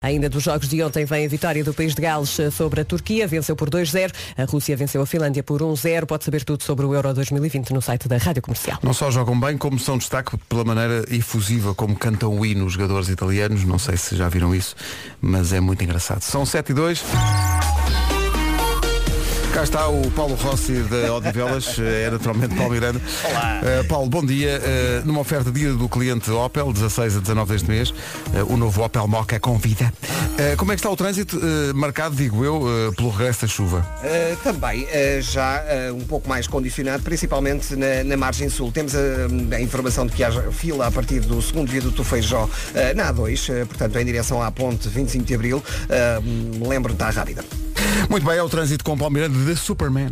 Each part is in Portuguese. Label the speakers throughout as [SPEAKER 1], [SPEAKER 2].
[SPEAKER 1] Ainda dos jogos de ontem vem a vitória do país de Gales eh, sobre a Turquia, venceu por 2-0, a Rússia venceu a Finlândia por 1-0, pode saber tudo sobre o Euro 2020 no site da Rádio Comercial.
[SPEAKER 2] Não só jogam bem, como são destaque pela maneira efusiva como cantam o hino os jogadores italianos. Não sei se já viram isso, mas é muito engraçado. São 7 e 2. Cá está o Paulo Rossi da Odivelas, eh, é naturalmente Paulo Miranda. Olá. Paulo, bom dia. Eh, numa oferta dia do cliente Opel, 16 a 19 deste mês, eh, o novo Opel Moca convida. Eh, como é que está o trânsito eh, marcado, digo eu, eh, pelo regresso da chuva?
[SPEAKER 3] Uh, também uh, já uh, um pouco mais condicionado, principalmente na, na margem sul. Temos a, a informação de que haja fila a partir do segundo viaduto Feijó uh, na A2, uh, portanto em direção à ponte 25 de Abril. Uh, lembro está rápida.
[SPEAKER 2] Muito bem, é o trânsito com o Palmeirante de Superman.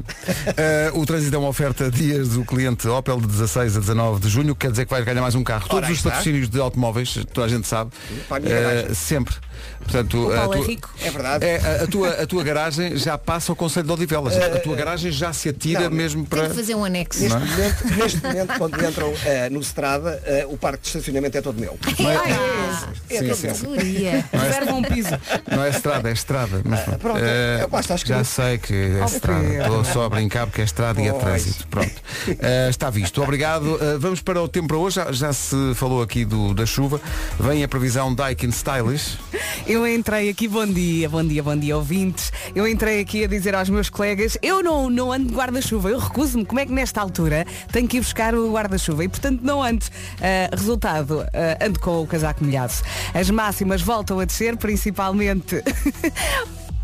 [SPEAKER 2] Eh, o trânsito é uma oferta a dias do cliente Opel de 16 a 19 de junho, quer dizer que vai ganhar mais um carro.
[SPEAKER 3] Ora,
[SPEAKER 2] Todos
[SPEAKER 3] aí
[SPEAKER 2] os
[SPEAKER 3] está.
[SPEAKER 2] patrocínios de automóveis, toda a gente sabe,
[SPEAKER 3] Para a minha
[SPEAKER 2] eh,
[SPEAKER 3] garagem.
[SPEAKER 2] sempre. Portanto,
[SPEAKER 4] Paulo
[SPEAKER 2] a
[SPEAKER 4] é
[SPEAKER 2] tua,
[SPEAKER 4] rico.
[SPEAKER 3] É verdade.
[SPEAKER 2] É, a, a tua, a tua garagem já passa ao Conselho de Odivelas. a tua garagem já se atira
[SPEAKER 3] Eh, não,
[SPEAKER 2] mesmo
[SPEAKER 4] Tem
[SPEAKER 2] para. é?
[SPEAKER 4] que fazer um anexo.
[SPEAKER 3] Neste, momento, neste momento, quando entram eh, no Strada, eh, o parque de estacionamento é todo meu.
[SPEAKER 4] Ah,
[SPEAKER 3] É
[SPEAKER 2] Sim,
[SPEAKER 3] todo
[SPEAKER 2] sim. é?
[SPEAKER 3] meu.
[SPEAKER 4] Seguria.
[SPEAKER 5] Reserva um piso.
[SPEAKER 2] Não é estrada, é estrada. Mas, pronto.
[SPEAKER 3] Ah, pronto, é,
[SPEAKER 2] Eh,
[SPEAKER 3] eu gosto, acho que-
[SPEAKER 2] já sei que é estrada. Estou só a brincar porque é estrada e é
[SPEAKER 3] Pois.
[SPEAKER 2] trânsito. Pronto. Eh, está visto. Obrigado. Eh, vamos para o tempo para hoje. Já, já se falou aqui do, da chuva. Vem a previsão Daikin Stylish.
[SPEAKER 5] Eu entrei aqui, bom dia, bom dia, bom dia, ouvintes. Eu entrei aqui a dizer aos meus colegas, eu não, não ando de guarda-chuva, eu recuso-me. Como é que nesta altura tenho que ir buscar o guarda-chuva? E portanto não ando. Ah, resultado, ah, ando com o casaco molhado. As máximas voltam a descer, principalmente.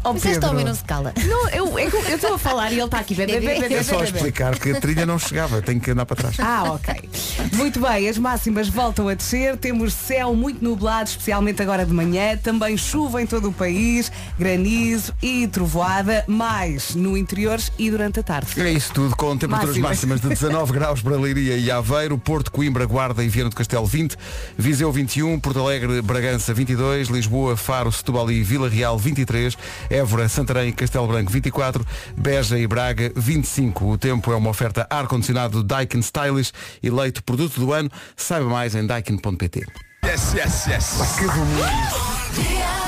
[SPEAKER 5] ao
[SPEAKER 4] Mas este
[SPEAKER 5] Pedro.
[SPEAKER 4] homem não se cala.
[SPEAKER 5] Não, eu é que eu estou a falar e ele está aqui. bebê, bebê, bebê,
[SPEAKER 2] É só
[SPEAKER 5] bebê.
[SPEAKER 2] explicar que a trilha não chegava. Tenho que andar para trás.
[SPEAKER 5] Ah, ok. Muito bem, as máximas voltam a descer, temos céu muito nublado, especialmente agora de manhã, também chuva em todo o país, granizo e trovoada, mais no interior e durante a tarde.
[SPEAKER 2] É isso tudo, com temperaturas
[SPEAKER 5] Máximas.
[SPEAKER 2] máximas de 19 graus para Leiria e Aveiro, Porto, Coimbra, Guarda e Viana do Castelo 20, Viseu 21, Porto Alegre, Bragança 22, Lisboa, Faro, Setúbal e Vila Real 23, Évora, Santarém e Castelo Branco 24, Beja e Braga 25. O tempo é uma oferta ar-condicionado Daikin Stylish, eleito produto do ano. Saiba mais em daikin.pt.
[SPEAKER 6] Yes, yes, yes.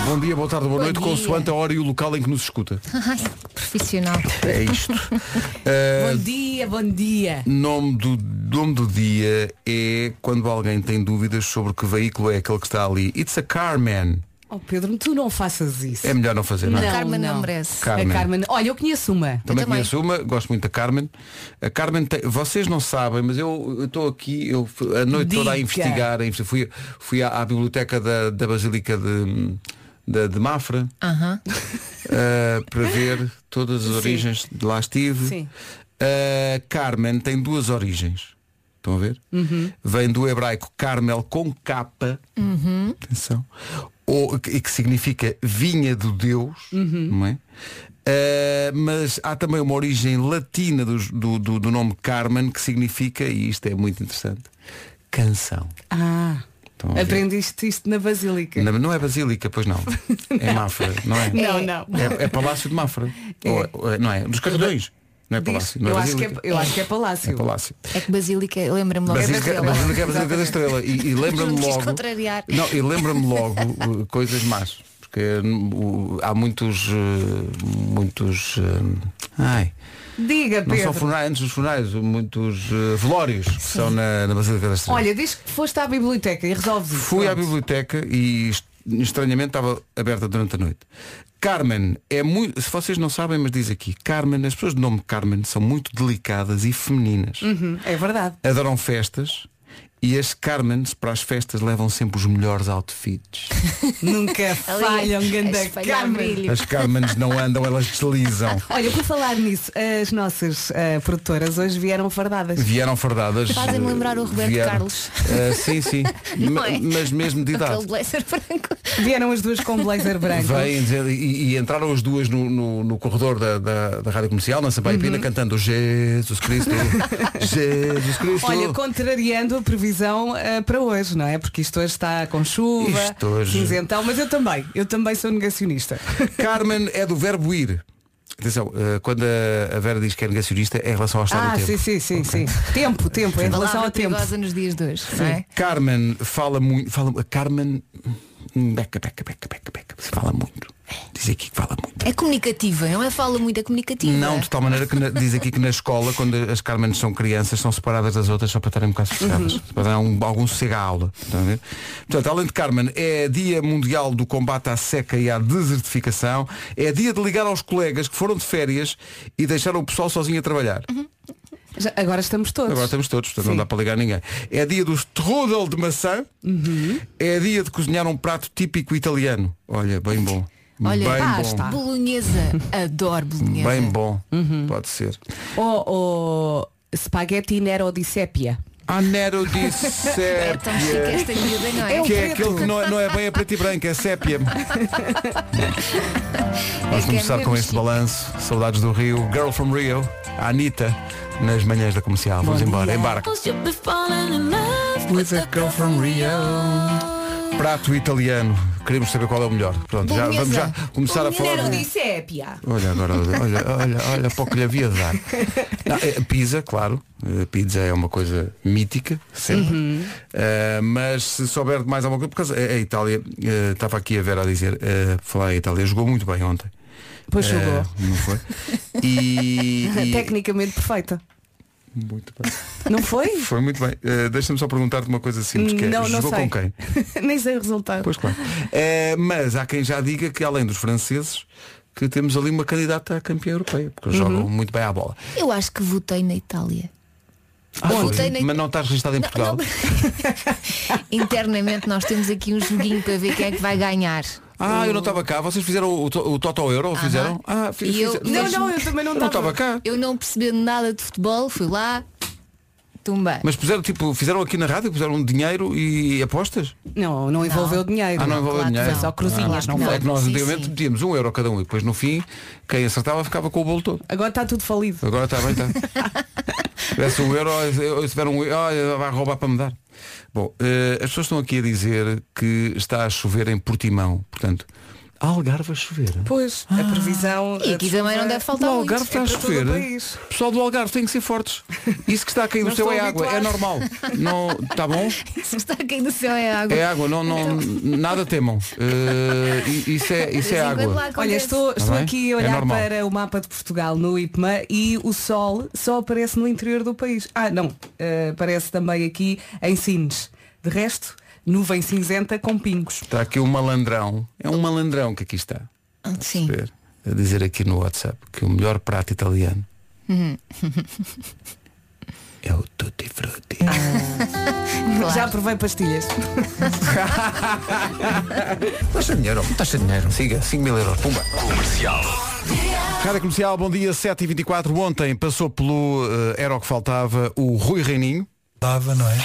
[SPEAKER 2] Bom dia, boa tarde, boa
[SPEAKER 4] Bom
[SPEAKER 2] noite,
[SPEAKER 4] dia.
[SPEAKER 2] consoante a hora e o local em que nos escuta.
[SPEAKER 4] Ai, que profissional.
[SPEAKER 2] É isto.
[SPEAKER 5] Bom
[SPEAKER 2] Uh,
[SPEAKER 5] dia, bom dia.
[SPEAKER 2] Nome do, nome do dia é quando alguém tem dúvidas sobre que veículo é aquele que está ali. It's a Carman.
[SPEAKER 5] Oh Pedro, tu não faças isso.
[SPEAKER 2] É melhor não fazer, não, é?
[SPEAKER 4] a Carmen não,
[SPEAKER 5] não.
[SPEAKER 4] merece.
[SPEAKER 2] Carmen.
[SPEAKER 5] A Carmen, olha, eu conheço uma.
[SPEAKER 2] Também,
[SPEAKER 4] Eu também.
[SPEAKER 2] conheço uma, gosto muito da Carmen. A Carmen tem, vocês não sabem, mas eu eu estou aqui, eu f- a noite toda a
[SPEAKER 5] Diga.
[SPEAKER 2] investigar, a investi- fui, fui à, à biblioteca da, da Basílica de, da- de Mafra
[SPEAKER 4] Aham.
[SPEAKER 2] ah, para ver todas as origens de lá estive.
[SPEAKER 5] Sim.
[SPEAKER 2] A Carmen tem duas origens. Estão a ver? Vem do hebraico Carmel com capa.
[SPEAKER 4] Uhum.
[SPEAKER 2] Atenção. Ou, e que significa vinha do Deus.
[SPEAKER 5] Uhum.
[SPEAKER 2] Não é? Ah, mas há também uma origem latina dos- do, do, do nome Carmen que significa, e isto é muito interessante, canção.
[SPEAKER 5] Ah,
[SPEAKER 2] Estão a ver?
[SPEAKER 5] aprendeste isto na Basílica.
[SPEAKER 2] Não, não é Basílica, pois não. É Mafra, não é?
[SPEAKER 5] Não, não.
[SPEAKER 2] É, é Palácio de Mafra. Ou- ou é- não é? Dos Carradões. Não é
[SPEAKER 5] Diz-
[SPEAKER 2] Palácio. Não é
[SPEAKER 5] eu, acho que é,
[SPEAKER 2] Basílica.
[SPEAKER 5] eu acho que é Palácio.
[SPEAKER 2] É Palácio.
[SPEAKER 4] É que Basílica, lembra-me logo.
[SPEAKER 2] Basílica,
[SPEAKER 4] é Basílica.
[SPEAKER 2] Basílica é a Basílica da Estrela. E, e lembra-me
[SPEAKER 4] Não quis
[SPEAKER 2] logo.
[SPEAKER 4] contrariar.
[SPEAKER 2] Não, e lembra-me logo uh, coisas más. Porque hum, o- há muitos. uh, muitos. hum, ai.
[SPEAKER 5] Diga,
[SPEAKER 2] Não são
[SPEAKER 5] Pedro.
[SPEAKER 2] funerais, antes dos funerais, muitos uh, velórios que são na, na Basílica da Estrela.
[SPEAKER 5] Olha, diz que foste à biblioteca e resolves isso.
[SPEAKER 2] Fui à
[SPEAKER 5] Pronto.
[SPEAKER 2] biblioteca e est- estranhamente estava aberta durante a noite. Carmen é muito. Se vocês não sabem, mas diz aqui, Carmen, as pessoas de nome Carmen são muito delicadas e femininas.
[SPEAKER 5] Uhum, É verdade.
[SPEAKER 2] Adoram festas e as Carmens para as festas levam sempre os melhores outfits.
[SPEAKER 5] Nunca falham, ganda Carmen.
[SPEAKER 4] brilho.
[SPEAKER 2] As Carmens não andam, elas deslizam.
[SPEAKER 5] Olha, por falar nisso, as nossas eh, produtoras hoje vieram fardadas.
[SPEAKER 2] Vieram fardadas.
[SPEAKER 4] Fazem-me
[SPEAKER 2] eh,
[SPEAKER 4] lembrar o Roberto
[SPEAKER 2] vieram.
[SPEAKER 4] Carlos.
[SPEAKER 2] Ah, sim, sim.
[SPEAKER 4] Não
[SPEAKER 2] Ma-
[SPEAKER 4] é?
[SPEAKER 2] Mas mesmo de idade.
[SPEAKER 4] Aquele blazer branco.
[SPEAKER 5] Vieram as duas com blazer branco.
[SPEAKER 2] Vêm dizer, e, e entraram as duas no, no- no corredor da, da, da Rádio Comercial, na Sampaio
[SPEAKER 4] Uhum.
[SPEAKER 2] Pina, cantando Jesus Cristo, Jesus Cristo.
[SPEAKER 5] Olha, contrariando a previsão eh, para hoje, não é? Porque isto hoje está com chuva,
[SPEAKER 2] Isto hoje-
[SPEAKER 5] cinzentão, mas eu também, eu também sou negacionista.
[SPEAKER 2] Carmen é do verbo ir. Atenção, eh, quando a a Vera diz que é negacionista é em relação ao estado
[SPEAKER 5] Ah,
[SPEAKER 2] do
[SPEAKER 5] sim,
[SPEAKER 2] tempo.
[SPEAKER 5] sim, sim, sim. Tempo, tempo, em relação
[SPEAKER 4] Palavra
[SPEAKER 5] ao tempo.
[SPEAKER 4] perigosa nos dias de hoje, não é?
[SPEAKER 2] Carmen fala muito. Fala, a Carmen. hum, Beca, beca, beca, beca, beca. Fala muito. Diz aqui que fala muito.
[SPEAKER 4] É comunicativa, não é? Fala muito, é comunicativa.
[SPEAKER 2] Não, de tal maneira que na- diz aqui que na escola, quando as Carmenes são crianças, são separadas das outras só para estarem um bocado fechadas. Para dar um, algum sossego à aula. Estão a ver? Portanto, além de Carmen, é dia mundial do combate à seca e à desertificação. É dia de ligar aos colegas que foram de férias e deixaram o pessoal sozinho a trabalhar.
[SPEAKER 5] Já- agora estamos todos.
[SPEAKER 2] Agora estamos todos, portanto não
[SPEAKER 5] Sim.
[SPEAKER 2] dá para ligar ninguém. É dia do strudel de maçã. É dia de cozinhar um prato típico italiano. Olha, bem bom.
[SPEAKER 4] Olha,
[SPEAKER 2] bem
[SPEAKER 4] ah,
[SPEAKER 2] bom.
[SPEAKER 4] está. bolonhesa. Adoro bolonhesa.
[SPEAKER 2] Bem bom. Pode ser.
[SPEAKER 5] Ou ou spaghetti nero di sépia.
[SPEAKER 2] Anero di
[SPEAKER 4] É tão chique
[SPEAKER 2] sépia.
[SPEAKER 4] esta miúda, não é?
[SPEAKER 5] É o-
[SPEAKER 2] Que é
[SPEAKER 5] preto.
[SPEAKER 2] aquele que não é, não é bem a preto e branco, é sépia. Vamos
[SPEAKER 4] é
[SPEAKER 2] começar com
[SPEAKER 4] mesmo
[SPEAKER 2] este
[SPEAKER 4] chique.
[SPEAKER 2] balanço. Saudades do Rio. Girl from Rio. A Anitta. Nas manhãs da comercial. Vamos embora. Embarca. With a girl from Rio. Prato italiano. Queremos saber qual é o melhor. Pronto, já, vamos já
[SPEAKER 4] Bolonhesa.
[SPEAKER 2] começar a falar.
[SPEAKER 5] Nero
[SPEAKER 2] do-
[SPEAKER 5] di sépia.
[SPEAKER 2] Olha agora, olha, olha, olha para o que lhe havia de dar. Não, eh, pizza, claro. eh, Pizza é uma coisa mítica, sempre.
[SPEAKER 5] Uhum.
[SPEAKER 2] Eh, mas se souber de mais alguma coisa, porque a a Itália, eh, estava aqui a Vera a dizer, eh, falar em Itália, jogou muito bem ontem.
[SPEAKER 5] Pois jogou.
[SPEAKER 2] Eh, não foi? E, e-
[SPEAKER 5] Tecnicamente perfeita.
[SPEAKER 2] Muito bem.
[SPEAKER 5] Não foi?
[SPEAKER 2] Foi muito bem. Eh, Deixa-me só perguntar-te uma coisa simples, que é,
[SPEAKER 5] Não, não
[SPEAKER 2] jogou
[SPEAKER 5] sei.
[SPEAKER 2] com quem?
[SPEAKER 5] Nem sei o resultado.
[SPEAKER 2] Pois claro. Eh, mas há quem já diga que além dos franceses, que temos ali uma candidata a campeã europeia, porque
[SPEAKER 5] Uhum.
[SPEAKER 2] jogam muito bem à bola.
[SPEAKER 4] Eu acho que votei na Itália.
[SPEAKER 2] Ah,
[SPEAKER 4] Bom,
[SPEAKER 2] foi?
[SPEAKER 4] tem na-
[SPEAKER 2] Mas não estás registrado em
[SPEAKER 4] Não,
[SPEAKER 2] Portugal.
[SPEAKER 4] não. Internamente nós temos aqui um joguinho para ver quem é que vai ganhar.
[SPEAKER 2] Ah, eu não estava cá. Vocês fizeram o, to- o Total Euro? Fizeram? Ah, fiz,
[SPEAKER 4] E eu-
[SPEAKER 2] fiz-
[SPEAKER 5] Não,
[SPEAKER 4] Mas-
[SPEAKER 5] não, eu também não
[SPEAKER 2] eu não estava
[SPEAKER 5] estava.
[SPEAKER 2] cá.
[SPEAKER 4] Eu não percebendo nada de futebol, fui lá, tumba.
[SPEAKER 2] Mas puseram, tipo, fizeram aqui na rádio, puseram dinheiro e apostas?
[SPEAKER 5] Não, não envolveu dinheiro.
[SPEAKER 2] Ah, não envolveu
[SPEAKER 4] claro que
[SPEAKER 2] dinheiro.
[SPEAKER 4] não.
[SPEAKER 5] Só cruzinhas,
[SPEAKER 2] Ah,
[SPEAKER 5] não
[SPEAKER 2] É que nós
[SPEAKER 4] Sim,
[SPEAKER 2] antigamente
[SPEAKER 4] sim.
[SPEAKER 2] metíamos um euro a cada um e depois no fim, quem acertava ficava com o bolo todo.
[SPEAKER 5] Agora está tudo falido.
[SPEAKER 2] Agora está bem, está. Se tivesse um euro, se tiver um euro, olha, vai roubar para me dar. Bom, eh, as pessoas estão aqui a dizer que está a chover em Portimão. Portanto, há Algarve a chover.
[SPEAKER 5] Pois, a previsão.
[SPEAKER 4] E aqui
[SPEAKER 5] a
[SPEAKER 4] também não
[SPEAKER 5] desculpa-
[SPEAKER 4] deve
[SPEAKER 2] O
[SPEAKER 4] faltar muito.
[SPEAKER 2] Algarve está a
[SPEAKER 5] É para todo
[SPEAKER 2] chover.
[SPEAKER 5] o país.
[SPEAKER 2] O pessoal do Algarve tem que ser fortes. Isso que está a cair do
[SPEAKER 5] Não
[SPEAKER 2] céu é
[SPEAKER 5] estou
[SPEAKER 2] água, é
[SPEAKER 5] habituada.
[SPEAKER 2] normal. Não, está bom?
[SPEAKER 4] Se está aqui no céu é água. Então.
[SPEAKER 2] É água, não, não, nada temam. Eh, i- isso é,
[SPEAKER 4] De vez
[SPEAKER 2] isso é
[SPEAKER 4] em quando lá
[SPEAKER 2] água.
[SPEAKER 4] acontece.
[SPEAKER 5] Olha, estou,
[SPEAKER 2] Está
[SPEAKER 5] estou
[SPEAKER 2] bem?
[SPEAKER 5] aqui
[SPEAKER 2] É
[SPEAKER 5] a olhar
[SPEAKER 2] normal.
[SPEAKER 5] para o mapa de Portugal no IPMA e o sol só aparece no interior do país. Ah, não, eh, aparece também aqui em Sines. De resto, nuvem cinzenta com pingos.
[SPEAKER 2] Está aqui um malandrão. É um malandrão que aqui está.
[SPEAKER 4] Ah, Sim.
[SPEAKER 2] ver, a dizer aqui no WhatsApp que o melhor prato italiano
[SPEAKER 4] Uhum.
[SPEAKER 2] é o tutti frutti.
[SPEAKER 4] Claro.
[SPEAKER 5] Ah. Já provei pastilhas.
[SPEAKER 2] Estás sem dinheiro, estás sem dinheiro. Siga, 5 mil euros, pumba. Rádio Comercial, bom dia, 7h24. Ontem passou pelo eh, Era o que Faltava o Rui Reininho.
[SPEAKER 7] Dava, não é?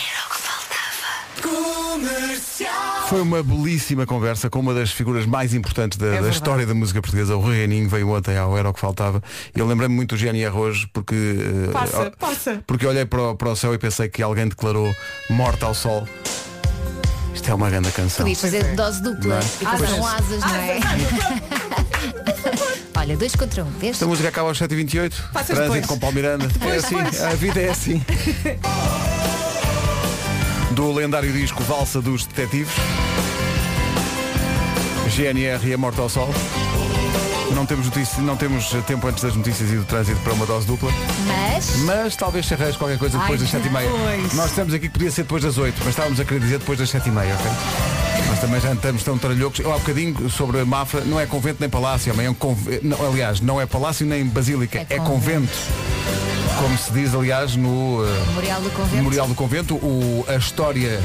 [SPEAKER 2] Foi uma belíssima conversa com uma das figuras mais importantes da, da
[SPEAKER 5] É verdade.
[SPEAKER 2] história da música portuguesa. O Rui Reininho veio ontem ao Era o que Faltava. E eu lembrei-me muito do GNR hoje porque. eh,
[SPEAKER 5] Passa, passa.
[SPEAKER 2] Porque olhei para o, para o céu e pensei que alguém declarou morte ao sol. Isto é uma grande canção.
[SPEAKER 4] Podia fazer dose dupla.
[SPEAKER 2] Não é? Ah,
[SPEAKER 4] E depois são asas, não é? Olha, dois contra um, vês?
[SPEAKER 2] Esta música acaba aos 7h28.
[SPEAKER 5] Faças
[SPEAKER 2] Trânsito
[SPEAKER 5] depois.
[SPEAKER 2] com Palmiranda. é assim,
[SPEAKER 5] depois.
[SPEAKER 2] a vida é assim. Do lendário disco Valsa dos Detetives. GNR e a Morte ao Sol. Não temos, notícia, não temos tempo antes das notícias e do trânsito para uma dose dupla,
[SPEAKER 4] Mas.
[SPEAKER 2] mas talvez se arranje qualquer coisa depois
[SPEAKER 4] Ai,
[SPEAKER 2] das 7h30.
[SPEAKER 5] pois.
[SPEAKER 2] Nós estamos aqui que podia ser depois das 8, mas estávamos a querer dizer depois das 7h30, ok? Nós também já estamos tão tralhocos. Eu há bocadinho sobre a Mafra, não é convento nem palácio, amanhã é um conve- não, aliás, não é palácio nem basílica, é,
[SPEAKER 4] É
[SPEAKER 2] convento.
[SPEAKER 4] convento.
[SPEAKER 2] Como se diz, aliás, no eh,
[SPEAKER 4] Memorial do Convento.
[SPEAKER 2] Memorial do Convento, o, a história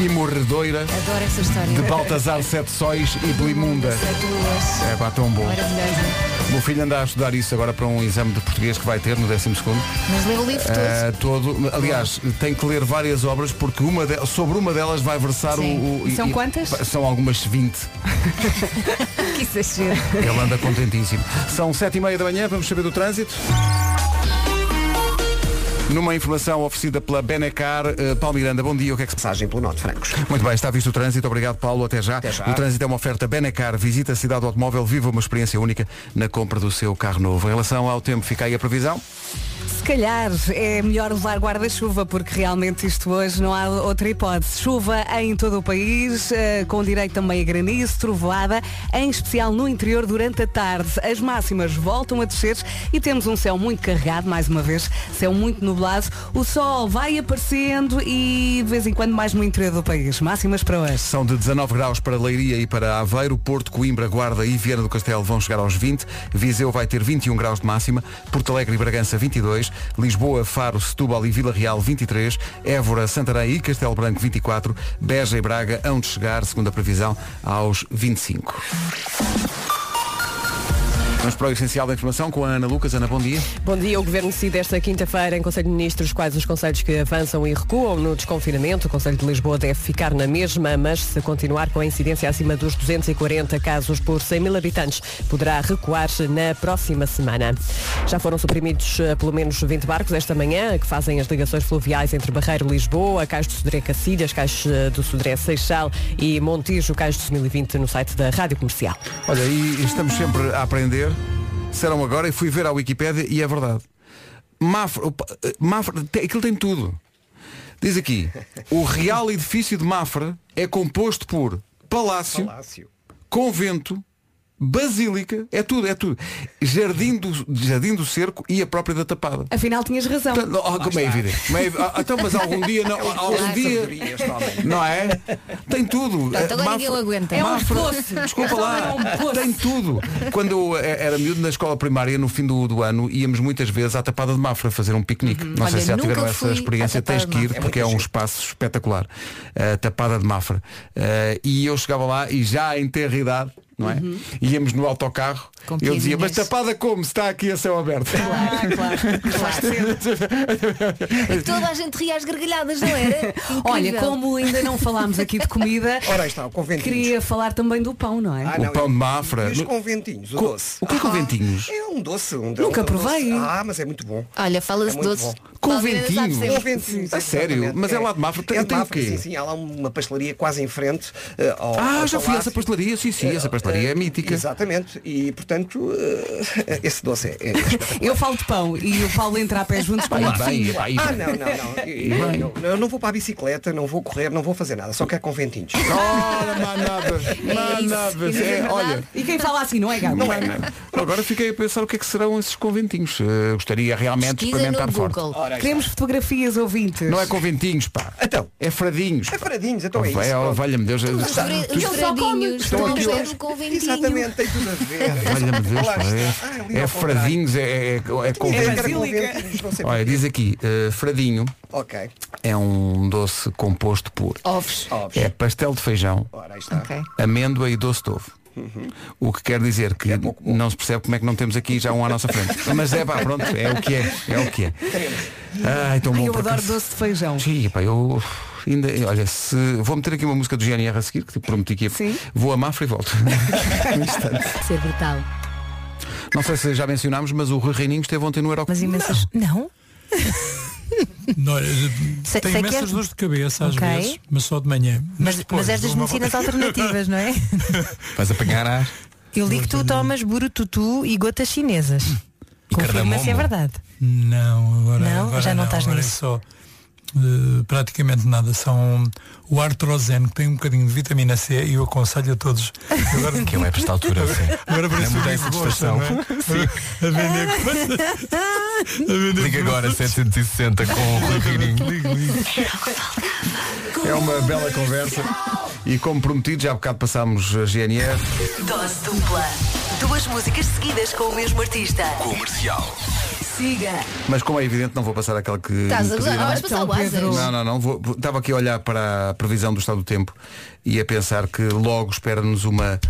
[SPEAKER 2] imorredoira
[SPEAKER 4] Adoro essa história.
[SPEAKER 2] de Baltasar Sete Sóis e Belimunda. É pá, tão bom.
[SPEAKER 4] Maravilhosa.
[SPEAKER 2] O meu filho anda a estudar isso agora para um exame de português que vai ter no 12 segundo.
[SPEAKER 4] Mas lê o livro todo.
[SPEAKER 2] Ah, todo. Aliás, tem que ler várias obras porque uma de- sobre uma delas vai versar o-
[SPEAKER 4] Sim.
[SPEAKER 2] o.
[SPEAKER 5] E são quantas?
[SPEAKER 2] São algumas 20.
[SPEAKER 4] Que exagero.
[SPEAKER 2] Ele anda contentíssimo. São 7 e meia da manhã, vamos saber do trânsito. Numa informação oferecida pela Benecar, eh, Paulo Miranda, bom dia, o que é que se passa?
[SPEAKER 3] Passagem pelo Norte Francos.
[SPEAKER 2] Muito bem, está visto o trânsito. Obrigado, Paulo. Até já.
[SPEAKER 3] já.
[SPEAKER 2] O trânsito é uma oferta Benecar. Visita a cidade do automóvel, viva uma experiência única na compra do seu carro novo. Em relação ao tempo, fica aí a previsão.
[SPEAKER 5] Se calhar é melhor levar guarda-chuva, porque realmente isto hoje não há outra hipótese. Chuva em todo o país, eh, com direito também a granizo, trovoada, em especial no interior durante a tarde. As máximas voltam a descer e temos um céu muito carregado, mais uma vez, céu muito nublado. O sol vai aparecendo e de vez em quando mais no interior do país. Máximas para hoje.
[SPEAKER 2] São de 19 graus para Leiria e para Aveiro, Porto, Coimbra, Guarda e Viana do Castelo vão chegar aos 20, Viseu vai ter 21 graus de máxima, Porto Alegre e Bragança 22, Lisboa, Faro, Setúbal e Vila Real 23, Évora, Santarém e Castelo Branco 24, Beja e Braga hão de chegar, segundo a previsão, aos 25. Vamos para o essencial da informação com a Ana Lucas. Ana, bom dia.
[SPEAKER 1] Bom dia. O Governo decide esta quinta-feira em Conselho de Ministros quais os conselhos que avançam e recuam no desconfinamento. O Conselho de Lisboa deve ficar na mesma, mas se continuar com a incidência acima dos 240 casos por 100 mil habitantes, poderá recuar na próxima semana. Já foram suprimidos eh, pelo menos 20 barcos esta manhã que fazem as ligações fluviais entre Barreiro e Lisboa, Cais do Sodré Cacilhas, Cais eh, do Sodré Seixal e Montijo, Cais de 2020, no site da Rádio Comercial.
[SPEAKER 2] Olha, e estamos sempre a aprender. Disseram agora e fui ver à Wikipédia e é verdade. Mafra, opa, eh, Mafra te- aquilo tem tudo. Diz aqui, o real edifício de Mafra é composto por palácio,
[SPEAKER 3] Palácio.
[SPEAKER 2] convento, basílica, é tudo, é tudo. Jardim do, jardim do cerco e a própria da tapada.
[SPEAKER 5] Afinal, tinhas razão.
[SPEAKER 2] Portanto, oh, como é evidente. Como é evi- ah, então, mas algum dia, não, algum dia,
[SPEAKER 3] Sabedoria, este homem.
[SPEAKER 2] não é? Tem tudo. Eh,
[SPEAKER 4] Pronto, agora ninguém o aguenta. É um
[SPEAKER 5] poço.
[SPEAKER 2] Desculpa
[SPEAKER 4] Então
[SPEAKER 2] lá.
[SPEAKER 5] É um poço.
[SPEAKER 2] Tem tudo. Quando eu eh, era miúdo na escola primária, no fim do, do ano, íamos muitas vezes à Tapada de Mafra fazer um piquenique. Não sei
[SPEAKER 4] Uhum. Olha,
[SPEAKER 2] se já
[SPEAKER 4] nunca
[SPEAKER 2] tiveram
[SPEAKER 4] fui
[SPEAKER 2] essa
[SPEAKER 4] à
[SPEAKER 2] experiência,
[SPEAKER 4] Tapada
[SPEAKER 2] tens
[SPEAKER 4] de
[SPEAKER 2] que ir,
[SPEAKER 4] Mafra.
[SPEAKER 2] porque é um espaço espetacular. A Tapada de Mafra. Eh, e eu chegava lá e já em terra idade, não é? Íamos no autocarro.
[SPEAKER 4] Uhum. Com Ah,
[SPEAKER 2] eu dizia,
[SPEAKER 4] piadinhas.
[SPEAKER 2] mas tapada como? Se está aqui a céu aberto.
[SPEAKER 5] Claro, claro, claro.
[SPEAKER 4] E toda a gente ria às gargalhadas, não era?
[SPEAKER 5] Olha,
[SPEAKER 4] Incrível.
[SPEAKER 5] como ainda não falámos aqui de comida,
[SPEAKER 3] Ora, aí está, o conventinho.
[SPEAKER 5] queria falar também do pão, não é?
[SPEAKER 3] Ah,
[SPEAKER 2] O
[SPEAKER 3] não,
[SPEAKER 2] pão
[SPEAKER 3] eu-
[SPEAKER 2] de Mafra.
[SPEAKER 3] E os
[SPEAKER 2] No-
[SPEAKER 3] conventinhos, o
[SPEAKER 2] Co-
[SPEAKER 3] doce.
[SPEAKER 2] o que é conventinhos?
[SPEAKER 3] Ah, é um doce. Um,
[SPEAKER 5] Nunca
[SPEAKER 3] um
[SPEAKER 5] provei.
[SPEAKER 3] doce. Ah, mas é muito bom.
[SPEAKER 4] Olha,
[SPEAKER 3] É
[SPEAKER 4] fala-se
[SPEAKER 3] muito
[SPEAKER 4] doces.
[SPEAKER 3] bom.
[SPEAKER 2] Conventinhos.
[SPEAKER 4] Paulo Miranda sabe sempre.
[SPEAKER 3] Conventinhos.
[SPEAKER 2] A sério?
[SPEAKER 3] exatamente.
[SPEAKER 2] Mas é lá de Mafra, tem-
[SPEAKER 3] é de
[SPEAKER 2] tem o
[SPEAKER 3] Mafra,
[SPEAKER 2] quê?
[SPEAKER 3] Sim, sim, há lá uma pastelaria quase em frente eh, ao
[SPEAKER 2] Ah,
[SPEAKER 3] ao
[SPEAKER 2] já fui a
[SPEAKER 3] palácio.
[SPEAKER 2] essa
[SPEAKER 3] Eh,
[SPEAKER 2] pastelaria, sim, sim, essa pastelaria é mítica.
[SPEAKER 3] Exatamente. E, portanto, eh, esse doce é... é-
[SPEAKER 5] Eu falo de pão e o Paulo entra a pé juntos com o
[SPEAKER 2] Pá, e bem, pá, e
[SPEAKER 3] ah,
[SPEAKER 2] bem.
[SPEAKER 3] não, não, não. Eu, eu- eu não vou para a bicicleta, não vou correr, não vou fazer nada. Só quero conventinhos.
[SPEAKER 2] Ora, manabas,
[SPEAKER 5] É
[SPEAKER 2] manabas.
[SPEAKER 4] isso,
[SPEAKER 2] É,
[SPEAKER 4] é
[SPEAKER 2] olha,
[SPEAKER 4] verdade.
[SPEAKER 5] E quem fala assim não é
[SPEAKER 2] um
[SPEAKER 5] gago.
[SPEAKER 3] Não é nada.
[SPEAKER 2] né? agora fiquei a pensar o que é que serão esses conventinhos. Eh, gostaria realmente de
[SPEAKER 4] Pesquisa
[SPEAKER 2] experimentar
[SPEAKER 4] no
[SPEAKER 2] forte.
[SPEAKER 4] Google.
[SPEAKER 3] Ora, aí
[SPEAKER 5] Queremos fotografias ouvintes.
[SPEAKER 2] Não é conventinhos, pá.
[SPEAKER 3] Então.
[SPEAKER 2] É fradinhos.
[SPEAKER 3] está. É
[SPEAKER 2] pá.
[SPEAKER 3] fradinhos, então é isso.
[SPEAKER 2] é, oh,
[SPEAKER 3] pronto.
[SPEAKER 2] valha-me Deus.
[SPEAKER 4] Os fre- Os fradinhos
[SPEAKER 2] Estão
[SPEAKER 4] estão a
[SPEAKER 2] aqui
[SPEAKER 4] ver o conventinho.
[SPEAKER 3] Exatamente, tem tudo a ver.
[SPEAKER 2] Valha-me Deus,
[SPEAKER 3] Lá
[SPEAKER 2] pá,
[SPEAKER 3] está. Ah, ali
[SPEAKER 2] É, é
[SPEAKER 3] ao contrário.
[SPEAKER 2] fradinhos, é, é, é
[SPEAKER 3] É,
[SPEAKER 2] conventinhos.
[SPEAKER 3] quero
[SPEAKER 5] Basílica.
[SPEAKER 3] conventinhos, não sei
[SPEAKER 2] Olha,
[SPEAKER 3] porquê.
[SPEAKER 2] diz aqui, eh, fradinho
[SPEAKER 3] Ok.
[SPEAKER 2] é um doce composto por
[SPEAKER 4] Ovos.
[SPEAKER 3] Óbvio.
[SPEAKER 2] é pastel de feijão,
[SPEAKER 3] Ora, aí está. Uhum.
[SPEAKER 4] Ok.
[SPEAKER 2] amêndoa e doce de ovo. O que quer dizer que não se percebe como é que não temos aqui já um à nossa frente. Mas é pá, pronto, é o que é, é o que é. Ai, tão bom
[SPEAKER 5] Ai, eu
[SPEAKER 2] por
[SPEAKER 5] adoro
[SPEAKER 2] acaso.
[SPEAKER 5] doce de feijão.
[SPEAKER 2] Sim, pá, eu ainda, olha, se vou meter aqui uma música do GNR a seguir, que te prometi que ia-
[SPEAKER 5] Sim.
[SPEAKER 2] vou a Mafra e volto.
[SPEAKER 7] Ser brutal.
[SPEAKER 2] não sei se já mencionámos, mas o Rui Reininho esteve ontem no Euroclub.
[SPEAKER 7] Mas imensas. Não?
[SPEAKER 8] Não, eh,
[SPEAKER 7] Sei- sei
[SPEAKER 8] tenho
[SPEAKER 7] que
[SPEAKER 8] imensas
[SPEAKER 7] és-
[SPEAKER 8] dores de cabeça às
[SPEAKER 7] Ok.
[SPEAKER 8] vezes, mas só de manhã.
[SPEAKER 7] Mas,
[SPEAKER 8] depois
[SPEAKER 7] mas és das
[SPEAKER 8] dou uma
[SPEAKER 7] medicinas
[SPEAKER 8] volta.
[SPEAKER 7] alternativas, não é?
[SPEAKER 6] Vais apanhar ar
[SPEAKER 7] Eu li que tu tomas burututu e gotas chinesas.
[SPEAKER 6] E
[SPEAKER 7] Confirma se é
[SPEAKER 6] cardamomo.
[SPEAKER 7] verdade.
[SPEAKER 8] Não, agora
[SPEAKER 7] Não?
[SPEAKER 8] agora
[SPEAKER 7] Já não estás
[SPEAKER 8] agora é
[SPEAKER 7] nisso?
[SPEAKER 8] só eh, praticamente nada. São o artroseno que tem um bocadinho de vitamina C e eu aconselho a todos. Agora,
[SPEAKER 6] Que ele é para esta altura sim.
[SPEAKER 8] agora parece
[SPEAKER 6] É
[SPEAKER 8] um
[SPEAKER 6] mudança de
[SPEAKER 8] Big Boss,
[SPEAKER 6] estação.
[SPEAKER 8] não é? A vender coisas. A vender
[SPEAKER 6] Liga agora 760 com o Rui Reininho.
[SPEAKER 8] Ligo, ligo.
[SPEAKER 2] É uma bela conversa. E como prometido, já há bocado passámos a GNR.
[SPEAKER 9] Dose dupla. Duas músicas seguidas com o mesmo artista.
[SPEAKER 6] Comercial.
[SPEAKER 9] Siga.
[SPEAKER 2] Mas como é evidente, não vou passar aquele que.
[SPEAKER 4] Estás a
[SPEAKER 2] me
[SPEAKER 4] gozar,
[SPEAKER 2] pediram.
[SPEAKER 4] não vais passar o Asas.
[SPEAKER 2] Não, não, não. Vou, vou- estava aqui a olhar para a previsão do estado do tempo e a pensar que logo espera-nos uma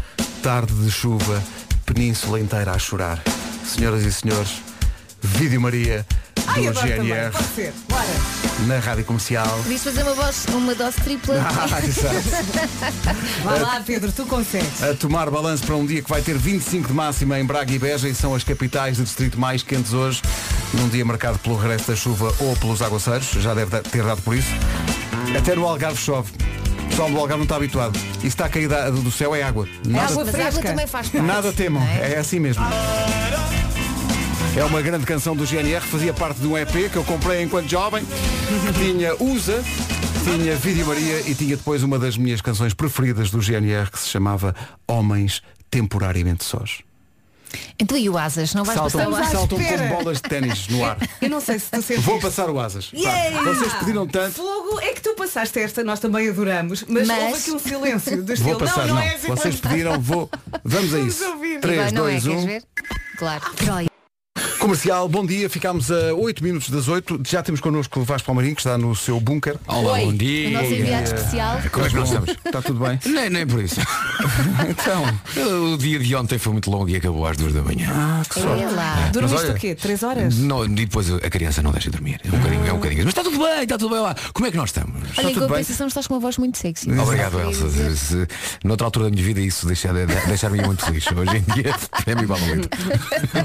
[SPEAKER 2] tarde de chuva, península inteira a chorar. Senhoras e senhores, Vídeo Maria
[SPEAKER 5] Ai,
[SPEAKER 2] do
[SPEAKER 5] adoro também.
[SPEAKER 2] GNR
[SPEAKER 5] Pode ser. Bora.
[SPEAKER 2] na Rádio Comercial.
[SPEAKER 4] Podias fazer uma, voz, uma dose tripla.
[SPEAKER 2] Ah, exato.
[SPEAKER 5] Vai lá, Pedro, tu consegues.
[SPEAKER 2] a tomar balanço para um dia que vai ter 25 de máxima em Braga e Beja e são as capitais do distrito mais quentes hoje. num dia marcado pelo regresso da chuva ou pelos aguaceiros, já deve da- ter dado por isso. Até no Algarve chove. O pessoal do Algarve não está habituado. E se está a cair da- do céu é água. Nada,
[SPEAKER 5] água
[SPEAKER 4] mas a água
[SPEAKER 5] fresca.
[SPEAKER 4] também faz parte.
[SPEAKER 2] nada temam,
[SPEAKER 4] não é?
[SPEAKER 2] é assim mesmo. É uma grande canção do GNR, fazia parte de um EP que eu comprei enquanto jovem, que tinha Usa, tinha Vídeo Maria e tinha depois uma das minhas canções preferidas do GNR que se chamava Homens Temporariamente Sós.
[SPEAKER 4] Então e o Asas? Não vais
[SPEAKER 2] Saltam,
[SPEAKER 4] passar o Asas?
[SPEAKER 2] saltam como bolas um de ténis no ar.
[SPEAKER 5] Eu não sei se tu sentes.
[SPEAKER 2] Vou passar o asas. Pá,
[SPEAKER 5] Yeah!
[SPEAKER 2] Vocês pediram tanto.
[SPEAKER 5] Fogo é que tu passaste esta, nós também adoramos, mas,
[SPEAKER 4] Mas-
[SPEAKER 5] houve aqui um silêncio do estilo.
[SPEAKER 2] Vou passar,
[SPEAKER 5] não,
[SPEAKER 2] não.
[SPEAKER 5] não, é assim.
[SPEAKER 2] Vocês pediram, vou. Vamos a isso. um.
[SPEAKER 5] ouvir.
[SPEAKER 2] 3,
[SPEAKER 4] Vai, não é?
[SPEAKER 2] 2,
[SPEAKER 4] Queres
[SPEAKER 2] 1.
[SPEAKER 4] ver? Claro.
[SPEAKER 5] Ah,
[SPEAKER 4] Olha,
[SPEAKER 2] Comercial, bom dia. Ficámos a 8 minutos das 8. Já temos connosco o Vasco Palmeirinho, que está no seu bunker.
[SPEAKER 10] Olá, bom
[SPEAKER 4] O
[SPEAKER 10] dia.
[SPEAKER 4] nosso enviado especial.
[SPEAKER 10] Como é que nós estamos?
[SPEAKER 2] Está tudo bem?
[SPEAKER 10] Nem, nem por isso.
[SPEAKER 2] Então,
[SPEAKER 10] O dia de ontem foi muito longo e acabou às duas da manhã.
[SPEAKER 2] Ah,
[SPEAKER 10] É.
[SPEAKER 4] Olha É lá.
[SPEAKER 5] Dormiste
[SPEAKER 10] olha-
[SPEAKER 5] o quê? Três horas?
[SPEAKER 10] Não, e depois a criança não deixa dormir.
[SPEAKER 2] Ah.
[SPEAKER 10] É um bocadinho, é um bocadinho. Mas está tudo bem, está tudo bem lá. Como é que nós estamos?
[SPEAKER 4] Olha, em
[SPEAKER 2] tudo bem?
[SPEAKER 4] compensação estás com uma voz muito sexy.
[SPEAKER 10] Obrigado,
[SPEAKER 4] Queria
[SPEAKER 10] Elsa.
[SPEAKER 4] dizer.
[SPEAKER 10] Se, noutra altura da minha vida isso deixar- de- deixar-me muito feliz. Hoje em dia é-me igual a muito.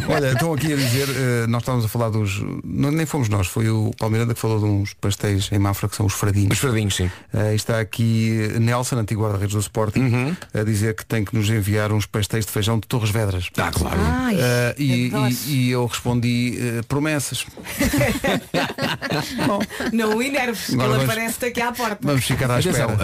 [SPEAKER 2] olha, estão aqui a dizer, eh, nós estávamos a falar dos. não, nem fomos nós, foi o Palmeiranda que falou de uns pastéis em Mafra que são os
[SPEAKER 10] Os
[SPEAKER 2] fradinhos.
[SPEAKER 10] fradinhos, sim.
[SPEAKER 2] Eh, está aqui Nelson, antigo guarda-redes do Sporting,
[SPEAKER 10] Uhum.
[SPEAKER 2] a dizer que tem que nos enviar uns pastéis de feijão de Torres Vedras.
[SPEAKER 10] Ah, claro.
[SPEAKER 5] Ai,
[SPEAKER 2] Ah, e,
[SPEAKER 5] adoro.
[SPEAKER 2] e- e eu respondi eh, promessas.
[SPEAKER 5] Não o enerves,
[SPEAKER 2] Agora
[SPEAKER 5] ele
[SPEAKER 2] vamos-
[SPEAKER 5] aparece-te aqui à porta.
[SPEAKER 2] Vamos ficar à
[SPEAKER 10] Atenção,
[SPEAKER 2] espera.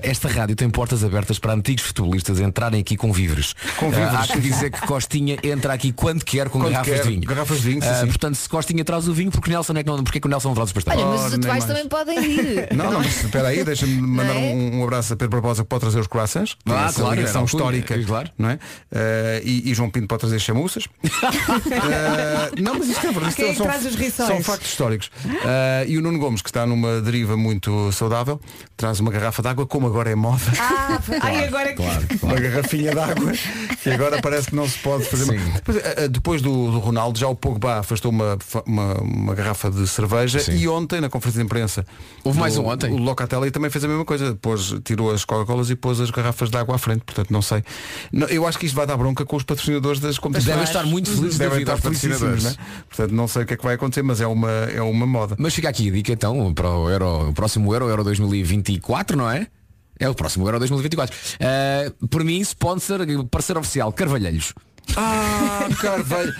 [SPEAKER 10] eh, esta rádio tem portas abertas para antigos futebolistas entrarem aqui com víveres.
[SPEAKER 2] Com víveres.
[SPEAKER 10] Eh, há que dizer que Costinha entra aqui quando quer com
[SPEAKER 2] Quando
[SPEAKER 10] garrafas
[SPEAKER 2] quer,
[SPEAKER 10] de vinho.
[SPEAKER 2] garrafas de vinho, sim,
[SPEAKER 10] Eh,
[SPEAKER 2] sim.
[SPEAKER 10] Portanto, se Costinha traz o vinho, porque Nelson é que não, porque é que o Nelson não traz os pastéis?
[SPEAKER 4] Olha, mas
[SPEAKER 2] Oh,
[SPEAKER 4] os
[SPEAKER 2] nem
[SPEAKER 4] atuais
[SPEAKER 2] mais.
[SPEAKER 4] também podem ir.
[SPEAKER 2] Não, não, mas espera aí, deixa-me
[SPEAKER 4] Não
[SPEAKER 2] mandar
[SPEAKER 4] é?
[SPEAKER 2] um, um abraço a Pedro Barbosa que pode trazer os croissants. Tem
[SPEAKER 10] Ah,
[SPEAKER 2] essa
[SPEAKER 10] claro,
[SPEAKER 2] ligação
[SPEAKER 10] era um cunho,
[SPEAKER 2] histórica.
[SPEAKER 10] é, claro.
[SPEAKER 2] Não é? Ah, e, e João Pinto pode trazer chamuças. Ah, não, mas isto é verdade. isto
[SPEAKER 5] Quem é que
[SPEAKER 2] são-
[SPEAKER 5] traz os
[SPEAKER 2] são,
[SPEAKER 5] rissóis?
[SPEAKER 2] factos históricos. Ah, e o Nuno Gomes, que está numa deriva muito saudável, traz uma garrafa de água, como agora é moda.
[SPEAKER 5] Ah, ai, agora que.
[SPEAKER 2] Uma garrafinha de água que agora parece que não se pode fazer.
[SPEAKER 10] Sim.
[SPEAKER 2] mais. Depois, eh, eh, depois do, do Ronaldo, já o Pogba afastou uma, fa- uma, uma garrafa de cerveja
[SPEAKER 10] Sim.
[SPEAKER 2] e ontem, na conferência de imprensa,
[SPEAKER 10] Houve mais
[SPEAKER 2] o-
[SPEAKER 10] um ontem?
[SPEAKER 2] O Locatelli também fez a mesma coisa. Pôs, tirou as Coca-Colas e pôs as garrafas de água à frente. Portanto, não sei. Não, eu acho que isto vai dar bronca com os patrocinadores das competições.
[SPEAKER 10] Devem estar muito felizes da
[SPEAKER 2] Devem
[SPEAKER 10] vida,
[SPEAKER 2] estar
[SPEAKER 10] os patrocinadores.
[SPEAKER 2] felicíssimos, não é? Portanto, não sei o que é que vai acontecer, mas é uma, é uma moda.
[SPEAKER 10] Mas fica aqui a dica então para o, Euro, o próximo Euro, Euro 2024, não é? É o próximo Euro 2024. Eh, por mim, sponsor, parceiro oficial, Carvalheiros.
[SPEAKER 2] Ah, Carvalho.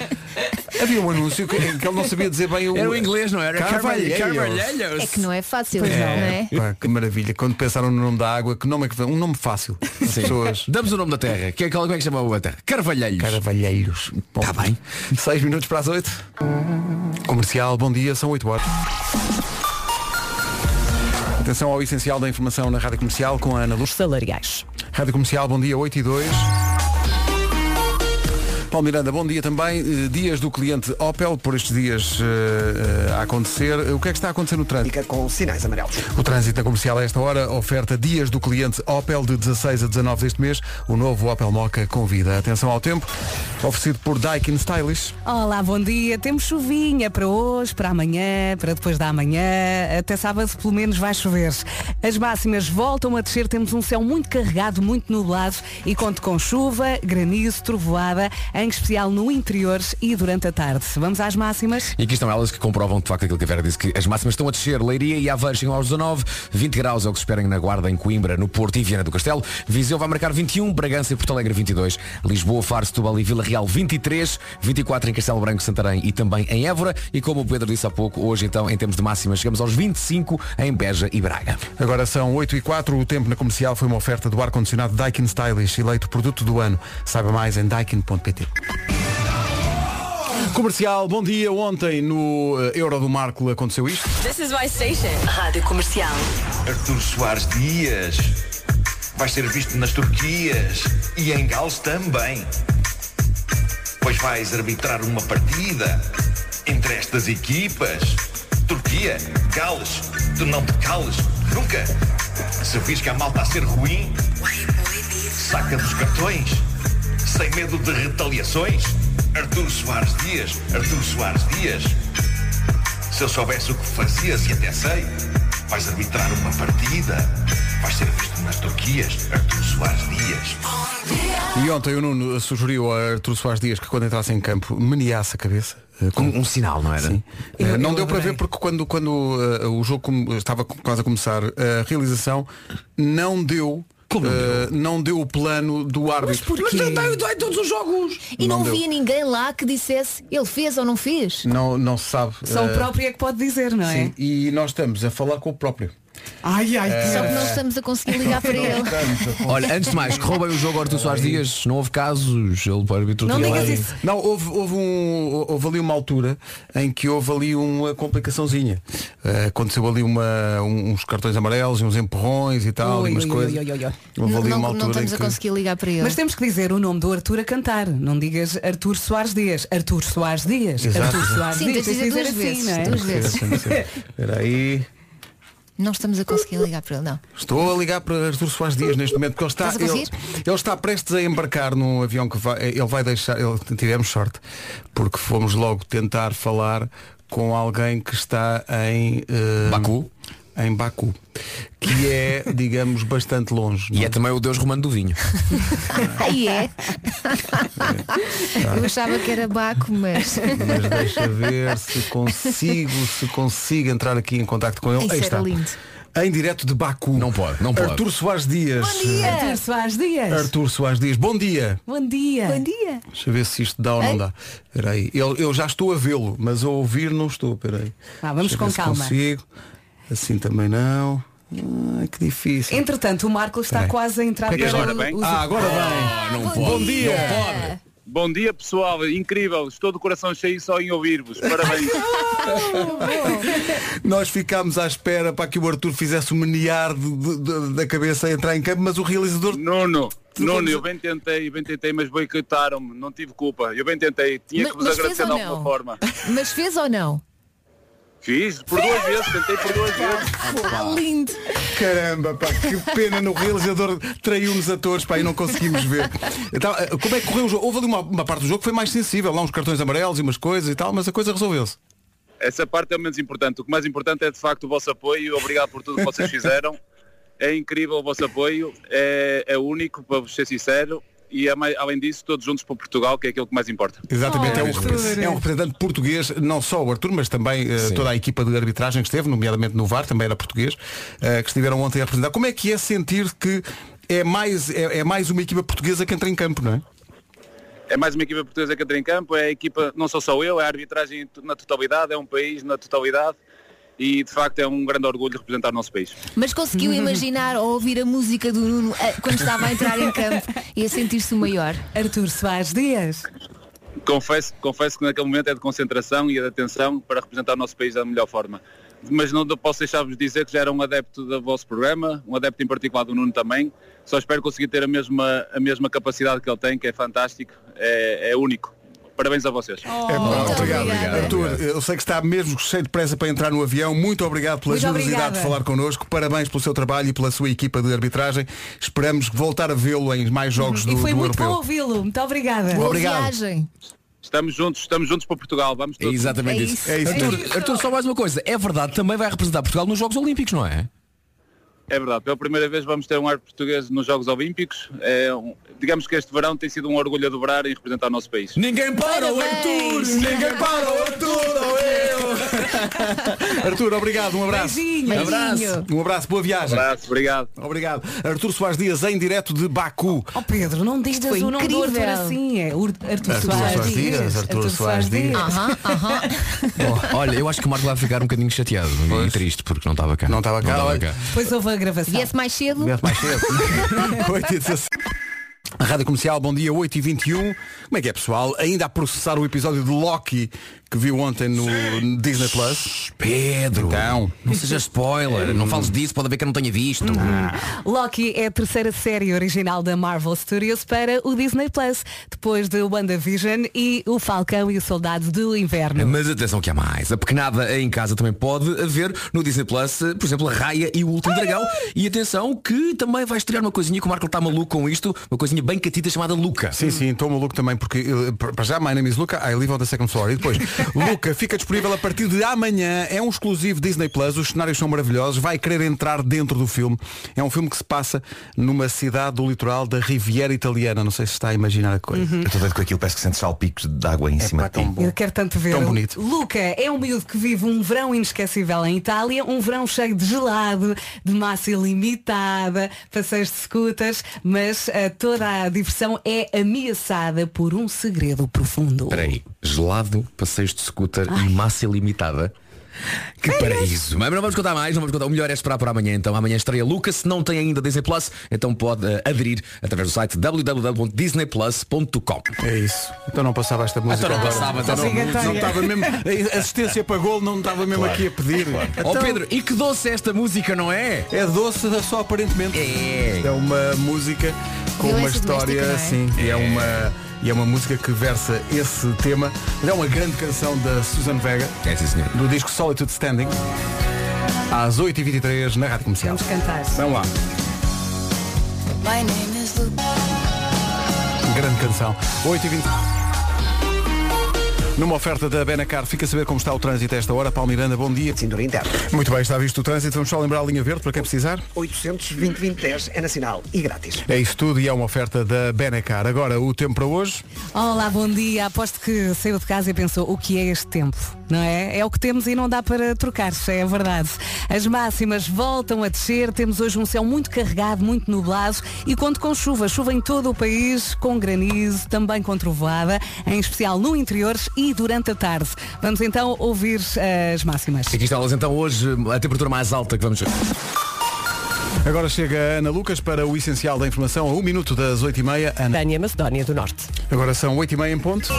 [SPEAKER 2] Havia um anúncio que, que ele não sabia dizer bem o.
[SPEAKER 10] Era o inglês, não era?
[SPEAKER 2] Carvalheiros.
[SPEAKER 4] É que não é fácil, não é?
[SPEAKER 2] Pá, que maravilha. Quando pensaram no nome da água, que nome é que foi? Um nome fácil. As pessoas.
[SPEAKER 10] Damos o nome da terra. Que, qual, como é que se chama a terra? Carvalheiros.
[SPEAKER 2] Carvalheiros.
[SPEAKER 10] Tá bem.
[SPEAKER 2] 6 minutos para as 8. Comercial, bom dia, são 8 horas. Atenção ao essencial da informação na Rádio Comercial com a Ana Luz.
[SPEAKER 1] Os salariais.
[SPEAKER 2] Rádio Comercial, bom dia, 8 e 2. Paulo Miranda, bom dia também. Eh, Dias do cliente Opel, por estes dias eh, eh, a acontecer. O que é que está a acontecer no trânsito?
[SPEAKER 3] Fica com sinais amarelos.
[SPEAKER 2] O trânsito na comercial a esta hora oferta dias do cliente Opel de 16 a 19 deste mês. O novo Opel Moca convida. Atenção ao tempo, oferecido por Daikin Stylish.
[SPEAKER 5] Olá, bom dia. Temos chuvinha para hoje, para amanhã, para depois da manhã. Até sábado, pelo menos, vai chover. As máximas voltam a descer. Temos um céu muito carregado, muito nublado e conto com chuva, granizo, trovoada, em especial no interior e durante a tarde. Vamos às máximas?
[SPEAKER 10] E aqui estão elas que comprovam de facto aquilo que a Vera disse que as máximas estão a descer. Leiria e Aveiro chegam aos 19, 20 graus é o que se esperam na Guarda, em Coimbra, no Porto e Viana do Castelo. Viseu vai marcar 21, Bragança e Porto Alegre 22, Lisboa, Faro, Setúbal e Vila Real 23, 24 em Castelo Branco, Santarém e também em Évora. E como o Pedro disse há pouco, hoje então em termos de máximas chegamos aos 25 em Beja e Braga.
[SPEAKER 2] Agora são 8 e 4. O tempo na comercial foi uma oferta do ar-condicionado Daikin Stylish, eleito produto do ano. Saiba mais em daikin.pt. Comercial, bom dia. Ontem no eh, Euro do Marco aconteceu isto.
[SPEAKER 9] Rádio Comercial.
[SPEAKER 6] Artur Soares Dias vai ser visto nas Turquias e em Gales também. Pois vais arbitrar uma partida entre estas equipas. Turquia, Gales, tu não te cales, nunca. Se vis que a malta a ser ruim, saca dos cartões, sem medo de retaliações. Artur Soares Dias, Artur Soares Dias. Se eu soubesse o que fazias e até sei, vais arbitrar uma partida. Vais ser visto nas Turquias, Artur Soares Dias.
[SPEAKER 2] E ontem o Nuno sugeriu a Artur Soares Dias que quando entrasse em campo meneasse a cabeça. eh, com-
[SPEAKER 10] Um sinal, não era?
[SPEAKER 2] Sim. Eh,
[SPEAKER 10] Eu-
[SPEAKER 2] não
[SPEAKER 10] eu
[SPEAKER 2] deu para
[SPEAKER 10] adorei.
[SPEAKER 2] ver porque quando, quando eh, o jogo com- estava com- quase a começar, a realização não deu. eh, não deu o plano do árbitro.
[SPEAKER 4] porquê?
[SPEAKER 2] já está, eu estou em todos os jogos.
[SPEAKER 4] E não,
[SPEAKER 2] Não deu.
[SPEAKER 4] havia ninguém lá que dissesse ele fez ou não fez.
[SPEAKER 2] Não, não se sabe.
[SPEAKER 4] Só o
[SPEAKER 2] eh,
[SPEAKER 4] próprio
[SPEAKER 5] é que pode dizer, não
[SPEAKER 2] Sim, e nós estamos a falar com o próprio. Eh,
[SPEAKER 5] Ai, ai,
[SPEAKER 4] Só que não estamos a conseguir ligar para ele.
[SPEAKER 10] Olha, antes de mais, roubem o jogo ao Artur Soares Dias, não houve casos, ele para arbitro
[SPEAKER 2] Não
[SPEAKER 10] titular.
[SPEAKER 2] digas isso. Não, houve, houve, um, houve ali uma altura em que houve ali uma complicaçãozinha. Eh, aconteceu ali uma, um- uns cartões amarelos e uns empurrões e tal,
[SPEAKER 5] Ui,
[SPEAKER 2] e umas
[SPEAKER 5] ui,
[SPEAKER 2] Tá, coisas.
[SPEAKER 5] ui, ui, ui, ui.
[SPEAKER 2] Houve ali uma
[SPEAKER 4] Não,
[SPEAKER 2] altura
[SPEAKER 4] não estamos
[SPEAKER 2] em
[SPEAKER 4] a
[SPEAKER 2] que-
[SPEAKER 4] conseguir ligar para ele.
[SPEAKER 5] Mas temos que dizer o nome do Arthur a cantar. Não digas Arthur Soares Dias. Arthur Soares Dias.
[SPEAKER 2] Exato.
[SPEAKER 5] Arthur Soares
[SPEAKER 4] Sim,
[SPEAKER 5] Dias.
[SPEAKER 4] tens de dizer duas
[SPEAKER 5] assim,
[SPEAKER 4] vezes,
[SPEAKER 5] não é?
[SPEAKER 4] duas vezes.
[SPEAKER 2] Sim, sim. Espera aí.
[SPEAKER 4] Não estamos a conseguir ligar para ele, não.
[SPEAKER 2] Estou a ligar para Artur Soares Dias neste momento, porque ele está,
[SPEAKER 4] Estás a
[SPEAKER 2] ele,
[SPEAKER 4] conseguir?
[SPEAKER 2] ele está prestes a embarcar num avião que vai, ele vai deixar, ele, tivemos sorte, porque fomos logo tentar falar com alguém que está em eh,
[SPEAKER 10] Baku?
[SPEAKER 2] Em Baku, que é, digamos, bastante longe.
[SPEAKER 10] E é também o Deus romano do vinho.
[SPEAKER 4] Aí é. Eu achava que era Baco, mas.
[SPEAKER 2] Mas deixa ver se consigo, se consigo entrar aqui em contacto com ele.
[SPEAKER 4] Isso
[SPEAKER 2] Aí
[SPEAKER 4] era
[SPEAKER 2] está.
[SPEAKER 4] lindo.
[SPEAKER 2] Em direto de Baku.
[SPEAKER 10] Não pode, não pode.
[SPEAKER 2] Artur Soares Dias.
[SPEAKER 4] Bom dia!
[SPEAKER 5] Arthur Soares Dias.
[SPEAKER 2] Artur Soares Dias, bom dia.
[SPEAKER 5] Bom dia.
[SPEAKER 4] Bom dia!
[SPEAKER 2] Deixa eu ver se isto dá ou não
[SPEAKER 4] Hein?
[SPEAKER 2] dá. Espera aí. Eu, eu já estou a vê-lo, mas a ouvir não estou. Espera aí.
[SPEAKER 5] Vá, vamos
[SPEAKER 2] Deixa eu
[SPEAKER 5] com
[SPEAKER 2] ver se
[SPEAKER 5] calma.
[SPEAKER 2] Consigo. Assim também não. Ai, que difícil.
[SPEAKER 5] Entretanto, o Marco está
[SPEAKER 2] Peraí.
[SPEAKER 5] quase a entrar
[SPEAKER 2] Como é que é
[SPEAKER 5] para
[SPEAKER 2] agora?
[SPEAKER 5] o- os-
[SPEAKER 2] Ah, agora bem.
[SPEAKER 10] não
[SPEAKER 2] Bom dia.
[SPEAKER 11] Bom dia pessoal, incrível, estou de coração cheio só em ouvir-vos. Parabéns.
[SPEAKER 2] Nós ficámos à espera para que o Arthur fizesse o menear de- de- de- da cabeça a entrar em campo, mas o realizador
[SPEAKER 11] Nuno, Nuno, eu bem tentei, bem tentei, mas boicotaram-me, não tive culpa. Eu bem tentei, tinha
[SPEAKER 4] Mas-
[SPEAKER 11] que vos
[SPEAKER 4] mas fez
[SPEAKER 11] agradecer de
[SPEAKER 4] ou
[SPEAKER 11] alguma
[SPEAKER 4] não?
[SPEAKER 11] forma.
[SPEAKER 4] Mas fez ou não?
[SPEAKER 11] Fiz, por duas vezes, tentei por duas vezes.
[SPEAKER 5] Tá
[SPEAKER 4] Ah, lindo!
[SPEAKER 2] Caramba, pá, que pena no realizador traiu-nos a todos, pá, e não conseguimos ver. Então, eh, como é que correu o jogo? Houve ali uma, uma parte do jogo que foi mais sensível, lá uns cartões amarelos e umas coisas e tal, mas a coisa resolveu-se.
[SPEAKER 11] Essa parte é o menos importante. O que mais importante é de facto o vosso apoio. Obrigado por tudo que vocês fizeram. É incrível o vosso apoio, é, é único, para vos ser sincero. E a mai- além disso, todos juntos para Portugal, que é aquilo que mais importa.
[SPEAKER 2] Exatamente, é, um,
[SPEAKER 10] Arthur.
[SPEAKER 2] repre- é um representante português, não só o Arthur, mas também eh, toda a equipa de arbitragem que esteve, nomeadamente no VAR, também era português, eh, que estiveram ontem a representar. Como é que é sentir que é mais, é, é mais uma equipa portuguesa que entra em campo, não é?
[SPEAKER 11] É mais uma equipa portuguesa que entra em campo, é a equipa, não sou só eu, é a arbitragem na totalidade, é um país na totalidade e de facto é um grande orgulho representar o nosso país.
[SPEAKER 4] Mas conseguiu imaginar ou ouvir a música do Nuno ah, quando estava a entrar em campo e a sentir-se o maior?
[SPEAKER 5] Arthur Soares Dias.
[SPEAKER 11] Confesso, confesso que naquele momento é de concentração e é de atenção para representar o nosso país da melhor forma. Mas não posso deixar-vos dizer que já era um adepto do vosso programa, um adepto em particular do Nuno também. Só espero conseguir ter a mesma, a mesma capacidade que ele tem, que é fantástico, é, é único. Parabéns a vocês.
[SPEAKER 2] É pá,
[SPEAKER 4] Muito
[SPEAKER 2] obrigado,
[SPEAKER 4] obrigada.
[SPEAKER 2] Arthur, eu sei que está mesmo cheio de pressa para entrar no avião. Muito obrigado pela
[SPEAKER 5] Muito
[SPEAKER 2] generosidade
[SPEAKER 5] obrigada.
[SPEAKER 2] de falar connosco. Parabéns pelo seu trabalho e pela sua equipa de arbitragem. Esperamos voltar a vê-lo em mais jogos do,
[SPEAKER 5] Uhum. e foi
[SPEAKER 2] do
[SPEAKER 5] muito bom
[SPEAKER 2] Europeu.
[SPEAKER 5] ouvi-lo. Muito obrigada.
[SPEAKER 4] Boa
[SPEAKER 2] Obrigado.
[SPEAKER 4] viagem!
[SPEAKER 11] Estamos juntos, estamos juntos para Portugal, vamos
[SPEAKER 10] É
[SPEAKER 11] todos.
[SPEAKER 10] exatamente
[SPEAKER 4] É
[SPEAKER 10] isso.
[SPEAKER 4] isso.
[SPEAKER 2] É isso.
[SPEAKER 10] Arthur, Arthur, só mais uma coisa. É verdade, também vai representar Portugal nos Jogos Olímpicos, não é?
[SPEAKER 11] É verdade, pela primeira vez vamos ter um árbitro português nos Jogos Olímpicos. É um- digamos que este verão tem sido um orgulho a dobrar em representar o nosso país.
[SPEAKER 10] Ninguém para
[SPEAKER 4] o Arthur!
[SPEAKER 10] Ninguém para o
[SPEAKER 2] é
[SPEAKER 10] Arthur!
[SPEAKER 2] Arthur, obrigado, um abraço.
[SPEAKER 5] Beijinho.
[SPEAKER 4] Beijinho.
[SPEAKER 2] Um abraço, boa viagem.
[SPEAKER 11] abraço, obrigado.
[SPEAKER 2] Obrigado. Arthur Soares Dias em direto de Baku.
[SPEAKER 5] Oh Pedro, não digas
[SPEAKER 4] Foi
[SPEAKER 5] o nome do Arthur
[SPEAKER 4] incrível.
[SPEAKER 5] assim. É Ur- Arthur,
[SPEAKER 2] Soares
[SPEAKER 5] Soares,
[SPEAKER 2] Dias, Arthur Soares Dias.
[SPEAKER 4] Aham, aham.
[SPEAKER 10] Olha, eu acho que o Marco vai ficar um bocadinho chateado e triste porque não estava cá.
[SPEAKER 2] Não estava cá,
[SPEAKER 10] Não
[SPEAKER 2] olha.
[SPEAKER 10] estava cá.
[SPEAKER 5] Depois houve a gravação.
[SPEAKER 4] Viesse mais cedo?
[SPEAKER 2] Viesse mais cedo. 8 e 16. A Rádio Comercial, bom dia, 8 e 21 Como é que é, pessoal? Ainda a processar o episódio de Loki que viu ontem no Disney Plus.
[SPEAKER 10] Pedro,
[SPEAKER 2] Então.
[SPEAKER 10] não seja spoiler, não fales disso, pode haver que eu não tenha visto. Ah.
[SPEAKER 5] Loki é a terceira série original da Marvel Studios para o Disney Plus, depois de WandaVision e O Falcão e o Soldado do
[SPEAKER 2] É
[SPEAKER 5] Inverno.
[SPEAKER 10] Mas atenção que há mais. A pequenada em casa também pode haver no Disney Plus, eh, por exemplo, a Raia e o Último Dragão. E atenção que também vai estrear uma coisinha que o Marco está maluco com isto, uma coisinha bem catita chamada Luca.
[SPEAKER 2] Sim, sim, estou maluco também porque eh, para já, my name is Luca, I live on the second floor. E depois, Luca, fica disponível a partir de amanhã. É um exclusivo Disney Plus. Os cenários são maravilhosos. Vai querer entrar dentro do filme. É um filme que se passa numa cidade do litoral da Riviera Italiana. Não sei se está a imaginar a coisa.
[SPEAKER 5] Uhum. Eu
[SPEAKER 2] estou doido com aquilo. Parece que sente salpicos de água em cima de ti.
[SPEAKER 5] Eu quero tanto ver.
[SPEAKER 2] Tão
[SPEAKER 5] o-
[SPEAKER 2] bonito.
[SPEAKER 5] Luca é um miúdo que vive um verão inesquecível em Itália, um verão cheio de gelado, de massa ilimitada, passeios de scooters, mas ah, toda a diversão é ameaçada por um segredo profundo.
[SPEAKER 10] Peraí, gelado, passeios de scooter e massa ilimitada. Que paraíso! Mas não vamos contar mais, não vamos contar. O melhor é esperar por amanhã, então. Amanhã estreia Lucas. Se não tem ainda Disney Plus, então pode eh, aderir através do site www.disneyplus.com.
[SPEAKER 2] É isso. Então não passava esta música.
[SPEAKER 10] Então não
[SPEAKER 2] agora.
[SPEAKER 10] passava, então
[SPEAKER 2] não, não,
[SPEAKER 10] não.
[SPEAKER 2] estava mesmo. A assistência para gol não estava mesmo
[SPEAKER 10] Claro.
[SPEAKER 2] aqui a pedir. Então
[SPEAKER 10] Ó Pedro, e que doce é esta música, não é?
[SPEAKER 2] É doce da só aparentemente.
[SPEAKER 10] É.
[SPEAKER 2] É uma música com uma
[SPEAKER 10] Violência
[SPEAKER 2] história
[SPEAKER 10] doméstica, não
[SPEAKER 2] assim.
[SPEAKER 10] é?
[SPEAKER 2] E é uma, e é uma música que versa esse tema. Mas é uma grande canção da Susan Vega.
[SPEAKER 10] É, sim, senhor.
[SPEAKER 2] Do disco Solitude Standing. Às 8h23 na Rádio Comercial. Vamos
[SPEAKER 5] cantar.
[SPEAKER 2] Vamos lá.
[SPEAKER 12] My name is Luke.
[SPEAKER 2] Grande canção. 8h20. Numa oferta da Benacar, fica a saber como está o trânsito a esta hora. Paulo Miranda, bom dia.
[SPEAKER 3] Cintura interna.
[SPEAKER 2] Muito bem, está visto o trânsito. Vamos só lembrar a linha verde para quem precisar.
[SPEAKER 3] 820-2010 é nacional e grátis.
[SPEAKER 2] É isso tudo e é uma oferta da Benacar. Agora, o tempo para hoje.
[SPEAKER 5] Olá, bom dia. Aposto que saiu de casa e pensou o que é este tempo, não é? É o que temos e não dá para trocar, é verdade. As máximas voltam a descer, temos hoje um céu muito carregado, muito nublado e conto com chuva. Chuva em todo o país, com granizo, também com trovoada, em especial no interior e durante a tarde. Vamos então ouvir eh, as máximas.
[SPEAKER 10] Aqui estão elas então hoje, a temperatura mais alta que vamos.
[SPEAKER 2] Agora chega a Ana Lucas para o essencial da informação a um minuto das 8h30. Ana.
[SPEAKER 13] Dânia, Macedónia do Norte.
[SPEAKER 2] Agora são 8h30 em ponto.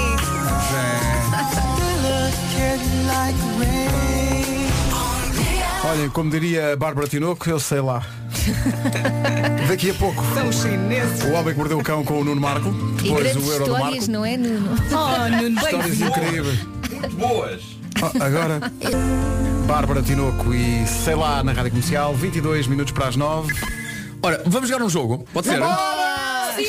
[SPEAKER 2] Olhem, como diria a Bárbara Tinoco, eu sei lá. Daqui a pouco.
[SPEAKER 5] São chineses.
[SPEAKER 2] O Homem que Mordeu o Cão com o Nuno Marco.
[SPEAKER 4] E
[SPEAKER 2] Depois
[SPEAKER 4] grandes
[SPEAKER 2] o Euro do
[SPEAKER 4] histórias,
[SPEAKER 2] Marco.
[SPEAKER 4] não é, Nuno?
[SPEAKER 5] Oh, Nuno,
[SPEAKER 2] Histórias incríveis.
[SPEAKER 14] Muito boas.
[SPEAKER 2] Ah, agora, Bárbara Tinoco e sei lá na rádio comercial, 22 minutos para as 9.
[SPEAKER 10] Ora, vamos jogar um jogo. Pode ser?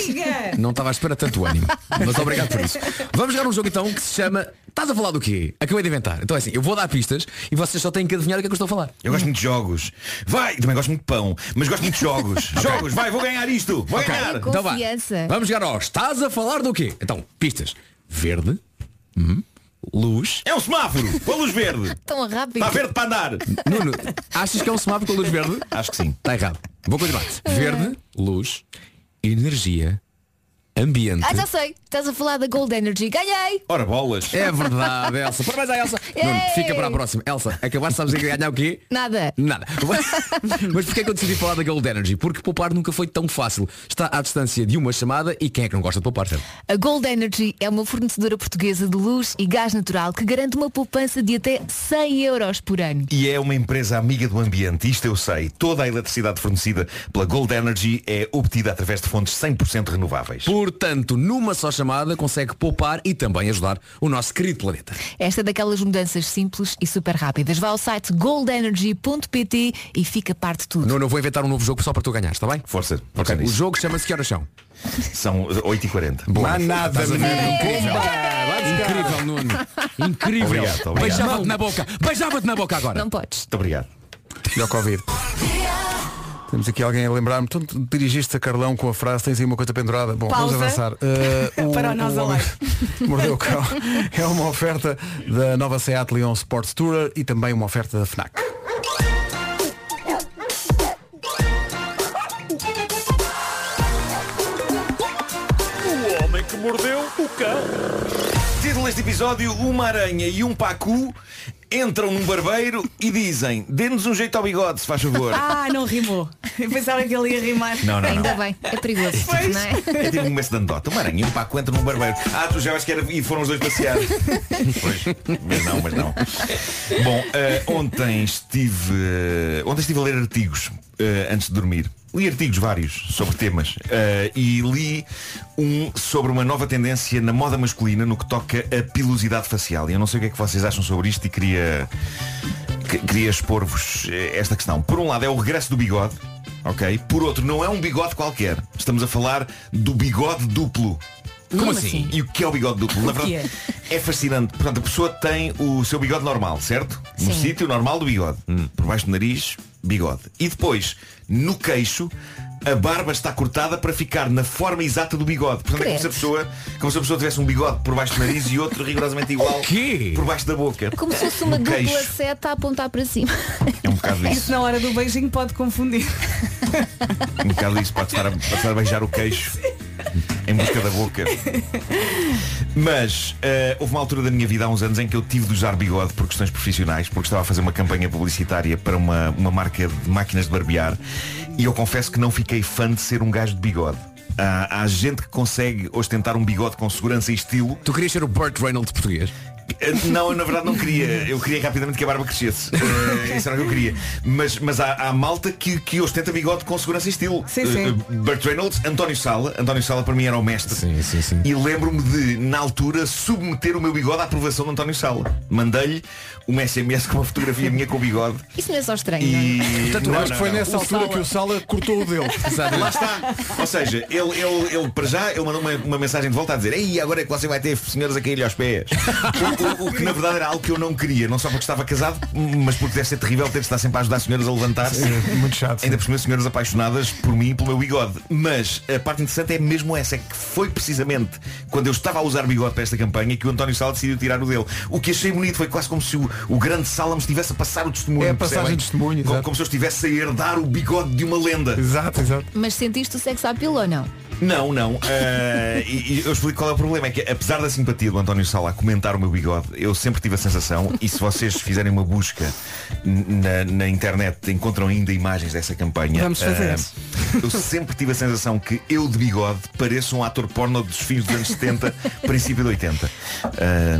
[SPEAKER 5] Siga!
[SPEAKER 10] Não estava à espera tanto ânimo. Mas obrigado por isso. Vamos jogar um jogo então que se chama Estás a falar do quê? Acabei de inventar. Então é assim, eu vou dar pistas e vocês só têm que adivinhar o que é que eu estou a falar.
[SPEAKER 14] Eu gosto muito de jogos. Vai! Também gosto muito de pão, mas gosto muito de jogos. Jogos, vai, vou ganhar isto! Vou
[SPEAKER 10] Ok.
[SPEAKER 14] ganhar!
[SPEAKER 10] Então vá.
[SPEAKER 4] Confiança.
[SPEAKER 10] Vamos jogar ao Estás a falar do quê? Então, pistas. Verde. Hum. Luz.
[SPEAKER 14] É um semáforo! Com a luz verde!
[SPEAKER 4] Tão rápido.
[SPEAKER 14] Está verde para andar!
[SPEAKER 10] Nuno, achas que é um semáforo com luz verde? Acho que sim. Está errado. Vou continuar. Verde, luz, energia, ambiente.
[SPEAKER 4] Ah, já sei. Estás a falar da Gold Energy. Ganhei!
[SPEAKER 10] Ora bolas. É verdade, Elsa. Parabéns à Elsa.
[SPEAKER 4] Ei!
[SPEAKER 10] Nuno, fica para a próxima. Elsa, acabaste sabes a ganhar o quê?
[SPEAKER 4] Nada.
[SPEAKER 10] Nada. Mas porquê é que eu decidi falar da Gold Energy? Porque poupar nunca foi tão fácil. Está à distância de uma chamada e quem é que não gosta de poupar, certo?
[SPEAKER 4] A Gold Energy é uma fornecedora portuguesa de luz e gás natural que garante uma poupança de até 100 euros por ano.
[SPEAKER 14] E é uma empresa amiga do ambiente, isto eu sei. Toda a eletricidade fornecida pela Gold Energy é obtida através de fontes 100% renováveis.
[SPEAKER 10] Portanto, numa só chamada consegue poupar e também ajudar o nosso querido planeta.
[SPEAKER 4] Esta é daquelas mudanças simples e super rápidas. Vá ao site goldenergy.pt e fica parte de tudo.
[SPEAKER 10] Nuno, eu vou inventar um novo jogo só para tu ganhar, está bem?
[SPEAKER 14] Força.
[SPEAKER 10] Ok, O jogo chama-se Que Horas São?
[SPEAKER 14] São 8h40.
[SPEAKER 10] Boa. Estás a ver?
[SPEAKER 14] Incrível.
[SPEAKER 10] Incrível, Nuno. Incrível.
[SPEAKER 14] Obrigado, obrigado.
[SPEAKER 10] Beijava-te na boca. Beijava-te na boca agora.
[SPEAKER 4] Não podes.
[SPEAKER 14] Muito obrigado.
[SPEAKER 2] E ao Covid. Temos aqui alguém a lembrar-me. Tu dirigiste a Carlão com a frase, tens aí uma coisa pendurada. Bom,
[SPEAKER 5] Pausa.
[SPEAKER 2] vamos avançar. Eh,
[SPEAKER 5] Para o Nós
[SPEAKER 2] homem
[SPEAKER 5] Alive.
[SPEAKER 2] que Mordeu o cão. É uma oferta da nova Seat Leon Sports Tourer e também uma oferta da FNAC.
[SPEAKER 14] O homem que mordeu o cão. Título deste episódio, uma aranha e um pacu entram num barbeiro e dizem, dê-nos um jeito ao bigode, se faz favor.
[SPEAKER 5] Ah, não rimou. Eu pensava que ele ia rimar.
[SPEAKER 14] Não, não,
[SPEAKER 4] Ainda
[SPEAKER 14] não.
[SPEAKER 4] bem, é perigoso, não é?
[SPEAKER 14] É tipo um começo de anedota. Uma aranha e um paco entram num barbeiro. Ah, tu já acho que era. E foram os dois passear. pois. Mas não, mas não. Bom, eh, ontem estive. eh, ontem estive a ler artigos eh, antes de dormir. Li artigos vários sobre temas eh, e li um sobre uma nova tendência na moda masculina no que toca a pilosidade facial. E eu não sei o que é que vocês acham sobre isto e queria, que- queria expor-vos eh, esta questão. Por um lado é o regresso do bigode, ok? Por outro, não é um bigode qualquer. Estamos a falar do bigode duplo. Como,
[SPEAKER 4] Como
[SPEAKER 14] assim?
[SPEAKER 4] assim?
[SPEAKER 14] E o que é o bigode duplo? Na
[SPEAKER 4] O que
[SPEAKER 14] verdade, é fascinante. Portanto, a pessoa tem o seu bigode normal, certo? No
[SPEAKER 4] Sim.
[SPEAKER 14] sítio normal do bigode. Hum, Por baixo do nariz, bigode. E depois, no queixo, a barba está cortada para ficar na forma exata do bigode. Portanto, é como
[SPEAKER 4] Credo.
[SPEAKER 14] se a pessoa, como se a pessoa tivesse um bigode por baixo do nariz e outro rigorosamente igual por baixo da boca.
[SPEAKER 4] É Como se fosse uma
[SPEAKER 14] no
[SPEAKER 4] dupla
[SPEAKER 14] Um queixo.
[SPEAKER 4] seta a apontar para cima.
[SPEAKER 14] É um bocado isso.
[SPEAKER 5] Isso na hora do beijinho pode confundir.
[SPEAKER 14] Um bocado isso pode estar a, pode estar a beijar o queixo em busca da boca. Mas eh, houve uma altura da minha vida há uns anos em que eu tive de usar bigode por questões profissionais, porque estava a fazer uma campanha publicitária para uma, uma marca de máquinas de barbear e eu confesso que não fiquei fã de ser um gajo de bigode. Há, há gente que consegue ostentar um bigode com segurança e estilo. Eh,
[SPEAKER 10] Tu querias ser o Burt Reynolds português?
[SPEAKER 14] Não, eu, na verdade não queria. Eu queria rapidamente que a barba crescesse. Eh, isso era o que eu queria. Mas, mas há, há malta que, que ostenta bigode com segurança e estilo.
[SPEAKER 5] Sim, sim.
[SPEAKER 14] Eh, Burt Reynolds, António Sala. António Sala para mim era o mestre. E lembro-me de, na altura, submeter o meu bigode à aprovação de António Sala. Mandei-lhe um uma SMS com uma fotografia minha com o bigode.
[SPEAKER 4] Isso não é só estranho.
[SPEAKER 14] E...
[SPEAKER 4] não é?
[SPEAKER 14] Não,
[SPEAKER 2] acho
[SPEAKER 14] não,
[SPEAKER 2] que foi
[SPEAKER 14] não.
[SPEAKER 2] nessa altura que o Sala cortou o dele.
[SPEAKER 14] Lá está. Ou seja, ele, ele, ele para já ele mandou uma, uma mensagem de volta a dizer Ei, agora é que você vai ter senhoras a cair-lhe aos pés. O, o- o que na verdade era algo que eu não queria, não só porque estava casado, mas porque deve ser terrível ter de estar sempre a ajudar as senhoras a levantar-se.
[SPEAKER 15] É muito chato.
[SPEAKER 14] Ainda por cima senhoras apaixonadas por mim e pelo meu bigode. Mas a parte interessante é mesmo essa, é que foi precisamente quando eu estava a usar bigode para esta campanha que o António Sala decidiu tirar o dele. O que achei bonito foi quase como se o, o grande Sala me estivesse a passar o testemunho.
[SPEAKER 2] É a passagem
[SPEAKER 14] percebem?
[SPEAKER 2] de testemunho,
[SPEAKER 14] Como,
[SPEAKER 2] exato.
[SPEAKER 14] como se eu estivesse a herdar o bigode de uma lenda.
[SPEAKER 2] Exato, exato.
[SPEAKER 4] Mas sentiste o sexo à pila ou não?
[SPEAKER 14] Não, não. Eh, e, e eu explico qual é o problema. É que apesar da simpatia do António Sala a comentar o meu bigode, eu sempre tive a sensação, e se vocês fizerem uma busca n- na, na internet, encontram ainda imagens dessa campanha.
[SPEAKER 5] Vamos fazer
[SPEAKER 14] Eh,
[SPEAKER 5] isso.
[SPEAKER 14] Eu sempre tive a sensação que eu de bigode pareço um ator porno dos fins dos anos 70, princípio de 80.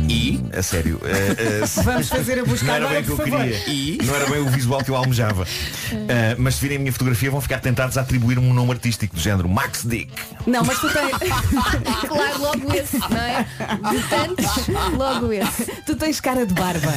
[SPEAKER 14] e? A sério. Eh, eh, se-
[SPEAKER 5] Vamos fazer a busca
[SPEAKER 14] não era
[SPEAKER 5] agora,
[SPEAKER 14] bem o que eu
[SPEAKER 5] por favor.
[SPEAKER 14] queria. Não era bem o visual que eu almejava. Ah, mas se virem a minha fotografia vão ficar tentados a atribuir-me um nome artístico do género Max Dick.
[SPEAKER 5] Não, mas tu tens.
[SPEAKER 4] claro, logo esse, não é? De tantos, logo esse.
[SPEAKER 5] Tu tens cara de barba.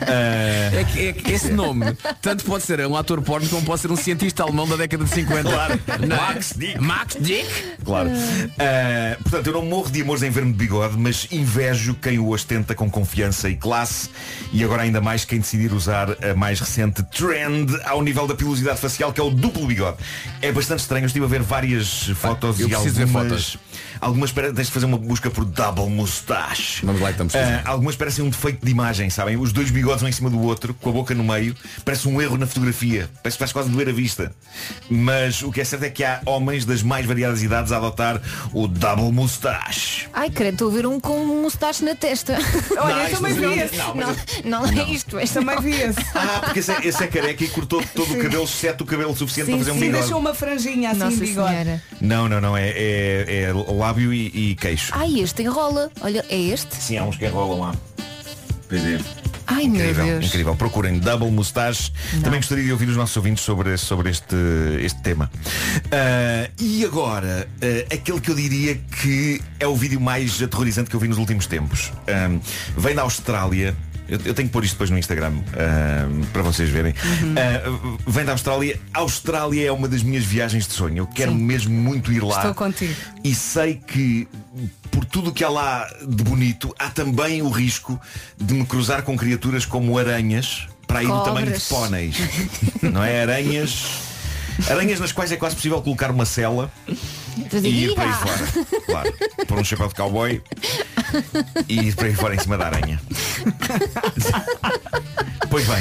[SPEAKER 14] Ah,
[SPEAKER 10] É que, é que esse nome tanto pode ser um ator porno como pode ser um cientista alemão da década de 50.
[SPEAKER 14] Claro.
[SPEAKER 10] Não é?
[SPEAKER 14] Max Dick.
[SPEAKER 10] Max Dick?
[SPEAKER 14] Claro. Ah, portanto, eu não morro de amores em ver-me de bigode, mas invejo quem o ostenta com confiança e classe e agora ainda mais quem decidir usar a mais recente trend ao nível da pilosidade facial, que é o duplo bigode. É bastante estranho, eu estive a ver várias fotos
[SPEAKER 10] eu
[SPEAKER 14] e
[SPEAKER 10] preciso ver
[SPEAKER 14] algumas.
[SPEAKER 10] fotos.
[SPEAKER 14] Algumas pare- tens de fazer uma busca por double mustache.
[SPEAKER 10] Vamos lá, estamos.
[SPEAKER 14] Ah, algumas parecem um defeito de imagem, sabem? Os dois bigodes um em cima do outro, com a boca no meio, parece um erro na fotografia, parece que faz quase doer a vista. Mas o que é certo é que há homens das mais variadas idades a adotar o double mustache.
[SPEAKER 4] Ai, credo, estou a ver um com um mustache na testa.
[SPEAKER 5] Olha,
[SPEAKER 14] Não,
[SPEAKER 5] eu
[SPEAKER 14] Ah, isso
[SPEAKER 5] também
[SPEAKER 14] não-
[SPEAKER 5] vi esse.
[SPEAKER 14] não, mas
[SPEAKER 4] Não, não é isto, mas
[SPEAKER 5] Também vi esse.
[SPEAKER 14] Ah, porque esse é, esse é careca e cortou todo o cabelo, exceto o cabelo suficiente
[SPEAKER 5] Sim,
[SPEAKER 14] para fazer um
[SPEAKER 5] sim,
[SPEAKER 14] bigode.
[SPEAKER 5] deixou uma franjinha assim
[SPEAKER 4] Nossa
[SPEAKER 5] de bigode.
[SPEAKER 4] senhora.
[SPEAKER 14] Não, não, não, é, é, é lábio e, e queixo.
[SPEAKER 4] Ai, este enrola. Olha, é este?
[SPEAKER 14] Sim, há uns que enrolam lá. Pois é.
[SPEAKER 4] Ai,
[SPEAKER 14] Incrível,
[SPEAKER 4] meu Deus.
[SPEAKER 14] incrível. Procurem Double Mustache. Também gostaria de ouvir os nossos ouvintes sobre, sobre este, este tema. Ah, e agora, ah, aquele que eu diria que é o vídeo mais aterrorizante que eu vi nos últimos tempos. Ah, vem da Austrália. Eu, eu tenho que pôr isto depois no Instagram ah, para vocês verem.
[SPEAKER 10] É, uh,
[SPEAKER 14] Ah, vem da Austrália. A Austrália é uma das minhas viagens de sonho. Eu quero mesmo muito ir lá.
[SPEAKER 5] Estou contigo.
[SPEAKER 14] E sei que por tudo o que há lá de bonito, há também o risco de me cruzar com criaturas como aranhas, para aí do
[SPEAKER 4] Cobras.
[SPEAKER 14] tamanho de póneis. Não é? Aranhas. Aranhas nas quais é quase possível colocar uma cela
[SPEAKER 4] Fazer
[SPEAKER 14] e ir para aí
[SPEAKER 4] ira.
[SPEAKER 14] fora. Claro. Por um chapéu de cowboy e ir para aí fora em cima da aranha. Pois bem,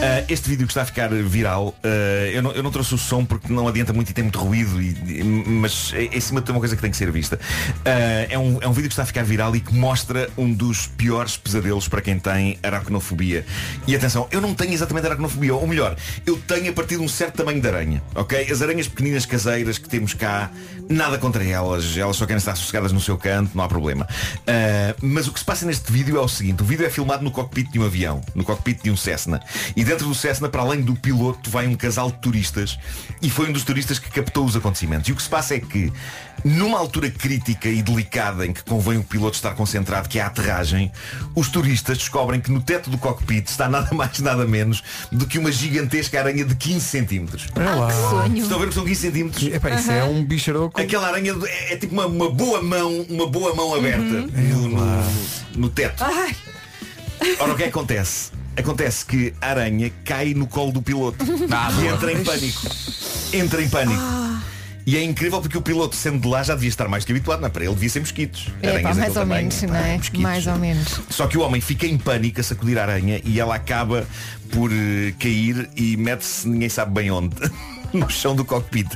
[SPEAKER 14] ah, este vídeo que está a ficar viral, ah, eu, não, eu não trouxe o som porque não adianta muito e tem muito ruído, e- e- mas é- em cima de tudo é uma coisa que tem que ser vista. Ah, é, um, é um vídeo que está a ficar viral e que mostra um dos piores pesadelos para quem tem aracnofobia. E atenção, eu não tenho exatamente aracnofobia, ou melhor, eu tenho a partir de um certo tamanho de aranha, ok? As aranhas pequeninas caseiras que temos cá, nada contra elas, elas só querem estar sossegadas no seu canto, não há problema. Ah, mas o que se passa neste vídeo é o seguinte, o vídeo é filmado no cockpit de um avião, no cockpit de um Cessna, e dentro do Cessna, para além do piloto, vai um casal de turistas e foi um dos turistas que captou os acontecimentos. E o que se passa é que, numa altura crítica e delicada em que convém o piloto estar concentrado, que é a aterragem, os turistas descobrem que no teto do cockpit está nada mais, nada menos do que uma gigantesca aranha de 15 centímetros.
[SPEAKER 2] Ah, que sonho.
[SPEAKER 14] Estão a ver que são 15 centímetros?
[SPEAKER 2] Epá, isso é um bicharoco.
[SPEAKER 14] Aquela aranha do- é, é tipo uma, uma boa mão, uma boa mão aberta
[SPEAKER 7] Uhum.
[SPEAKER 2] É,
[SPEAKER 14] no, no- no teto. Ora, o que é que acontece? Acontece que a aranha cai no colo do piloto
[SPEAKER 10] Ah,
[SPEAKER 14] e
[SPEAKER 10] boa.
[SPEAKER 14] entra em pânico. Entra em pânico.
[SPEAKER 7] Ah.
[SPEAKER 14] E é incrível porque o piloto, sendo de lá, já devia estar mais que habituado, não é? Para ele devia ser mosquitos.
[SPEAKER 7] É, pá,
[SPEAKER 14] Aranhas
[SPEAKER 7] mais
[SPEAKER 14] daquele
[SPEAKER 7] ou
[SPEAKER 14] tamanho,
[SPEAKER 7] menos,
[SPEAKER 14] pá.
[SPEAKER 7] não é? Mais ou menos.
[SPEAKER 14] Só que o homem fica em pânico a sacudir a aranha e ela acaba por eh, cair e mete-se ninguém sabe bem onde. no chão do cockpit.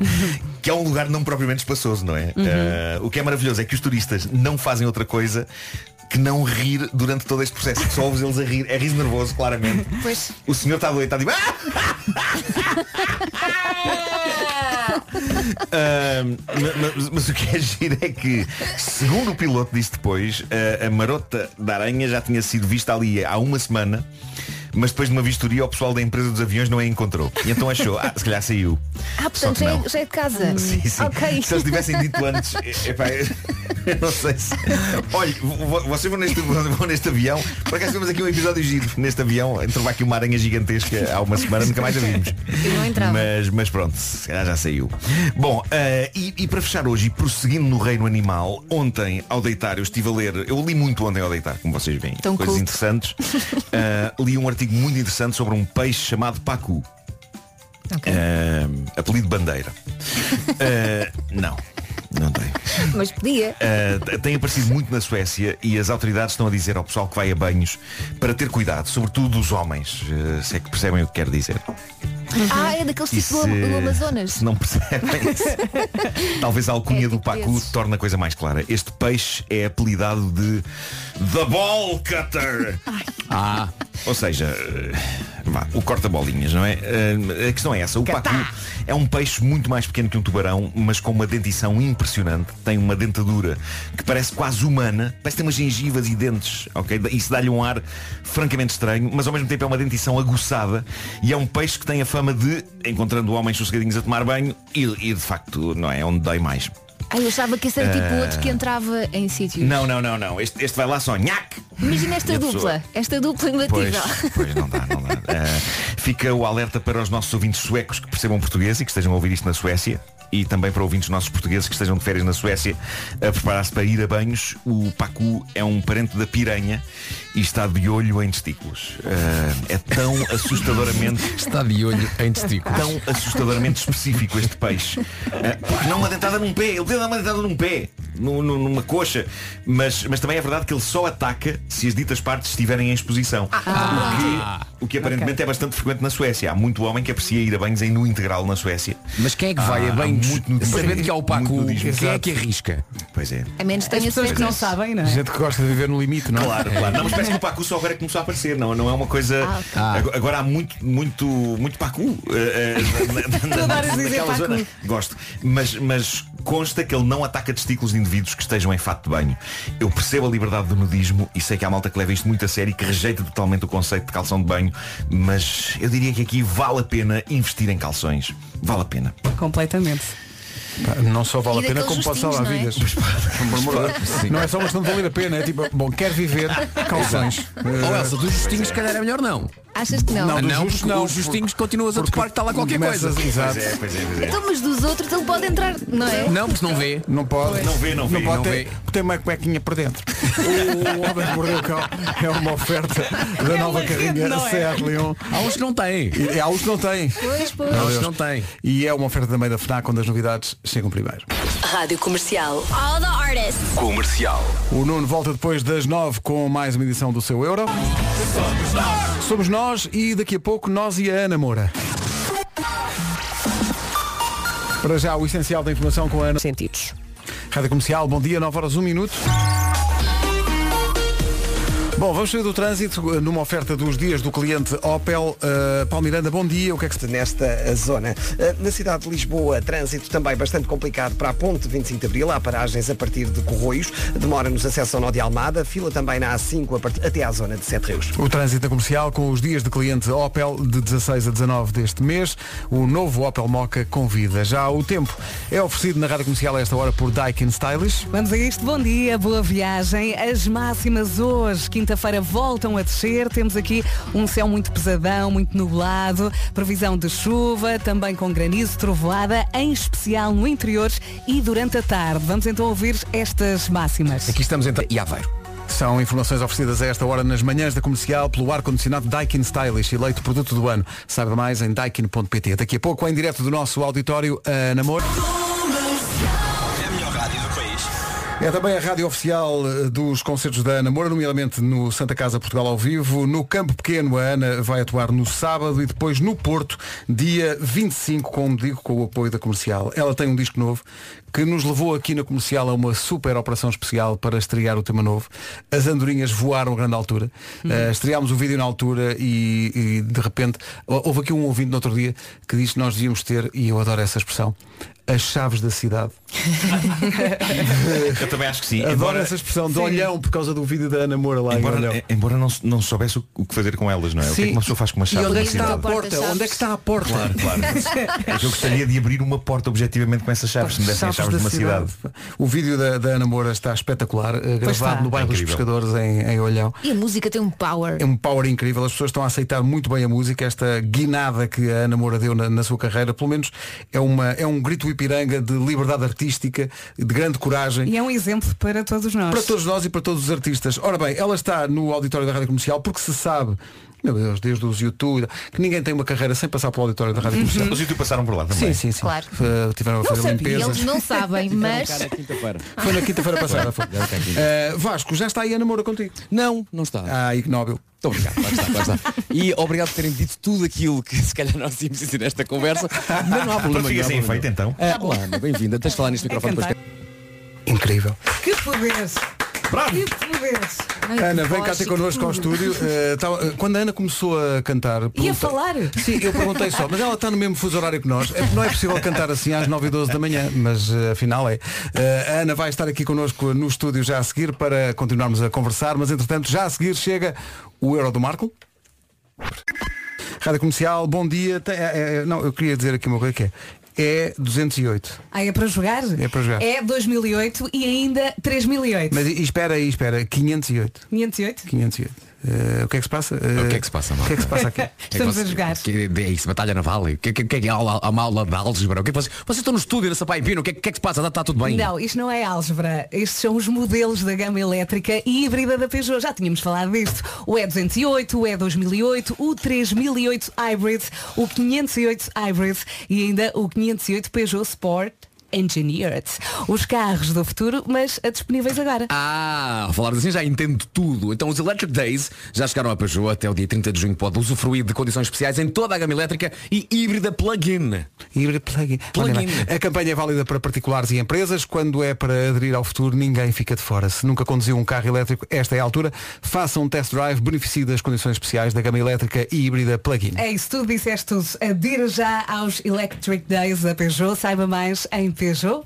[SPEAKER 14] Que é um lugar não propriamente espaçoso, não é?
[SPEAKER 16] Uhum.
[SPEAKER 14] Eh, o que é maravilhoso é que os turistas não fazem outra coisa que não rir durante todo este processo. Só ouves eles a rir. É riso nervoso, claramente.
[SPEAKER 4] Pois.
[SPEAKER 14] O senhor está doido, está tipo. "Ah!" Ahm, ma- ma- mas, o que é giro é que, segundo o piloto disse depois, ah, a, a marota da aranha já tinha sido vista ali há uma semana, mas depois de uma vistoria o pessoal da empresa dos aviões não a encontrou. E então achou, ah, se calhar saiu.
[SPEAKER 4] Ah,
[SPEAKER 14] Só
[SPEAKER 4] portanto,
[SPEAKER 14] que
[SPEAKER 4] já
[SPEAKER 14] não.
[SPEAKER 4] é, já é de casa.
[SPEAKER 14] Sim, sim.
[SPEAKER 4] Ok.
[SPEAKER 14] Se eles tivessem dito antes, eh, epá, eu não sei se. Olha, vo- vocês vão neste, vão neste avião. Por acaso tivemos aqui um episódio giro. Neste avião entrou aqui uma aranha gigantesca há uma semana, nunca mais a vimos.
[SPEAKER 4] Eu não entrava.
[SPEAKER 14] Mas, mas pronto, se calhar já saiu. Bom, eh, e, e para fechar hoje, e prosseguindo no reino animal, ontem ao deitar eu estive a ler, eu li muito ontem ao deitar, como vocês veem,
[SPEAKER 16] Tão
[SPEAKER 14] coisas
[SPEAKER 16] culto.
[SPEAKER 14] interessantes. Eh, li um artigo muito interessante sobre um peixe chamado pacu. Eh, apelido bandeira. Eh, não. é-
[SPEAKER 4] Mas podia.
[SPEAKER 14] Uh, tem aparecido muito na Suécia e as autoridades estão a dizer ao pessoal que vai a banhos para ter cuidado, sobretudo os homens, uh, se é que percebem o que quero dizer.
[SPEAKER 4] Ah, é daqueles
[SPEAKER 14] E
[SPEAKER 4] tipo
[SPEAKER 14] se-
[SPEAKER 4] do Amazonas. É tipo
[SPEAKER 14] se não percebem, talvez a alcunha do Pacu torne a coisa mais clara. Este peixe é apelidado de The Ball Cutter. Ah. Ou seja, uh, vá, o corta-bolinhas, não é? Uh, A questão é essa. O Pacu é um peixe muito mais pequeno que um tubarão, mas com uma dentição impressionante. Tem uma dentadura que parece quase humana. Parece ter umas gengivas e dentes, ok? Isso dá-lhe um ar francamente estranho, mas ao mesmo tempo é uma dentição aguçada e é um peixe que tem a fama de, encontrando homens sossegadinhos a tomar banho, ir, ir de facto, não é? Onde dói mais.
[SPEAKER 4] Ah, eu achava que esse era tipo
[SPEAKER 14] Ah.
[SPEAKER 4] outro que entrava em sítios.
[SPEAKER 14] Não, não, não, não. Este, este vai lá só nhac.
[SPEAKER 4] Imagina
[SPEAKER 14] E
[SPEAKER 4] esta
[SPEAKER 14] a pessoa-
[SPEAKER 4] dupla. Esta dupla imbatível.
[SPEAKER 14] Pois, pois não dá, não dá. Ah, fica o alerta para os nossos ouvintes suecos que percebam português e que estejam a ouvir isto na Suécia. E também para ouvintes nossos portugueses que estejam de férias na Suécia a preparar-se para ir a banhos. O pacu é um parente da piranha e está de olho em testículos. Ah, é tão assustadoramente...
[SPEAKER 10] Está de olho em testículos.
[SPEAKER 14] Tão assustadoramente específico este peixe. Ah, porque não uma dentada num pé. Ele podia dar uma dentada num pé, nu- nu- numa coxa. Mas, mas também é verdade que ele só ataca se as ditas partes estiverem em exposição.
[SPEAKER 16] Ah.
[SPEAKER 14] O que, o que aparentemente é bastante frequente na Suécia. Há muito homem que aprecia ir a banhos em nu integral na Suécia. Ah,
[SPEAKER 10] Mas quem é que vai a banhos sabendo que há o Pacu? Quem é que
[SPEAKER 14] arrisca? Pois é.
[SPEAKER 4] A menos que
[SPEAKER 5] As
[SPEAKER 4] tenha
[SPEAKER 5] pessoas que
[SPEAKER 4] certeza.
[SPEAKER 5] não sabem, não é?
[SPEAKER 2] Gente que gosta de viver no limite, não é?
[SPEAKER 14] Claro, claro. Não, mas parece que o Pacu só agora é que começou a aparecer, não, não é uma coisa.
[SPEAKER 2] Ah, ok.
[SPEAKER 14] Agora- Agora há muito, muito, muito Pacu. eh, eh, na- na- na-
[SPEAKER 16] Adoras dizer
[SPEAKER 14] naquela
[SPEAKER 16] Pacu.
[SPEAKER 14] zona. Gosto. Mas, mas consta que ele não ataca testículos de indivíduos que estejam em fato de banho. Eu percebo a liberdade do nudismo e sei que há malta que leva isto muito a sério e que rejeita totalmente o conceito de calção de banho, mas eu diria que aqui vale a pena investir em calções. Vale a pena.
[SPEAKER 5] Completamente.
[SPEAKER 2] Não só
[SPEAKER 5] E
[SPEAKER 2] vale a pena
[SPEAKER 5] daqueles
[SPEAKER 2] como pode
[SPEAKER 5] justinhos,
[SPEAKER 2] salvar
[SPEAKER 5] não é?
[SPEAKER 2] vidas. Por amor de Deus.
[SPEAKER 10] Sim.
[SPEAKER 2] Não é só uma questão de valer a pena, é tipo, bom, quer viver, calções. Uh,
[SPEAKER 10] Ou Elsa, dos justinhos se calhar é melhor não.
[SPEAKER 4] Achas que não?
[SPEAKER 10] Ah, não, porque os justinhos continuas a topar que está lá qualquer
[SPEAKER 2] começas-
[SPEAKER 10] coisa.
[SPEAKER 2] exato.
[SPEAKER 10] Pois é,
[SPEAKER 14] pois é,
[SPEAKER 4] Então, mas dos outros ele pode entrar, não é?
[SPEAKER 10] Não, porque não vê.
[SPEAKER 2] Não pode.
[SPEAKER 10] Não vê, não vê,
[SPEAKER 2] pode
[SPEAKER 10] não
[SPEAKER 2] ter,
[SPEAKER 10] vê.
[SPEAKER 2] Tem uma cuequinha por dentro. o Homem que Mordeu o Cão é uma oferta da nova carrinha
[SPEAKER 10] não é?
[SPEAKER 2] Seat Leon.
[SPEAKER 10] Há uns que não têm.
[SPEAKER 2] E, há uns que não têm.
[SPEAKER 9] Pois, pois.
[SPEAKER 2] Meu
[SPEAKER 10] Há uns
[SPEAKER 2] Deus.
[SPEAKER 10] que não têm.
[SPEAKER 2] E é uma oferta também da FNAC onde as novidades chegam primeiro.
[SPEAKER 9] Rádio Comercial. All the artists.
[SPEAKER 10] Comercial.
[SPEAKER 2] O Nuno volta depois das nove com mais uma edição do seu Euro. Somos nós. Somos nós e daqui a pouco nós e a Ana Moura. Para já o essencial da informação com a Ana. um Sentidos. Rádio Comercial, bom dia, 9 horas 1 minuto. Bom, vamos sair do trânsito eh, numa oferta dos dias do cliente Opel. Eh, Paulo Miranda, bom dia. O que é que se...
[SPEAKER 3] Nesta zona. Eh, Na cidade de Lisboa, trânsito também bastante complicado para a ponte 25 de Abril. Há paragens a partir de Corroios. Demora nos acesso ao Nó de Almada. Fila também na A5 a partir- até à zona de Sete Rios.
[SPEAKER 2] O trânsito na comercial com os dias de cliente Opel de 16 a 19 deste mês. O novo Opel Moca convida. Já o tempo é oferecido na rádio comercial a esta hora por Daikin Stylish.
[SPEAKER 5] Vamos a isto, bom dia, boa viagem. As máximas hoje, quinta-feira, voltam a descer. Temos aqui um céu muito pesadão, muito nublado, previsão de chuva, também com granizo, trovoada, em especial no interior e durante a tarde. Vamos então ouvir estas máximas.
[SPEAKER 10] Aqui estamos então. E Aveiro.
[SPEAKER 2] São informações oferecidas a esta hora nas manhãs da comercial pelo ar-condicionado Daikin Stylish, eleito produto do ano. Saiba mais em daikin.pt. Daqui a pouco, em direto do nosso auditório, a Namor.
[SPEAKER 16] É a melhor rádio do país.
[SPEAKER 2] É também a rádio oficial eh, dos concertos da Ana Moura, nomeadamente no Santa Casa Portugal ao vivo. No Campo Pequeno, a Ana vai atuar no sábado e depois no Porto, dia 25, como digo, com o apoio da comercial. Ela tem um disco novo que nos levou aqui na comercial a uma super operação especial para estrear o tema novo. As andorinhas voaram a grande altura. Eh, estreámos o vídeo na altura e, e, de repente hou- houve aqui um ouvinte no outro dia que disse que nós devíamos ter, e eu adoro essa expressão, as chaves da cidade.
[SPEAKER 14] Eu também acho que sim.
[SPEAKER 2] Adoro
[SPEAKER 14] Embora-
[SPEAKER 2] essa expressão de olhão por causa do vídeo da Ana Moura lá em olhão.
[SPEAKER 14] Embora, eh, embora não, se- não soubesse o- o que fazer com elas, não é? O que é
[SPEAKER 2] Sim.
[SPEAKER 14] que uma pessoa faz com uma
[SPEAKER 2] E
[SPEAKER 14] chave?
[SPEAKER 2] onde é
[SPEAKER 14] na
[SPEAKER 2] que está a
[SPEAKER 14] cidade?
[SPEAKER 2] porta? Onde é que está a porta?
[SPEAKER 14] Claro, claro. É que eu gostaria de abrir uma porta objetivamente com essas chaves, se me dessem as chaves
[SPEAKER 2] da
[SPEAKER 14] de uma cidade.
[SPEAKER 2] O vídeo da, da Ana Moura está espetacular, eh, gravado
[SPEAKER 4] está.
[SPEAKER 2] no bairro dos
[SPEAKER 14] Incrível.
[SPEAKER 2] Pescadores em, em Olhão.
[SPEAKER 4] E a música tem um power.
[SPEAKER 2] É um power incrível, as pessoas estão a aceitar muito bem a música, esta guinada que a Ana Moura deu na, na sua carreira, pelo menos é, uma, é um grito ipiranga de liberdade artística, de grande coragem.
[SPEAKER 5] E é um exemplo para todos nós.
[SPEAKER 2] Para todos nós e para todos os artistas. Ora bem, ela está no auditório da Rádio Comercial porque se sabe, meu Deus, desde os YouTube, que ninguém tem uma carreira sem passar pelo auditório da Rádio Comercial.
[SPEAKER 14] Os YouTube passaram por lá
[SPEAKER 2] Uhum. Sim,
[SPEAKER 14] também.
[SPEAKER 2] sim, sim.
[SPEAKER 4] Claro.
[SPEAKER 2] Uh, tiveram a
[SPEAKER 4] Não
[SPEAKER 2] fazer
[SPEAKER 4] sabia,
[SPEAKER 2] limpezas.
[SPEAKER 4] eles não sabem,
[SPEAKER 14] um
[SPEAKER 4] mas.
[SPEAKER 2] Foi na quinta-feira passada. foi.
[SPEAKER 16] Já está aqui.
[SPEAKER 2] Uh, Vasco, já está aí a namora contigo?
[SPEAKER 16] Não, não está.
[SPEAKER 2] Ah, ignóbil.
[SPEAKER 16] Muito obrigado, lá está, lá está. E obrigado por terem dito tudo aquilo que se calhar nós tínhamos dizer nesta conversa.
[SPEAKER 10] Ah,
[SPEAKER 16] Mas não há problema.
[SPEAKER 14] Pronto, fica
[SPEAKER 16] nenhum,
[SPEAKER 2] é
[SPEAKER 14] sem
[SPEAKER 16] há problema.
[SPEAKER 14] efeito, então.
[SPEAKER 9] Tá
[SPEAKER 16] Ah, olá, Ana, bem-vinda. Deixa lá neste microfone depois.
[SPEAKER 2] Incrível.
[SPEAKER 5] Que poderes! Que poderes!
[SPEAKER 2] Ana, vem cá ter connosco ao estúdio. Uh, tá- uh, quando a Ana começou a cantar. perguntei-
[SPEAKER 5] falar?
[SPEAKER 2] Sim, eu perguntei só, mas ela está no mesmo fuso horário que nós. É porque Não é possível cantar assim às 9 e 12 da manhã, mas eh, afinal é. Eh, a Ana vai estar aqui connosco no estúdio já a seguir para continuarmos a conversar, mas entretanto já a seguir chega o Euro do Marco. Rádio Comercial, bom dia. Tem- é- é- não, eu queria dizer aqui uma coisa que é. É 208.
[SPEAKER 5] Ah, é para jogar?
[SPEAKER 2] É para jogar.
[SPEAKER 5] É 2008 e ainda 3008.
[SPEAKER 2] Mas e- espera aí, espera. 508.
[SPEAKER 5] 508?
[SPEAKER 2] 508. Eh, o que é que se passa? Eh,
[SPEAKER 10] O que é que se passa,
[SPEAKER 2] O que é que se passa aqui?
[SPEAKER 5] Estamos a jogar.
[SPEAKER 10] Que, é isso, batalha naval. O que, é que, que é que é a aula- a uma aula de álgebra? O que é que vocês, vocês estão no estúdio nessa pai pino? O que é, que é que se passa? Está, está tudo bem?
[SPEAKER 5] Não, isto não é álgebra. Estes são os modelos da gama elétrica e híbrida da Peugeot. Já tínhamos falado disto. O E208, o E2008, o 3008 Hybrid, o 508 Hybrid e ainda o 508 Peugeot Sport Engineered. Os carros do futuro, mas a disponíveis agora.
[SPEAKER 10] Ah, a falar assim já entendo tudo. Então os Electric Days já chegaram a Peugeot até o dia 30 de junho. Pode usufruir de condições especiais em toda a gama elétrica e híbrida plug-in.
[SPEAKER 2] Híbrida plug-in.
[SPEAKER 10] Plug-in.
[SPEAKER 2] Olha lá, A campanha é válida para particulares e empresas. Quando é para aderir ao futuro, ninguém fica de fora. Se nunca conduziu um carro elétrico, esta é a altura. Faça um test drive, beneficie das condições especiais da gama elétrica e híbrida plug-in.
[SPEAKER 5] É isso, tu disseste tudo. Adira já aos Electric Days da Peugeot. Saiba mais em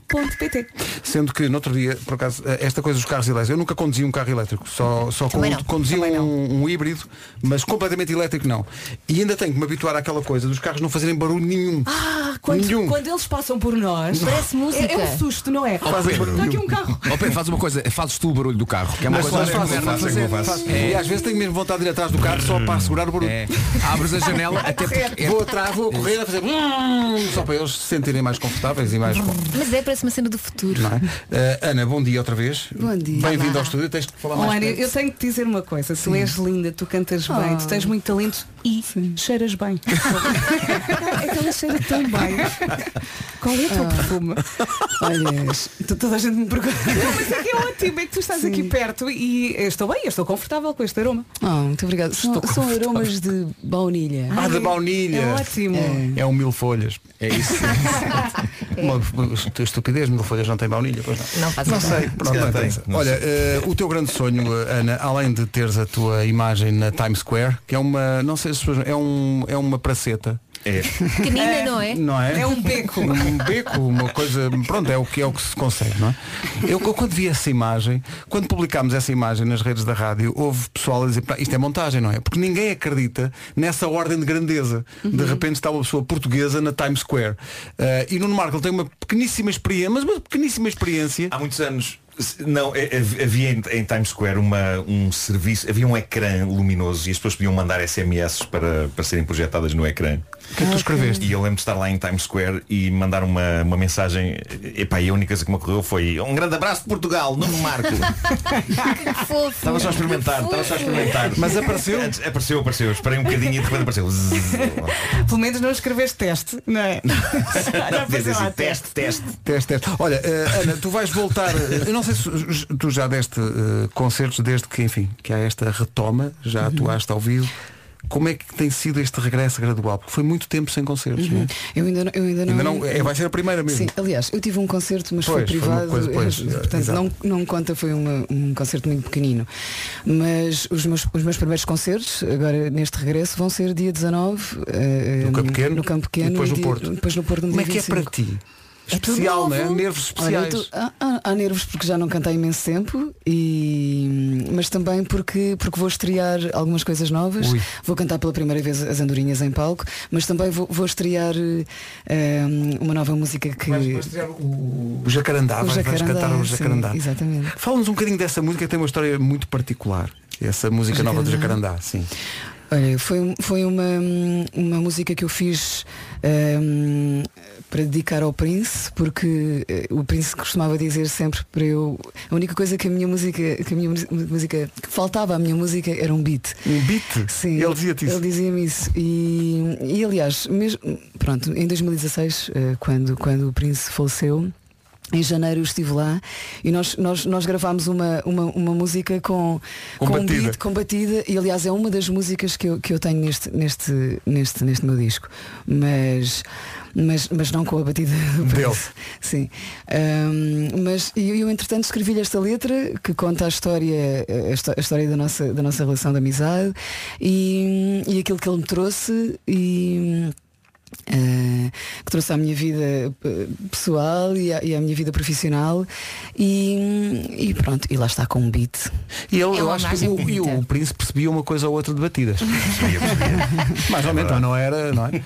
[SPEAKER 5] peugeot.pt.
[SPEAKER 2] Sendo que, no outro dia, por acaso, eh, esta coisa dos carros elétricos, eu nunca conduzi um carro elétrico. Só, só
[SPEAKER 5] Uhum. Também
[SPEAKER 2] con-
[SPEAKER 5] não.
[SPEAKER 2] conduzi um, um híbrido, mas completamente elétrico não. E ainda tenho que me habituar àquela coisa dos carros não fazerem barulho nenhum.
[SPEAKER 5] Ah, quando,
[SPEAKER 2] Nenhum.
[SPEAKER 5] quando eles passam por nós.
[SPEAKER 4] Parece música.
[SPEAKER 5] É, é um susto, não é?
[SPEAKER 10] Ó,
[SPEAKER 5] Está
[SPEAKER 10] Pedro.
[SPEAKER 5] aqui um carro.
[SPEAKER 10] Ó Pedro, faz uma coisa, fazes tu o barulho do carro, que é uma
[SPEAKER 2] Mas
[SPEAKER 10] coisa
[SPEAKER 2] faz, faz, faz,
[SPEAKER 10] moderna.
[SPEAKER 2] faz, faz. E às vezes tenho mesmo vontade de ir atrás do carro só para segurar o barulho.
[SPEAKER 10] É. Abres a janela até porque é-
[SPEAKER 2] Vou atrás, vou correr a fazer "Hum", só para eles se sentirem mais confortáveis e mais com-
[SPEAKER 4] Mas é, parece uma cena do futuro.
[SPEAKER 2] não é? Ah, Ana, bom dia outra vez.
[SPEAKER 5] Bom dia.
[SPEAKER 2] Bem-vindo
[SPEAKER 5] Olá.
[SPEAKER 2] ao estúdio. Tens de falar mais.
[SPEAKER 5] Olha,
[SPEAKER 2] perto.
[SPEAKER 5] eu tenho que te dizer uma coisa. Tu és linda, tu cantas bem, tu tens muito talento e cheiras bem. Aquela cheira tão bem. qual é o
[SPEAKER 4] Ah.
[SPEAKER 5] teu perfume? Olha, to- toda a gente me pergunta. Não, mas é que é ótimo, é que tu estás aqui perto e eu estou bem, eu estou confortável com este aroma.
[SPEAKER 17] Ah, muito obrigada. São, são aromas de baunilha.
[SPEAKER 2] Ah, da baunilha.
[SPEAKER 5] É ótimo.
[SPEAKER 2] É um mil folhas. É isso.
[SPEAKER 5] É.
[SPEAKER 4] é.
[SPEAKER 2] Uma estupidez, mil folhas não tem baunilha, pois não.
[SPEAKER 7] Não faz
[SPEAKER 2] Não
[SPEAKER 7] ideia.
[SPEAKER 2] sei. Pronto, não
[SPEAKER 14] Se calhar
[SPEAKER 2] interessa. Olha, eh, o teu grande sonho, eh, Ana, além de teres a tua imagem na Times Square, que é uma, não sei se as pessoas- é, um, é uma praceta.
[SPEAKER 14] É.
[SPEAKER 4] Pequenina, não é?
[SPEAKER 2] Não é?
[SPEAKER 5] um beco.
[SPEAKER 2] Um beco, uma coisa, pronto, é o que é o que se consegue, não é? Eu, eu quando vi essa imagem, quando publicámos essa imagem nas redes da rádio, houve pessoal a dizer, "Pá, isto é montagem, não é? Porque ninguém acredita nessa ordem de grandeza. De
[SPEAKER 4] Uhum.
[SPEAKER 2] repente está uma pessoa portuguesa na Times Square. Eh, e Nuno Marco tem uma pequeníssima experiência, mas uma pequeníssima experiência.
[SPEAKER 14] Há muitos anos. se- Não, é- é- havia em, em Times Square uma, um serviço, havia um ecrã luminoso e as pessoas podiam mandar SMS para, para serem projetadas no ecrã.
[SPEAKER 2] que é que tu escreveste?
[SPEAKER 14] E eu lembro de estar lá em Times Square e mandar uma, uma mensagem. Epá, e a única coisa que me ocorreu foi um grande abraço de Portugal, Nuno Marco. Tá
[SPEAKER 4] Fofo.
[SPEAKER 14] Estava só a experimentar, estava só a experimentar.
[SPEAKER 2] Mas apareceu?
[SPEAKER 14] Antes- Apareceu, apareceu. Esperei um bocadinho e de repente apareceu. Zzz.
[SPEAKER 5] Pelo menos não escreveste teste, não é?
[SPEAKER 14] Não, fez assim, teste, teste.
[SPEAKER 2] Teste, teste. Olha, eh, Ana, tu vais voltar. eh, Eu não sei se j- tu já deste eh, concertos desde que, enfim, que há esta retoma,
[SPEAKER 17] Uhum.
[SPEAKER 2] já atuaste ao vivo. Como é que tem sido este regresso gradual? Porque foi muito tempo sem concertos, não é?
[SPEAKER 17] Uhum. Eu ainda não. Eu ainda não,
[SPEAKER 2] Ainda não- é, vai ser a primeira mesmo.
[SPEAKER 17] Sim, aliás, eu tive um concerto, mas foi
[SPEAKER 2] Pois, foi uma
[SPEAKER 17] privado.
[SPEAKER 2] coisa, pois,
[SPEAKER 17] eh,
[SPEAKER 2] é,
[SPEAKER 17] portanto,
[SPEAKER 2] exato.
[SPEAKER 17] não, não conta, foi uma- um concerto muito pequenino. Mas os meus, os meus primeiros concertos, agora neste regresso, vão ser dia 19. eh,
[SPEAKER 2] No Campo Pequeno
[SPEAKER 17] no Campo Pequeno
[SPEAKER 2] e depois
[SPEAKER 17] e
[SPEAKER 2] no
[SPEAKER 17] dia-
[SPEAKER 2] Porto.
[SPEAKER 17] Depois no Porto no
[SPEAKER 2] Como é
[SPEAKER 17] dia
[SPEAKER 2] que é para
[SPEAKER 17] 25.
[SPEAKER 2] ti?
[SPEAKER 17] É tudo
[SPEAKER 2] Especial,
[SPEAKER 17] novo.
[SPEAKER 2] né? Nervos
[SPEAKER 17] Olha,
[SPEAKER 2] especiais.
[SPEAKER 17] eu tô- há, há- há nervos porque já não cantei imenso tempo, e, mas também porque, porque vou estrear algumas coisas novas.
[SPEAKER 2] Ui.
[SPEAKER 17] Vou cantar pela primeira vez as andorinhas em palco, mas também vou, vou estrear eh, um, uma nova música que.
[SPEAKER 2] o jacarandá,
[SPEAKER 17] O
[SPEAKER 2] vais, vais
[SPEAKER 17] Jacarandá,
[SPEAKER 2] cantar o
[SPEAKER 17] sim,
[SPEAKER 2] jacarandá.
[SPEAKER 17] exatamente.
[SPEAKER 2] Fala-nos um bocadinho dessa música que tem uma história muito particular. Essa música nova do
[SPEAKER 17] Jacarandá.
[SPEAKER 2] jacarandá, sim.
[SPEAKER 17] Olha, foi, um- foi uma, uma música que eu fiz ehm, para dedicar ao Prince, porque eh, o Prince costumava dizer sempre para eu. A única coisa que a minha música, que a minha mus- música, que faltava à minha música era um beat.
[SPEAKER 2] Um beat?
[SPEAKER 17] Sim.
[SPEAKER 2] Ele dizia-te isso?
[SPEAKER 17] Ele dizia-me isso. E, e aliás, mesmo, pronto, em 2016, eh, quando, quando o Prince faleceu, em janeiro eu estive lá e nós, nós, nós gravámos uma, uma, uma música com,
[SPEAKER 2] Com
[SPEAKER 17] um
[SPEAKER 2] batida.
[SPEAKER 17] beat, com batida, e aliás é uma das músicas que eu, que eu tenho neste, neste, neste, neste meu disco. Mas, mas, mas não com a batida do
[SPEAKER 2] Dele.
[SPEAKER 17] Prince. Sim. Ahm, mas eu, eu entretanto escrevi-lhe esta letra que conta a história, a histó- a história da, nossa, da nossa relação de amizade e, e aquilo que ele me trouxe e ah, que trouxe à minha vida eh, pessoal e à, e à minha vida profissional e, e pronto, e lá está com um beat.
[SPEAKER 2] E eu,
[SPEAKER 17] É
[SPEAKER 2] eu
[SPEAKER 17] uma
[SPEAKER 2] acho que
[SPEAKER 17] margem
[SPEAKER 2] o, e o
[SPEAKER 17] bonita.
[SPEAKER 2] Príncipe percebia uma coisa ou outra de batidas. Mais ou menos, mas não era, não é?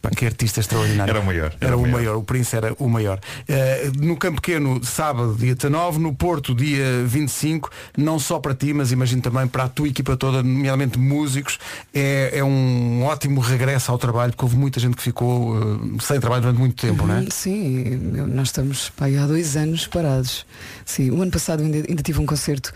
[SPEAKER 2] Pá, que artista extraordinário.
[SPEAKER 14] Era o maior,
[SPEAKER 2] Era,
[SPEAKER 14] era
[SPEAKER 2] o
[SPEAKER 14] o
[SPEAKER 2] maior. o Príncipe era o maior. Eh, no Campo Pequeno, sábado, dia 19, no Porto, dia 25, não só para ti, mas imagino também para a tua equipa toda, nomeadamente músicos, é, é um ótimo regresso ao trabalho, porque houve muita gente que ficou eh, sem trabalho durante muito tempo, não é?
[SPEAKER 17] Hum, Sim, eu- nós estamos pá, aí há dois anos parados. Sim, o ano passado ainda, ainda tive um concerto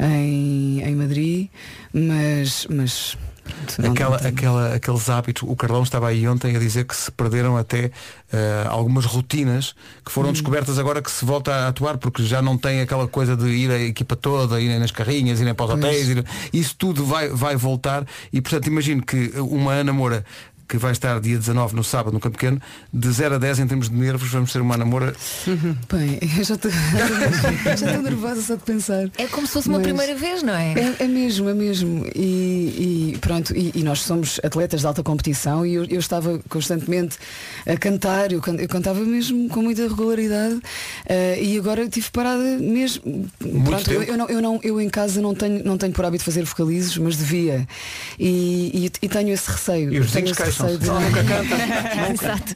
[SPEAKER 17] em, em Madrid, mas, mas pronto, não-
[SPEAKER 2] Aquela, aquela, aqueles hábitos, o Carlão estava aí ontem a dizer que se perderam até eh, algumas rotinas que
[SPEAKER 17] Uhum.
[SPEAKER 2] foram descobertas agora que se volta a atuar porque já não tem aquela coisa de ir a equipa toda, irem nas carrinhas, irem para os
[SPEAKER 17] Pois.
[SPEAKER 2] hotéis, ir- isso tudo vai, vai voltar e portanto imagino que uma Ana Moura que vai estar dia 19 no sábado no Campo Pequeno, de 0 a 10 em termos de nervos, vamos ter uma Ana Moura
[SPEAKER 17] Bem, eu já estou já estou nervosa só de pensar.
[SPEAKER 4] É como se fosse uma
[SPEAKER 17] Mas-
[SPEAKER 4] primeira vez, não é?
[SPEAKER 17] É, é mesmo, é mesmo. E, e pronto, e, e nós somos atletas de alta competição e eu, eu estava constantemente a cantar, eu, can- eu cantava mesmo com muita regularidade eh, e agora eu tive parada mesmo. Pronto, eu,
[SPEAKER 2] tempo.
[SPEAKER 17] eu não, eu, não, eu em casa não tenho, não tenho por hábito fazer vocalizes, mas devia. E, e- e tenho esse receio.
[SPEAKER 2] e os
[SPEAKER 17] tenho
[SPEAKER 2] vizinhos
[SPEAKER 17] esse
[SPEAKER 2] queixam-se.
[SPEAKER 17] receio de-
[SPEAKER 2] Ela é? nunca canta.
[SPEAKER 4] Exato.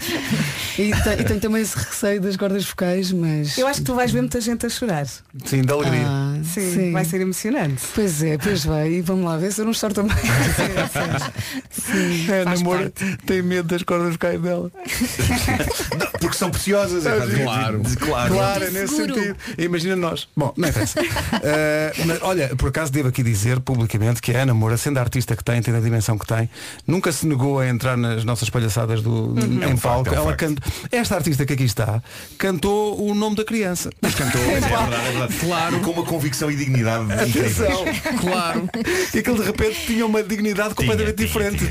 [SPEAKER 17] e, te- e tenho também esse receio das cordas vocais, mas.
[SPEAKER 5] Eu acho que tu vais ver muita gente a chorar.
[SPEAKER 2] Sim, da alegria.
[SPEAKER 17] Ah,
[SPEAKER 5] Sim,
[SPEAKER 17] sim.
[SPEAKER 5] vai ser emocionante.
[SPEAKER 17] Pois é, pois vai. E vamos lá ver se eu não choro também.
[SPEAKER 2] A Ana Moura tem medo das cordas vocais dela.
[SPEAKER 14] Não, porque são preciosas. é pá, de- de-
[SPEAKER 10] Claro.
[SPEAKER 14] de- claro.
[SPEAKER 2] Claro, é nesse
[SPEAKER 4] Seguro.
[SPEAKER 2] sentido. Imagina nós. Bom, não interessa. Eh, mas, olha, por acaso devo aqui dizer publicamente que a Ana Moura, sendo a artista que tem, tendo a dimensão que tem, nunca se negou a entrar já nas nossas palhaçadas do,
[SPEAKER 18] Uhum. É um
[SPEAKER 2] em
[SPEAKER 18] facto,
[SPEAKER 2] palco.
[SPEAKER 18] é um
[SPEAKER 2] ela
[SPEAKER 18] facto.
[SPEAKER 2] canta, esta artista que aqui está cantou o nome da criança. Mas cantou.
[SPEAKER 14] É verdade, é verdade.
[SPEAKER 2] Claro.
[SPEAKER 14] Com uma convicção e dignidade incríveis.
[SPEAKER 2] Atenção, claro. E aquele de repente tinha uma dignidade completamente diferente.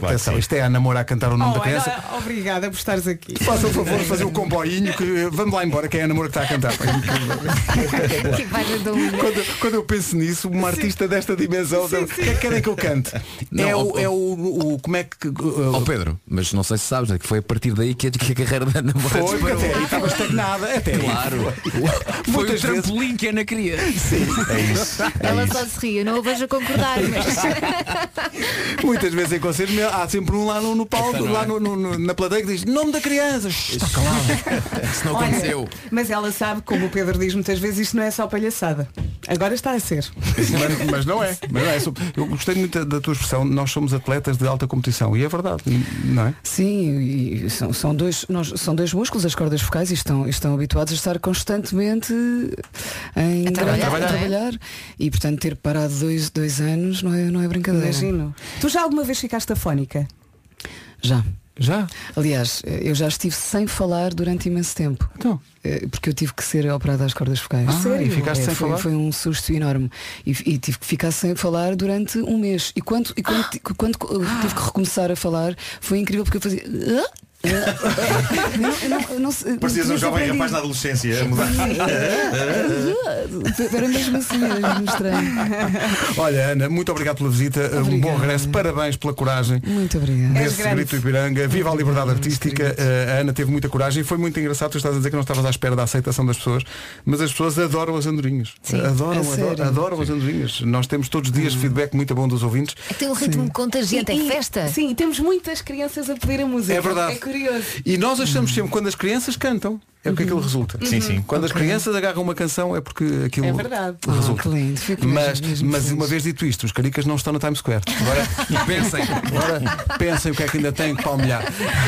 [SPEAKER 2] Atenção, isto é a namora a cantar o nome da criança.
[SPEAKER 5] obrigada por estares aqui.
[SPEAKER 2] Faça o favor de fazer o comboinho que vamos lá embora, que é a namora que está a cantar. Pá, incrível.
[SPEAKER 4] Que um página tão linda.
[SPEAKER 2] quando, quando eu penso nisso, uma artista desta dimensão, o que é que querem que eu cante?
[SPEAKER 10] Não,
[SPEAKER 2] é
[SPEAKER 10] ó,
[SPEAKER 2] o,
[SPEAKER 10] ó.
[SPEAKER 2] é o, o- como é que.
[SPEAKER 10] Ó Pedro, mas não sei se sabes, é que foi a partir daí que a, que a carreira da namorada
[SPEAKER 2] Foi, porque até aí estava estagnada. Até aí.
[SPEAKER 10] Claro.
[SPEAKER 2] Foi
[SPEAKER 10] Foi o
[SPEAKER 2] Muitas vezes.
[SPEAKER 10] trampolim que Ana queria. Sim,
[SPEAKER 14] é isso.
[SPEAKER 4] Ela só se ria, não a vejo a concordar, mas.
[SPEAKER 2] Muitas vezes em concerto há sempre um lá no, no palco,
[SPEAKER 5] Esta não
[SPEAKER 2] lá
[SPEAKER 5] é.
[SPEAKER 2] no- no- no- na plateia que diz nome da criança. Shhh,
[SPEAKER 10] tá
[SPEAKER 2] Está calado. Isso
[SPEAKER 5] Olha, mas ela sabe, como o Pedro diz muitas vezes, isto não é só palhaçada. Agora está a ser.
[SPEAKER 2] Mas, mas não é. Mas não é. Eu gostei muito da, da tua expressão. Nós somos atletas de alta competição. E é verdade, não é?
[SPEAKER 17] Sim, e são, são dois, nós, são dois músculos, as cordas focais, e estão, estão habituados a estar constantemente em
[SPEAKER 4] A trabalhar,
[SPEAKER 17] grande-
[SPEAKER 4] não é?
[SPEAKER 17] trabalhar. E portanto ter parado dois, dois anos não é, não é brincadeira.
[SPEAKER 5] Imagino. Tu já alguma vez ficaste afónica?
[SPEAKER 17] Já.
[SPEAKER 2] Já?
[SPEAKER 17] Aliás, eu já estive sem falar durante imenso tempo. Eh,
[SPEAKER 2] Então?
[SPEAKER 17] Porque eu tive que ser operada às cordas focais.
[SPEAKER 2] Ah, Sério? e ficaste sem
[SPEAKER 17] foi,
[SPEAKER 2] falar?
[SPEAKER 17] Foi um susto enorme. E, e tive que ficar sem falar durante um mês. E quando, e quando, ti- quando co- tive que recomeçar a falar, foi incrível porque eu fazia. "Ah, ah, ah." Eu não- eu não- eu não sei- não
[SPEAKER 14] Parecias um
[SPEAKER 17] tinha
[SPEAKER 14] jovem
[SPEAKER 17] compreendido.
[SPEAKER 14] rapaz na adolescência a mudar.
[SPEAKER 17] Era mesmo assim, era mesmo estranho.
[SPEAKER 2] Olha, Ana, muito obrigado pela visita. Um bom regresso. Parabéns pela coragem.
[SPEAKER 17] Muito obrigada.
[SPEAKER 2] Desse grito Ipiranga, viva a liberdade artística. Eh, A Ana teve muita coragem e foi muito engraçado. Tu estás a dizer que não estavas à espera da aceitação das pessoas, mas as pessoas adoram as andorinhas.
[SPEAKER 4] Sim,
[SPEAKER 2] adoram,
[SPEAKER 4] a
[SPEAKER 2] adoram,
[SPEAKER 4] sério. Uhum.
[SPEAKER 2] adoram as andorinhas. Nós temos todos os dias feedback muito bom dos ouvintes.
[SPEAKER 4] Tem um ritmo contagiante, é festa.
[SPEAKER 5] Sim, e temos muitas crianças a pedir a música.
[SPEAKER 2] É verdade.
[SPEAKER 5] É curioso.
[SPEAKER 2] E nós achamos sempre quando as crianças cantam, é porque
[SPEAKER 17] Uhum.
[SPEAKER 2] aquilo resulta.
[SPEAKER 5] Sim, sim.
[SPEAKER 2] Quando as crianças agarram uma canção é porque aquilo
[SPEAKER 5] É verdade.
[SPEAKER 2] resulta.
[SPEAKER 17] Ah, que lindo. Fico
[SPEAKER 2] mas mas uma vez dito isto, os caricas não estão no Times Square. Agora pensem, agora pensem o que é que ainda têm que palmilhar.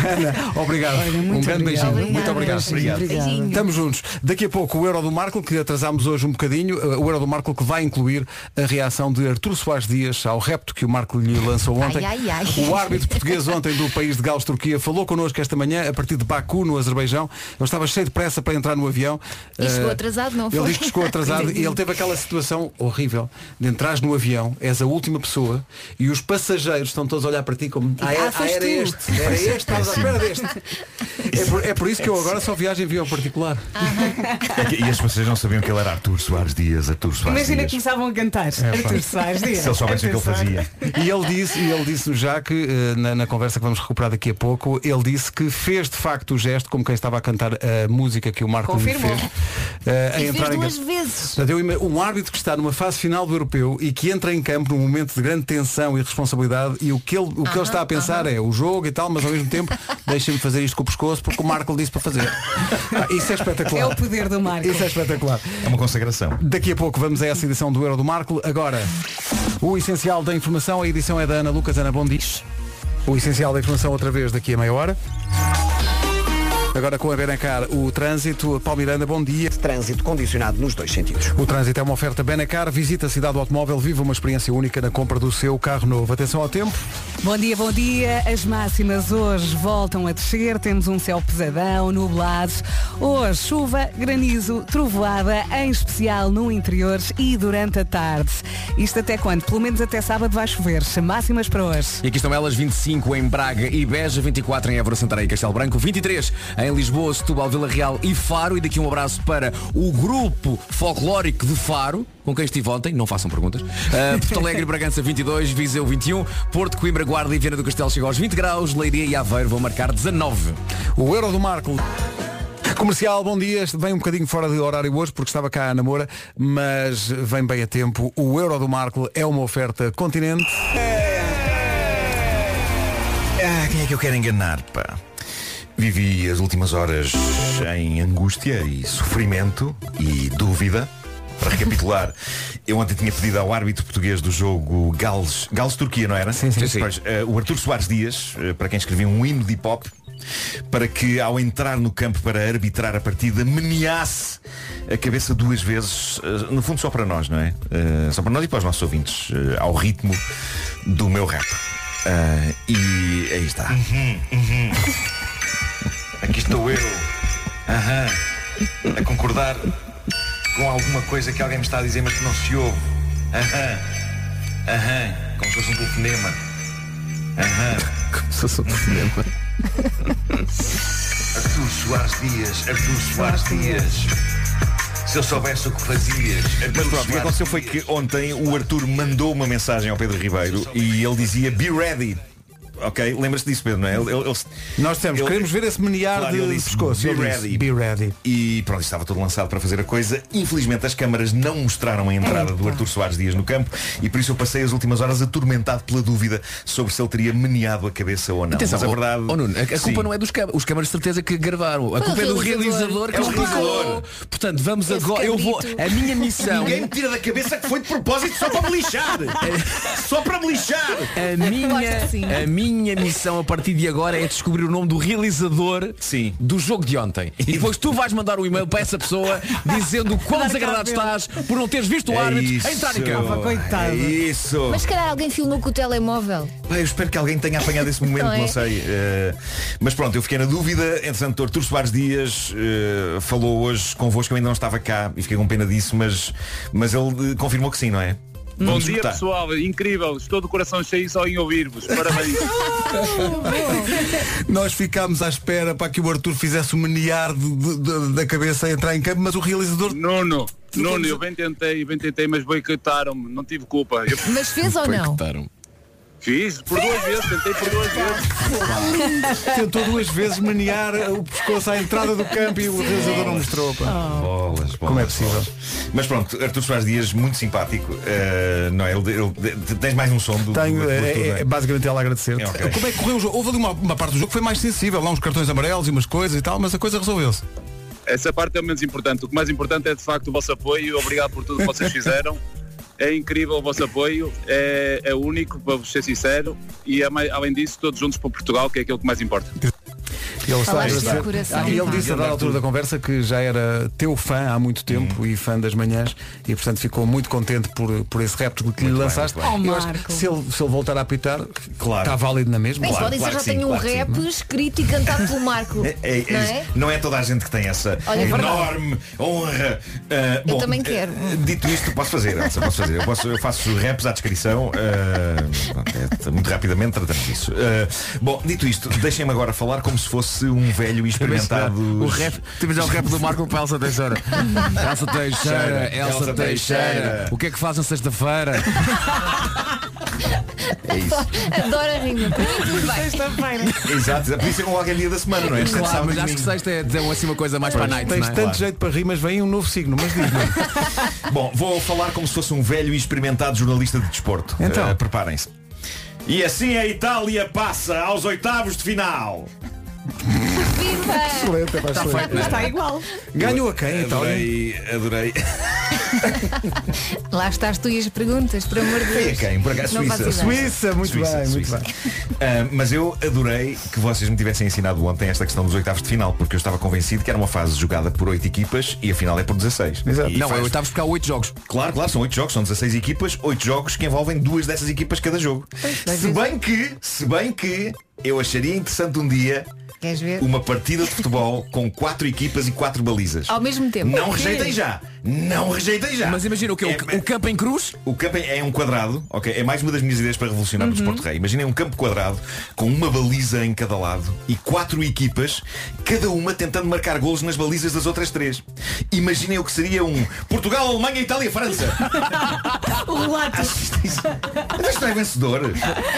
[SPEAKER 2] Ana, obrigado. um
[SPEAKER 17] obrigada.
[SPEAKER 2] grande beijinho.
[SPEAKER 17] Obrigada.
[SPEAKER 2] Muito obrigado.
[SPEAKER 17] Beijinho, obrigada. Beijinho.
[SPEAKER 2] Estamos juntos. Daqui a pouco o Euro do Marco, que atrasámos hoje um bocadinho, o Euro do Marco que vai incluir a reação de Artur Soares Dias ao repto que o Marco lhe lançou ontem.
[SPEAKER 18] Ai, ai, ai.
[SPEAKER 2] O árbitro português ontem do país de Gales, Turquia, falou connosco esta manhã a partir de Baku, no Azerbaijão. Ele estava cheio de pressa para entrar no avião.
[SPEAKER 4] E chegou
[SPEAKER 2] Eh,
[SPEAKER 4] atrasado, não
[SPEAKER 2] Ele
[SPEAKER 4] foi?
[SPEAKER 2] disse que chegou atrasado e ele teve aquela situação horrível de entrares no avião, és a última pessoa e os passageiros estão todos a olhar para ti como ah, é-
[SPEAKER 18] Ah,
[SPEAKER 2] ah,
[SPEAKER 18] foste
[SPEAKER 2] era
[SPEAKER 18] tu."
[SPEAKER 2] este, era este, estavas à espera deste. É por, é por isso que eu agora só viajo em avião particular.
[SPEAKER 14] E as pessoas não sabiam que ele era Artur Soares Dias, Artur Soares
[SPEAKER 5] Imagina que
[SPEAKER 14] Dias.
[SPEAKER 5] começavam a cantar.
[SPEAKER 2] É,
[SPEAKER 5] Artur
[SPEAKER 2] faz.
[SPEAKER 5] Soares Dias.
[SPEAKER 14] Se eles soubessem o que
[SPEAKER 5] Artur
[SPEAKER 14] ele
[SPEAKER 5] Soares.
[SPEAKER 14] fazia.
[SPEAKER 2] E ele disse, e ele disse já que eh, na, na conversa que vamos recuperar daqui a pouco, ele disse que fez de facto o gesto como quem estava a cantar a música que o Marco lhe
[SPEAKER 4] Confirmou.
[SPEAKER 2] fez. eh, a
[SPEAKER 4] E fez
[SPEAKER 2] entrar em
[SPEAKER 4] duas
[SPEAKER 2] campo.
[SPEAKER 4] vezes.
[SPEAKER 2] Portanto, eu ima- um árbitro que está numa fase final do europeu e que entra em campo num momento de grande tensão e responsabilidade e o que ele, o que ele
[SPEAKER 4] Aham,
[SPEAKER 2] está a pensar é o jogo e tal, mas ao mesmo tempo deixa-me fazer isto com o pescoço porque o Marco lhe disse para fazer. Pá, Isso é espetacular.
[SPEAKER 5] É o poder do Marco.
[SPEAKER 2] Isso é espetacular.
[SPEAKER 14] É uma consagração.
[SPEAKER 2] Daqui a pouco vamos a essa edição do Euro do Marco. Agora, o essencial da informação, a edição é da Ana Lucas. Ana, bom dia. O essencial da informação outra vez daqui a meia hora. Agora com a Benacar, o trânsito. Paulo Miranda, bom dia.
[SPEAKER 3] Trânsito condicionado nos dois sentidos.
[SPEAKER 2] O trânsito é uma oferta Benacar. Visita a cidade do automóvel, viva uma experiência única na compra do seu carro novo. Atenção ao tempo.
[SPEAKER 5] Bom dia, bom dia. As máximas hoje voltam a descer. Temos um céu pesadão, nublado. Hoje, chuva, granizo, trovoada, em especial no interior e durante a tarde. Isto até quando? Pelo menos até sábado vai chover. Máximas para hoje.
[SPEAKER 10] E aqui estão elas, 25 em Braga e Beja, 24 em Évora, Santarém e Castelo Branco, 23 em Lisboa, Setúbal, Vila Real e Faro. E daqui um abraço para o grupo folclórico de Faro, com quem estive ontem, não façam perguntas. Ah, Porto Alegre, e Bragança, 22, Viseu, 21, Porto, Coimbra, Guarda e Viana do Castelo chegam aos 20 graus, Leiria e Aveiro vão marcar 19.
[SPEAKER 2] O Euro do Marco. Comercial, bom dia. Vem um bocadinho fora de horário hoje porque estava cá a namora, mas vem bem a tempo. O Euro do Marco é uma oferta continente.
[SPEAKER 14] É. Ah, quem é que eu quero enganar, pá? Vivi as últimas horas em angústia e sofrimento e dúvida. Para recapitular, eu ontem tinha pedido ao árbitro português do jogo Gales, Gales Turquia, não era? Sim,
[SPEAKER 2] sim.
[SPEAKER 14] Pois, eh, o Artur Soares Dias, eh, para quem escreveu um hino de hip hop, para que ao entrar no campo para arbitrar a partida, meneasse a cabeça duas vezes, eh, no fundo só para nós, não é? Eh, só para nós e para os nossos ouvintes, eh, ao ritmo do meu rap. Ah, e aí está. uhum.
[SPEAKER 6] Aqui estou eu. Aham. A concordar com alguma coisa que alguém me está a dizer, mas que não se ouve. Aham. Aham. Como se fosse um telefonema. Aham.
[SPEAKER 10] Como se fosse um telefonema.
[SPEAKER 6] Artur Soares Dias, Artur Soares Dias. Se eu soubesse o que fazias, Artur
[SPEAKER 14] Mas pronto, o que
[SPEAKER 6] Soares
[SPEAKER 14] aconteceu foi que ontem o Arthur mandou uma mensagem ao Pedro Ribeiro e ele dizia Be ready. Ok? Lembra-se disso, Pedro, não é?
[SPEAKER 2] Nós temos, queremos ver esse menear de pescoço.
[SPEAKER 14] Be
[SPEAKER 2] Ele disse,
[SPEAKER 14] ready.
[SPEAKER 2] Be ready.
[SPEAKER 14] E pronto, estava tudo lançado para fazer a coisa. Infelizmente as câmaras não mostraram a entrada do Arthur Soares Dias no campo e por isso eu passei as últimas horas atormentado pela dúvida sobre se ele teria meneado a cabeça ou não.
[SPEAKER 10] Atenção,
[SPEAKER 14] Mas a
[SPEAKER 10] oh,
[SPEAKER 14] verdade.
[SPEAKER 10] oh, Nuno, a, a culpa
[SPEAKER 14] Sim.
[SPEAKER 10] não é dos câmaras. Os câmaras de certeza que gravaram.
[SPEAKER 14] Foi
[SPEAKER 10] A
[SPEAKER 14] o
[SPEAKER 10] culpa é do
[SPEAKER 14] realizador.
[SPEAKER 10] realizador que
[SPEAKER 14] É o
[SPEAKER 10] os pagou.
[SPEAKER 14] realizador.
[SPEAKER 10] Portanto, vamos
[SPEAKER 14] Esse
[SPEAKER 10] agora. Eu vou.
[SPEAKER 14] cabrito.
[SPEAKER 10] A minha missão.
[SPEAKER 14] Ninguém me tira da cabeça que foi de propósito só para me lixar. só para me lixar.
[SPEAKER 10] A minha, a minha missão a partir de agora é descobrir o nome do realizador do jogo de ontem. E depois tu vais mandar um e-mail para essa pessoa dizendo o quão desagradado estás por não teres visto o
[SPEAKER 14] É
[SPEAKER 10] árbitro
[SPEAKER 14] isso.
[SPEAKER 10] entrar em campo.
[SPEAKER 14] Ah, coitado. É isso.
[SPEAKER 4] Mas se calhar alguém filmou com o telemóvel.
[SPEAKER 14] Pá, eu espero que alguém tenha apanhado esse momento,
[SPEAKER 4] Não
[SPEAKER 14] não,
[SPEAKER 4] é?
[SPEAKER 14] sei. eh, mas pronto, eu fiquei na dúvida. Entretanto, o Artur Soares Dias eh, falou hoje convosco, eu ainda não estava cá e fiquei com pena disso, mas, mas ele eh, confirmou que sim, não é?
[SPEAKER 11] Bom
[SPEAKER 14] Vamos
[SPEAKER 11] dia
[SPEAKER 14] escutar.
[SPEAKER 11] pessoal, incrível, estou do coração cheio só em ouvir-vos. Parabéns.
[SPEAKER 2] Nós ficámos à espera para que o Arthur fizesse o menear de- de- de- da cabeça a entrar em campo, mas o realizador.
[SPEAKER 11] Nuno, Nuno, eu bem tentei, bem tentei, mas boicotaram-me, não tive culpa. Eu
[SPEAKER 4] Mas fez ou não?
[SPEAKER 11] fiz por duas vezes, tentei por duas vezes.
[SPEAKER 2] Tentou duas vezes menear o pescoço à entrada do campo e o realizador não mostrou. pá.
[SPEAKER 11] Oh.
[SPEAKER 14] Bolas, bolas,
[SPEAKER 2] Como é possível?
[SPEAKER 14] bolas. Mas pronto, Artur Soares Dias, muito simpático. eh, não é? Ele, ele- tens mais um som do.
[SPEAKER 2] Tenho,
[SPEAKER 14] do Artur,
[SPEAKER 2] é-
[SPEAKER 14] não
[SPEAKER 2] é,
[SPEAKER 14] é?
[SPEAKER 2] é basicamente ela a agradecer.
[SPEAKER 14] É, ok.
[SPEAKER 2] Como é que correu o jogo? Houve ali uma, uma parte do jogo que foi mais sensível, lá uns cartões amarelos e umas coisas e tal, mas a coisa resolveu-se.
[SPEAKER 11] Essa parte é o menos importante. O que mais importante é de facto o vosso apoio. Obrigado por tudo que vocês fizeram. É incrível o vosso apoio, é, é único, para vos ser sincero, e é mai- além disso, todos juntos para Portugal, que é aquilo que mais importa.
[SPEAKER 2] E ele, está a
[SPEAKER 11] Falaste do
[SPEAKER 2] agradecer.
[SPEAKER 11] coração,
[SPEAKER 2] Ah, e ele
[SPEAKER 11] pá.
[SPEAKER 2] disse a dada altura da conversa que já era teu fã há muito tempo e fã das manhãs e portanto ficou muito contente por, por esse repto que lhe lançaste.
[SPEAKER 4] muito bem.
[SPEAKER 2] Eu
[SPEAKER 4] Oh,
[SPEAKER 2] acho que
[SPEAKER 4] Marco.
[SPEAKER 2] se ele, se ele voltar a apitar, está válido na mesma.
[SPEAKER 4] Bem, se podem dizer, já tenho um rap escrito e cantado pelo Marco.
[SPEAKER 14] É- é- é-
[SPEAKER 4] não é?
[SPEAKER 14] não é toda a gente que tem essa
[SPEAKER 4] Olha, é verdade.
[SPEAKER 14] enorme honra. Uh,
[SPEAKER 4] Eu
[SPEAKER 14] bom,
[SPEAKER 4] também quero.
[SPEAKER 14] uh, dito isto, posso fazer, Elsa, posso fazer. Eu, posso- eu faço os raps à descrição. uh, pronto, é- muito rapidamente tratamos disso. Uh, bom, dito isto, deixem-me agora falar como se fosse um velho e experimentado.
[SPEAKER 10] O rap, temos já o rap do Marco para Elsa Teixeira. Elsa Teixeira, Elsa
[SPEAKER 14] Elsa
[SPEAKER 10] Teixeira.
[SPEAKER 14] Teixeira.
[SPEAKER 10] O que é que faz na sexta-feira?
[SPEAKER 2] É
[SPEAKER 4] Adoro a rima. Para mim tudo bem.
[SPEAKER 14] Exato, podia ser com qualquer um dia da semana, não é? Este é de
[SPEAKER 10] Claro,
[SPEAKER 14] sábado
[SPEAKER 10] mas
[SPEAKER 14] e
[SPEAKER 10] acho que
[SPEAKER 14] domingo.
[SPEAKER 10] sexta é dizer assim uma coisa mais para a
[SPEAKER 14] Pois,
[SPEAKER 10] night.
[SPEAKER 14] tens
[SPEAKER 10] não é?
[SPEAKER 2] Tanto jeito para rir, mas vem um novo signo, mas diz-me.
[SPEAKER 14] Bom, vou falar como se fosse um velho e experimentado jornalista de desporto.
[SPEAKER 2] Então.
[SPEAKER 14] Eh, Preparem-se. E assim a Itália passa aos oitavos de final.
[SPEAKER 2] Excelente, é
[SPEAKER 14] Está
[SPEAKER 2] excelente.
[SPEAKER 14] feito, não é? Está
[SPEAKER 4] igual.
[SPEAKER 2] Ganhou a quem, então?
[SPEAKER 14] Adorei, adorei.
[SPEAKER 4] Lá estás tu e as perguntas, por amor de Deus.
[SPEAKER 2] é
[SPEAKER 14] Foi a quem? Por acaso,
[SPEAKER 4] Não
[SPEAKER 14] Suíça.
[SPEAKER 4] faço ideia.
[SPEAKER 2] muito bem, muito
[SPEAKER 14] Ah, mas eu adorei que vocês me tivessem ensinado ontem esta questão dos oitavos de final, porque eu estava convencido que era uma fase jogada por oito equipas e a final é por 16.
[SPEAKER 10] Exato.
[SPEAKER 14] E
[SPEAKER 10] Não, é oitavos porque há oito jogos.
[SPEAKER 14] Claro, claro, são oito jogos, são 16 equipas, oito jogos que envolvem duas dessas equipas cada jogo. Se bem que, se bem que, eu acharia interessante um dia
[SPEAKER 4] Queres ver?
[SPEAKER 14] uma partida de futebol com quatro equipas e quatro balizas.
[SPEAKER 4] Ao mesmo tempo.
[SPEAKER 14] Não
[SPEAKER 4] O quê?
[SPEAKER 14] rejeitem já. Não rejeitem já. É
[SPEAKER 10] Mas imagina o que? o campo em cruz?
[SPEAKER 14] O campo é um quadrado, ok? É mais uma das minhas ideias para revolucionar o
[SPEAKER 10] Uhum.
[SPEAKER 14] desporto rei. Imaginem um campo quadrado com uma baliza em cada lado e quatro equipas, cada uma tentando marcar golos nas balizas das outras três. Imaginem o que seria um Portugal, Alemanha, Itália, França.
[SPEAKER 4] O relato.
[SPEAKER 14] Mas isto não é vencedor.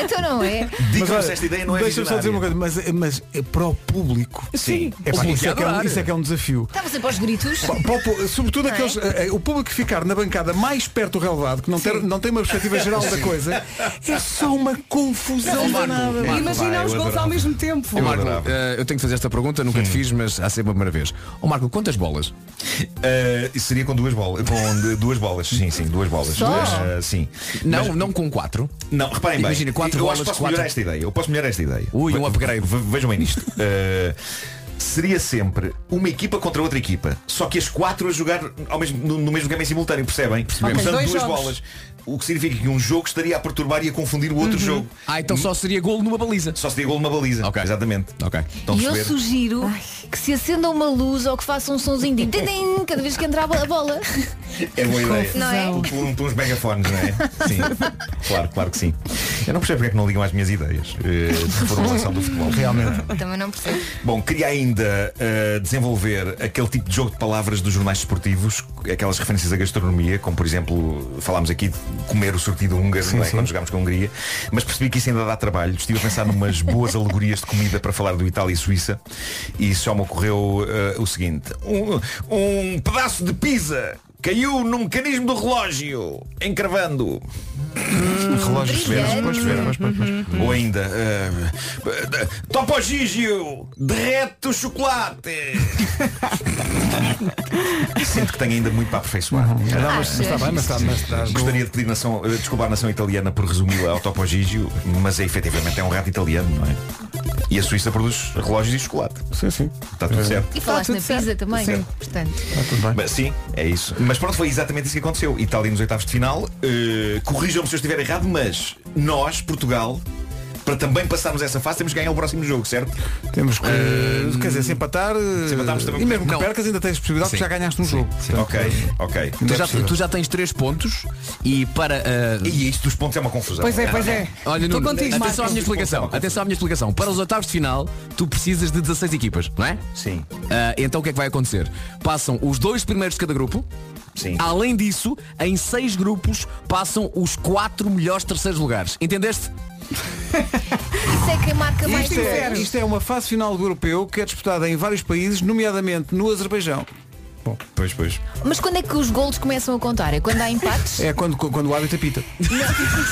[SPEAKER 4] Então não é.
[SPEAKER 14] Diga-me se esta ideia não é
[SPEAKER 2] Deixa-me só dizer uma
[SPEAKER 14] visionária.
[SPEAKER 2] coisa, mas, mas é para o público.
[SPEAKER 4] Sim.
[SPEAKER 2] É, pá,
[SPEAKER 14] O
[SPEAKER 2] isso, é que é um,
[SPEAKER 14] bloqueador.
[SPEAKER 2] isso é que é um desafio.
[SPEAKER 4] Estava sempre aos gritos.
[SPEAKER 2] Pa- pa- pa- Sobretudo
[SPEAKER 4] Não é?
[SPEAKER 2] aqueles, eh, eh, o público que ficar na bancada mais perto do relevado, que não, ter, não tem uma perspectiva geral da
[SPEAKER 5] Sim.
[SPEAKER 2] coisa, é só uma confusão
[SPEAKER 5] Marco,
[SPEAKER 2] danada.
[SPEAKER 5] Marco, Imagina vai, os eu gols adorava. ao mesmo tempo.
[SPEAKER 10] Ó, Marco, eh, eu tenho que fazer esta pergunta, nunca te fiz, mas há sempre a primeira vez. Ó Marco, quantas bolas?
[SPEAKER 14] Ah, seria com duas bolas. Com de- duas bolas, sim, sim, duas bolas.
[SPEAKER 10] Só?
[SPEAKER 14] Ah, sim.
[SPEAKER 10] Não, não com quatro.
[SPEAKER 14] Não, reparem bem.
[SPEAKER 10] Imagina, quatro
[SPEAKER 14] eu
[SPEAKER 10] bolas,
[SPEAKER 14] acho que posso
[SPEAKER 10] quatro-
[SPEAKER 14] melhorar esta ideia. Eu posso melhorar esta ideia.
[SPEAKER 10] Ui, um
[SPEAKER 14] Ve-
[SPEAKER 10] upgrade.
[SPEAKER 14] ve- Vejam bem nisto. Uh, seria sempre uma equipa contra outra equipa. Só que as quatro a jogar ao mesmo, no, no mesmo game em simultâneo, percebem?
[SPEAKER 10] Percebemos.
[SPEAKER 14] Usando
[SPEAKER 10] Dois
[SPEAKER 14] duas
[SPEAKER 10] jogos.
[SPEAKER 14] bolas. O que significa que um jogo estaria a perturbar e a confundir o outro
[SPEAKER 10] Uhum.
[SPEAKER 14] jogo.
[SPEAKER 10] Ah, então só seria golo numa baliza.
[SPEAKER 14] Só seria golo numa baliza. Exatamente.
[SPEAKER 10] Ok.
[SPEAKER 4] e eu sugiro que se acenda uma luz ou que faça um sonzinho de tidim cada vez que entrar a bola.
[SPEAKER 14] É boa ideia.
[SPEAKER 4] Não é?
[SPEAKER 14] Por, por, um- por uns megafones, não é? Sim. claro, claro que sim. Eu não percebo porque é que não ligam às minhas ideias eh, de formulação do futebol. Realmente.
[SPEAKER 4] Também não percebo.
[SPEAKER 14] Bom, queria ainda eh, desenvolver aquele tipo de jogo de palavras dos jornais desportivos, aquelas referências à gastronomia, como por exemplo falámos aqui de comer o sortido húngaro
[SPEAKER 2] Sim,
[SPEAKER 14] não é?
[SPEAKER 2] sim.
[SPEAKER 14] quando jogámos com a Hungria, mas percebi que isso ainda dá trabalho. Estive a pensar numas boas alegorias de comida para falar do Itália e Suíça e só me ocorreu eh, o seguinte. Um, um pedaço de pizza caiu no mecanismo do relógio, encravando. Relógios
[SPEAKER 2] brilhante.
[SPEAKER 14] pois, pois, pois, pois. Ou ainda eh, uh, Topo Gigio Derrete o chocolate Sinto que tenho ainda muito para aperfeiçoar
[SPEAKER 2] Não, mas- mas está bem, mas está- mas está-
[SPEAKER 14] Gostaria de pedir nação, eh, desculpa à nação italiana Por resumi-la ao Topo Gigio Mas é, efetivamente é um rato italiano, não é? E a Suíça produz relógios e chocolate Sim, sim Está
[SPEAKER 2] É.
[SPEAKER 14] tudo certo
[SPEAKER 4] E falaste na pizza também,
[SPEAKER 14] Sim.
[SPEAKER 4] portanto.
[SPEAKER 14] mas, sim, é isso. Mas pronto, foi exatamente isso que aconteceu. Itália nos oitavos de final. Eh, Corrijam-me se eu estiver errado, mas nós, Portugal, para também passarmos essa fase, temos que ganhar o próximo jogo, certo?
[SPEAKER 2] Temos que.
[SPEAKER 14] Eh,
[SPEAKER 2] quer dizer, se empatar.
[SPEAKER 14] se empatarmos também-
[SPEAKER 2] E mesmo que
[SPEAKER 14] Não.
[SPEAKER 2] percas, ainda tens possibilidade
[SPEAKER 14] Sim.
[SPEAKER 2] porque já ganhaste um
[SPEAKER 14] Sim,
[SPEAKER 2] jogo.
[SPEAKER 14] sim.
[SPEAKER 2] Portanto,
[SPEAKER 14] Ok, ok.
[SPEAKER 2] Não
[SPEAKER 10] Tu
[SPEAKER 2] é
[SPEAKER 10] já,
[SPEAKER 2] possível.
[SPEAKER 10] tu já tens três pontos e para. uh,
[SPEAKER 14] E isto dos pontos é uma confusão.
[SPEAKER 5] Pois é, pois é.
[SPEAKER 10] Olha,
[SPEAKER 5] Tô
[SPEAKER 10] Nuno,
[SPEAKER 5] contigo, Marcos.
[SPEAKER 10] atenção à minha explicação. Atenção à minha explicação. Para os oitavos de final, tu precisas de 16 equipas, não é?
[SPEAKER 14] Sim.
[SPEAKER 10] então o que é que vai acontecer? Passam os dois primeiros de cada grupo.
[SPEAKER 14] Sim.
[SPEAKER 10] Além disso, em seis grupos passam os quatro melhores terceiros lugares. Entendeste?
[SPEAKER 4] Isso é quem marca mais
[SPEAKER 2] Isto é,
[SPEAKER 4] gols.
[SPEAKER 2] isto é uma fase final do europeu que é disputada em vários países, nomeadamente no Azerbaijão.
[SPEAKER 14] Bom, pois, pois.
[SPEAKER 4] Mas quando é que os golos começam a contar? É quando há empates?
[SPEAKER 2] É quando, quando o árbitro apita.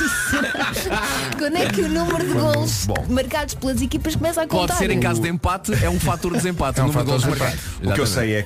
[SPEAKER 4] quando é que o número de
[SPEAKER 2] Quando-
[SPEAKER 4] golos
[SPEAKER 2] bom.
[SPEAKER 4] marcados pelas equipas começa a contar?
[SPEAKER 5] Tá
[SPEAKER 10] Pode ser em caso de empate, é um fator de desempate.
[SPEAKER 14] É um
[SPEAKER 10] o número
[SPEAKER 14] fator
[SPEAKER 10] de
[SPEAKER 14] de
[SPEAKER 10] golos
[SPEAKER 14] desempate.
[SPEAKER 10] marcados. Uhum.
[SPEAKER 14] O que eu
[SPEAKER 10] Exatamente.
[SPEAKER 14] sei é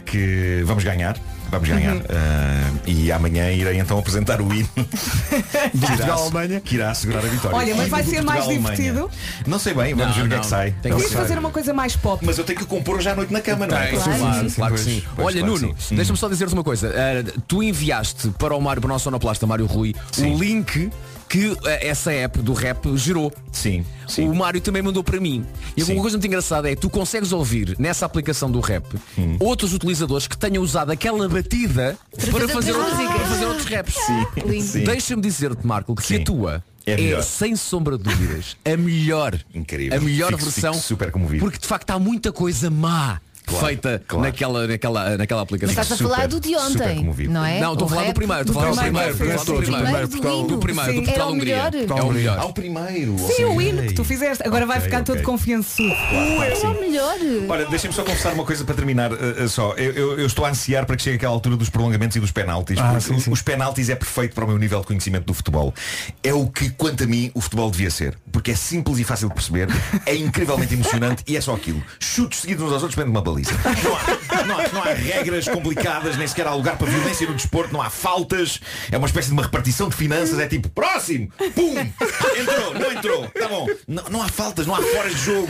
[SPEAKER 14] que vamos ganhar. Vamos ganhar. Ah, e amanhã irei então apresentar o hino do
[SPEAKER 2] Portugal-Alemanha.
[SPEAKER 14] que irá assegurar a vitória.
[SPEAKER 5] Olha, mas
[SPEAKER 14] O
[SPEAKER 5] vai
[SPEAKER 14] hino do
[SPEAKER 5] ser mais
[SPEAKER 14] Portugal-Alemanha.
[SPEAKER 5] divertido.
[SPEAKER 14] Não sei bem, vamos
[SPEAKER 10] Não,
[SPEAKER 14] ver o que é
[SPEAKER 10] não.
[SPEAKER 14] que sai.
[SPEAKER 10] Tem
[SPEAKER 5] Podias fazer uma coisa mais pop.
[SPEAKER 14] Mas eu tenho que compor hoje à noite na cama, não é?
[SPEAKER 10] Claro, claro, claro que sim.
[SPEAKER 14] Pois,
[SPEAKER 10] Olha,
[SPEAKER 14] claro que
[SPEAKER 10] Nuno,
[SPEAKER 14] sim. Hum.
[SPEAKER 10] deixa-me só dizer-te uma coisa. Uh, tu enviaste para o Mário, para o nosso sonoplasta, Mário Rui, o link que uh, essa app do rap gerou.
[SPEAKER 14] Sim.
[SPEAKER 10] O Mário também mandou para mim. E
[SPEAKER 14] Sim.
[SPEAKER 10] uma coisa muito engraçada é que tu consegues ouvir nessa aplicação do rap
[SPEAKER 14] Hum.
[SPEAKER 10] outros utilizadores que tenham usado aquela batida
[SPEAKER 4] Para
[SPEAKER 10] para
[SPEAKER 4] fazer
[SPEAKER 10] fazer,
[SPEAKER 4] outras
[SPEAKER 10] outros,
[SPEAKER 4] músicas.
[SPEAKER 10] para fazer outros raps.
[SPEAKER 5] Ah,
[SPEAKER 4] Lindo.
[SPEAKER 14] Sim.
[SPEAKER 10] Deixa-me dizer-te, Marco, que a tua
[SPEAKER 14] É
[SPEAKER 10] é,
[SPEAKER 14] melhor.
[SPEAKER 10] sem sombra de dúvidas, a melhor.
[SPEAKER 14] Incrível.
[SPEAKER 10] A melhor
[SPEAKER 14] Fico-
[SPEAKER 10] versão.
[SPEAKER 14] fico super comovido.
[SPEAKER 10] Porque de facto há muita coisa má
[SPEAKER 14] Claro,
[SPEAKER 10] feita
[SPEAKER 14] claro.
[SPEAKER 10] naquela, naquela, naquela
[SPEAKER 4] Mas
[SPEAKER 10] aplicação.
[SPEAKER 4] estás a falar do de ontem, não é?
[SPEAKER 10] Não, estou
[SPEAKER 4] O
[SPEAKER 10] a falar do
[SPEAKER 4] rap.
[SPEAKER 10] primeiro, estou a falar do primeiro, estou a falar do primeiro,
[SPEAKER 4] assim, do
[SPEAKER 10] Portugal- do
[SPEAKER 4] hino.
[SPEAKER 10] primeiro, do
[SPEAKER 4] Sim. Era o
[SPEAKER 10] Portugal-Hungria.
[SPEAKER 4] melhor.
[SPEAKER 10] É o melhor.
[SPEAKER 14] Ao primeiro.
[SPEAKER 5] Sim,
[SPEAKER 14] ok.
[SPEAKER 5] o hino que tu fizeste. Agora vai
[SPEAKER 14] Ok,
[SPEAKER 5] ficar todo
[SPEAKER 14] ok.
[SPEAKER 5] confiançudo. é
[SPEAKER 14] Claro, claro que sim.
[SPEAKER 4] Era o melhor.
[SPEAKER 14] Olha, deixem-me só confessar uma coisa para terminar eh, eh, só. Eu, eu- eu estou a ansiar para que chegue aquela altura dos prolongamentos e dos penaltis.
[SPEAKER 2] Ah,
[SPEAKER 14] porque
[SPEAKER 2] sim,
[SPEAKER 14] o-
[SPEAKER 2] sim.
[SPEAKER 14] Os penaltis é perfeito para o meu nível de conhecimento do futebol. É o que, quanto a mim, o futebol devia ser. Porque é simples e fácil de perceber, é incrivelmente emocionante e é só aquilo. Chutes seguidos uns aos outros, prende uma baliza. Não há, não há- não há regras complicadas, nem sequer há lugar para violência no desporto, não há faltas. É uma espécie de uma repartição de finanças, é tipo, próximo, pum, entrou, não entrou, tá bom. Não, não há faltas, não há foras de jogo.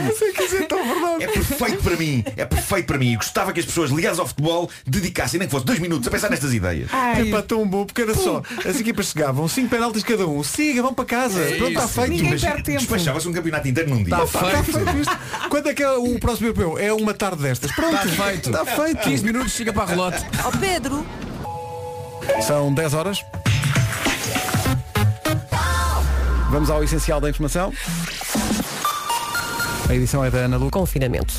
[SPEAKER 14] É perfeito para mim, é perfeito para mim. E gostava que as pessoas ligadas ao futebol dedicassem, nem que fosse dois minutos, a pensar nestas ideias.
[SPEAKER 2] É para tão bom, porque era só. As equipas chegavam, 5 penaltis cada um. Siga, vão para casa.
[SPEAKER 14] É
[SPEAKER 2] Pronto, está
[SPEAKER 14] isso.
[SPEAKER 2] feito.
[SPEAKER 14] Ninguém perde tempo. Despachava-se um campeonato inteiro num dia. tá
[SPEAKER 2] Está feito. Está feito isto. Quando é que é o próximo europeu? É uma tarde destas.
[SPEAKER 4] Tá
[SPEAKER 2] Pronto.
[SPEAKER 10] Está feito.
[SPEAKER 2] Está feito.
[SPEAKER 10] 15 minutos, chega para a relote.
[SPEAKER 7] Ó Pedro,
[SPEAKER 2] São 10 horas. Vamos ao essencial da informação. A edição é da Ana Lu.
[SPEAKER 1] Confinamento.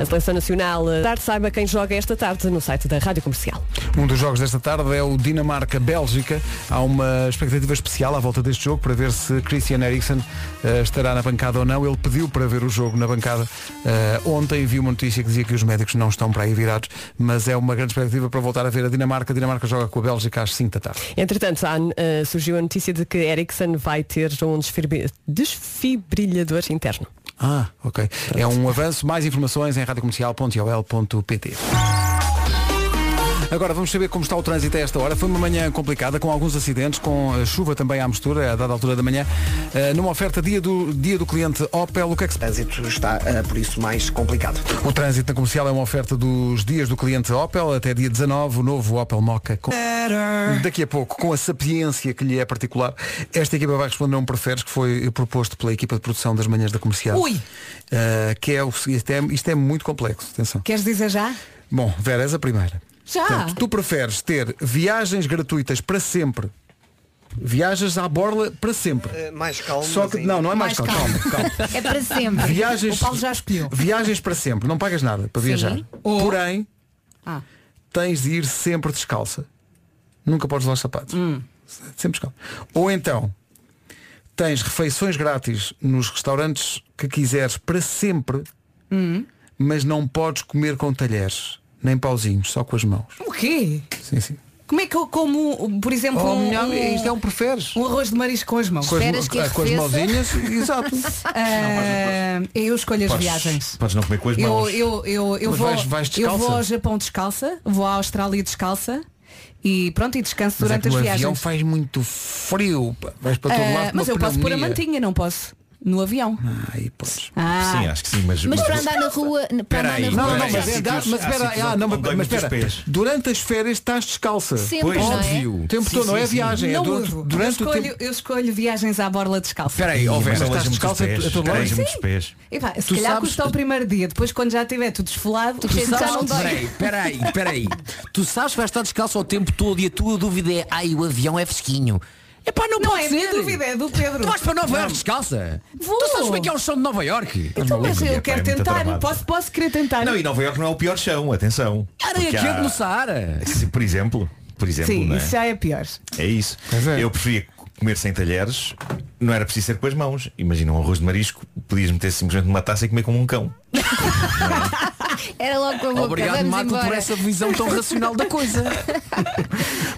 [SPEAKER 1] A Seleção Nacional eh, tarde saiba quem joga esta tarde no site da Rádio Comercial.
[SPEAKER 2] Um dos jogos desta tarde é o Dinamarca-Bélgica. Há uma expectativa especial à volta deste jogo para ver se Christian Eriksen eh, estará na bancada ou não. Ele pediu para ver o jogo na bancada. Eh, ontem vi uma notícia que dizia que os médicos não estão para aí virados, mas é uma grande expectativa para voltar a ver a Dinamarca. A Dinamarca joga com a Bélgica às 5 da tarde.
[SPEAKER 1] Entretanto, há, eh, surgiu a notícia de que Ericsson vai ter um desfibri- desfibrilhador interno.
[SPEAKER 2] Ah, ok. É um avanço. Mais informações em radiocomercial.ol.pt Agora vamos saber como está o trânsito a esta hora. Foi uma manhã complicada, com alguns acidentes, com eh, chuva também à mistura, a dada altura da manhã. Eh, numa oferta dia do, dia do cliente Opel, o que é que se
[SPEAKER 3] trânsito está, eh, por isso, mais complicado.
[SPEAKER 2] O trânsito na comercial é uma oferta dos dias do cliente Opel até dia 19, o novo Opel Moca. Com... Daqui a pouco, com a sapiência que lhe é particular, esta equipa vai responder a um preferes que foi proposto pela equipa de produção das manhãs da comercial.
[SPEAKER 5] Ui!
[SPEAKER 2] Uh, que é o seguinte, isto é, isto é muito complexo, atenção.
[SPEAKER 5] Queres dizer já?
[SPEAKER 2] Bom, Vera, és a primeira.
[SPEAKER 5] Já?
[SPEAKER 2] Portanto, tu preferes ter viagens gratuitas para sempre. Viajas à borla para sempre.
[SPEAKER 3] mais calmo.
[SPEAKER 2] Só que não, não é mais, calmo. calma, calma.
[SPEAKER 4] É para sempre.
[SPEAKER 2] Viagens,
[SPEAKER 4] O Paulo já escolheu.
[SPEAKER 2] Viagens para sempre, não pagas nada para viajar. Porém,
[SPEAKER 5] Ah.
[SPEAKER 2] tens de ir sempre descalça. Nunca podes levar sapatos. Sempre descalça. Ou então, tens refeições grátis nos restaurantes que quiseres para sempre,
[SPEAKER 5] Hum?
[SPEAKER 2] mas não podes comer com talheres, nem pauzinhos, só com as mãos.
[SPEAKER 5] O quê?
[SPEAKER 2] Sim, sim.
[SPEAKER 5] Como é que eu como, por exemplo,
[SPEAKER 2] Oh,
[SPEAKER 5] um,
[SPEAKER 2] minha amiga, isto é um preferes.
[SPEAKER 5] Um arroz de marisco com as mãos.
[SPEAKER 2] Com as Esperas mão- que com as arrefeça. mãozinhas, exato.
[SPEAKER 5] Ah, eu escolho as
[SPEAKER 14] Podes-
[SPEAKER 5] viagens.
[SPEAKER 14] Podes não comer com as
[SPEAKER 5] Eu,
[SPEAKER 14] mãos.
[SPEAKER 5] eu, eu, eu,
[SPEAKER 14] Mas
[SPEAKER 5] vou,
[SPEAKER 14] vais- vais
[SPEAKER 5] eu
[SPEAKER 14] descalça?
[SPEAKER 5] vou ao Japão descalça, vou à Austrália descalça e pronto, e descanso
[SPEAKER 2] Mas é
[SPEAKER 5] durante
[SPEAKER 2] que no
[SPEAKER 5] as
[SPEAKER 2] avião
[SPEAKER 5] viagens.
[SPEAKER 2] faz muito frio. pá. Vais para todo
[SPEAKER 5] Ah,
[SPEAKER 2] lado. com
[SPEAKER 5] mas
[SPEAKER 2] uma
[SPEAKER 5] eu posso pôr a
[SPEAKER 2] pneumonia.
[SPEAKER 5] mantinha, não posso? No avião.
[SPEAKER 2] Aí podes.
[SPEAKER 5] Ah.
[SPEAKER 14] Sim, acho que sim, mas.
[SPEAKER 4] Mas para andar na rua, para andar na
[SPEAKER 14] Peraí,
[SPEAKER 4] rua.
[SPEAKER 2] Não, não, não,
[SPEAKER 14] Peraí,
[SPEAKER 2] mas
[SPEAKER 14] há
[SPEAKER 2] é dar, mas
[SPEAKER 14] sítios- há
[SPEAKER 2] espera,
[SPEAKER 14] sítios
[SPEAKER 2] ah,
[SPEAKER 14] onde
[SPEAKER 2] não,
[SPEAKER 14] dói
[SPEAKER 2] mas
[SPEAKER 14] muito os
[SPEAKER 2] espera.
[SPEAKER 14] pés.
[SPEAKER 2] Durante as férias estás descalça.
[SPEAKER 5] Sempre, Pois, não é?
[SPEAKER 2] óbvio. O tempo
[SPEAKER 14] Sim,
[SPEAKER 2] todo, não
[SPEAKER 14] sim,
[SPEAKER 2] é
[SPEAKER 14] sim.
[SPEAKER 2] viagem, é
[SPEAKER 5] não
[SPEAKER 2] durante,
[SPEAKER 5] uso.
[SPEAKER 2] durante
[SPEAKER 5] eu,
[SPEAKER 2] o
[SPEAKER 5] escolho,
[SPEAKER 2] tempo.
[SPEAKER 5] eu escolho viagens à borla descalça.
[SPEAKER 10] Peraí, ó
[SPEAKER 2] Mas
[SPEAKER 10] Vera,
[SPEAKER 5] é
[SPEAKER 2] estás é
[SPEAKER 14] aleja-me
[SPEAKER 2] descalça
[SPEAKER 14] dos pés.
[SPEAKER 2] a todo lado?
[SPEAKER 14] Aleja-me dos
[SPEAKER 2] Sim.
[SPEAKER 14] pés.
[SPEAKER 5] Epá, se
[SPEAKER 2] Tu
[SPEAKER 5] calhar
[SPEAKER 2] sabes-
[SPEAKER 5] custa o primeiro dia, depois quando já estiver tudo esfolado,
[SPEAKER 4] Tu
[SPEAKER 5] já
[SPEAKER 4] sabes-
[SPEAKER 5] não dói.
[SPEAKER 4] Peraí,
[SPEAKER 10] Peraí, peraí. Tu sabes que vais estar descalço ao tempo todo e a tua dúvida é, ai, o avião é fresquinho. É pá, não,
[SPEAKER 5] Não
[SPEAKER 10] pode
[SPEAKER 5] é
[SPEAKER 10] ser.
[SPEAKER 5] minha dúvida, é do Pedro.
[SPEAKER 10] Tu vais para Nova
[SPEAKER 5] Não.
[SPEAKER 10] Iorque descalça.
[SPEAKER 5] Vou.
[SPEAKER 10] Tu sabes como é que é o chão de Nova Iorque?
[SPEAKER 5] Então, mas
[SPEAKER 14] Epá,
[SPEAKER 5] eu
[SPEAKER 14] é
[SPEAKER 5] quero
[SPEAKER 14] muito
[SPEAKER 5] tentar,
[SPEAKER 14] dramático.
[SPEAKER 5] posso, posso querer tentar.
[SPEAKER 14] Não, e Nova Iorque não é o pior chão, atenção.
[SPEAKER 5] Areia
[SPEAKER 2] é
[SPEAKER 14] Porque
[SPEAKER 5] quente
[SPEAKER 14] há-
[SPEAKER 5] no Saara.
[SPEAKER 14] Sim, Por exemplo. Por exemplo,
[SPEAKER 5] Sim,
[SPEAKER 14] não é?
[SPEAKER 5] isso já é pior.
[SPEAKER 14] É isso. Eu preferia comer sem talheres, não era preciso ser com as mãos. Imagina um arroz de marisco, podias meter simplesmente numa taça e comer como um cão.
[SPEAKER 4] Era logo com a boca.
[SPEAKER 10] é? Obrigado,
[SPEAKER 4] Vamos
[SPEAKER 10] Marco,
[SPEAKER 4] embora.
[SPEAKER 10] por essa visão tão racional da coisa.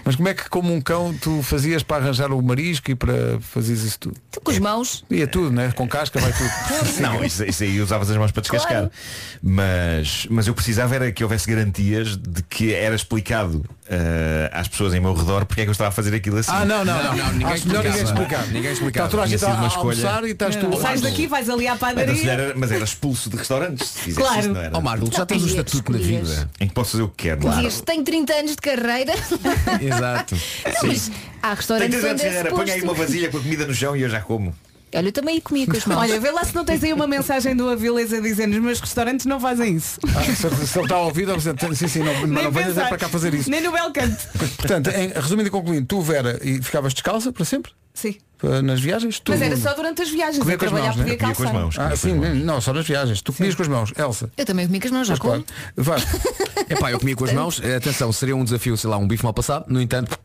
[SPEAKER 2] Mas como é que como um cão tu fazias para arranjar o marisco e para fazeres isso tudo?
[SPEAKER 4] Com as mãos.
[SPEAKER 2] Ia tudo, né? Com casca vai tudo.
[SPEAKER 14] Não, isso, isso aí usavas as mãos para descascar.
[SPEAKER 4] Claro.
[SPEAKER 14] Mas, mas eu precisava era que houvesse garantias de que era explicado eh, às pessoas em meu redor porque é que eu estava a fazer aquilo assim.
[SPEAKER 2] Ah, não, não, não. Acho melhor ninguém explicar.
[SPEAKER 14] Ninguém Tá,
[SPEAKER 2] Está toda a gente a a almoçar e estás tu.
[SPEAKER 5] Não, sais daqui, vais ali à
[SPEAKER 14] Mas
[SPEAKER 5] padaria.
[SPEAKER 14] era, mas era expulso de restaurantes. se fizesse
[SPEAKER 5] Claro.
[SPEAKER 14] isso, não era?
[SPEAKER 10] Ó, Marco, tu já tens um estatuto na vida.
[SPEAKER 14] Em que posso fazer o que quero.
[SPEAKER 4] Dias, tenho 30 anos de carreira.
[SPEAKER 10] Exato.
[SPEAKER 4] Não, mas há
[SPEAKER 14] Tem
[SPEAKER 4] restaurantes
[SPEAKER 14] três anos,
[SPEAKER 4] onde é
[SPEAKER 14] senhora, põe aí uma
[SPEAKER 4] suposto.
[SPEAKER 14] vasilha com a comida no chão e eu já como.
[SPEAKER 4] Olha, eu também comia com as mãos.
[SPEAKER 5] Olha, vê lá se não tens aí uma mensagem do Avilés a dizer nos meus restaurantes não fazem isso.
[SPEAKER 2] Ah, se ele se ele está a ouvir, ele diz, sim, sim, não, mas
[SPEAKER 5] Nem
[SPEAKER 2] não venhas é
[SPEAKER 5] pensar.
[SPEAKER 2] para cá fazer isso.
[SPEAKER 5] Nem no Belcanto.
[SPEAKER 2] Portanto, em- resumindo e concluindo, tu, Vera, e ficavas descalça para sempre?
[SPEAKER 5] Sim.
[SPEAKER 2] Eh, Nas viagens? Tu,
[SPEAKER 5] Mas era só durante as viagens.
[SPEAKER 2] Comia
[SPEAKER 5] eu
[SPEAKER 2] com as
[SPEAKER 5] trabalhar
[SPEAKER 2] mãos, né?
[SPEAKER 5] podia
[SPEAKER 2] Comia
[SPEAKER 5] calçar.
[SPEAKER 2] Ah, sim, não, só nas viagens. Tu comias com as mãos, Elsa.
[SPEAKER 4] Eu também comi com as mãos, já
[SPEAKER 2] Mas
[SPEAKER 4] como.
[SPEAKER 2] claro. Vasco.
[SPEAKER 10] Epá, eu comia com as mãos. Eh, Atenção, seria um desafio, sei lá, um bife mal passado. No entanto,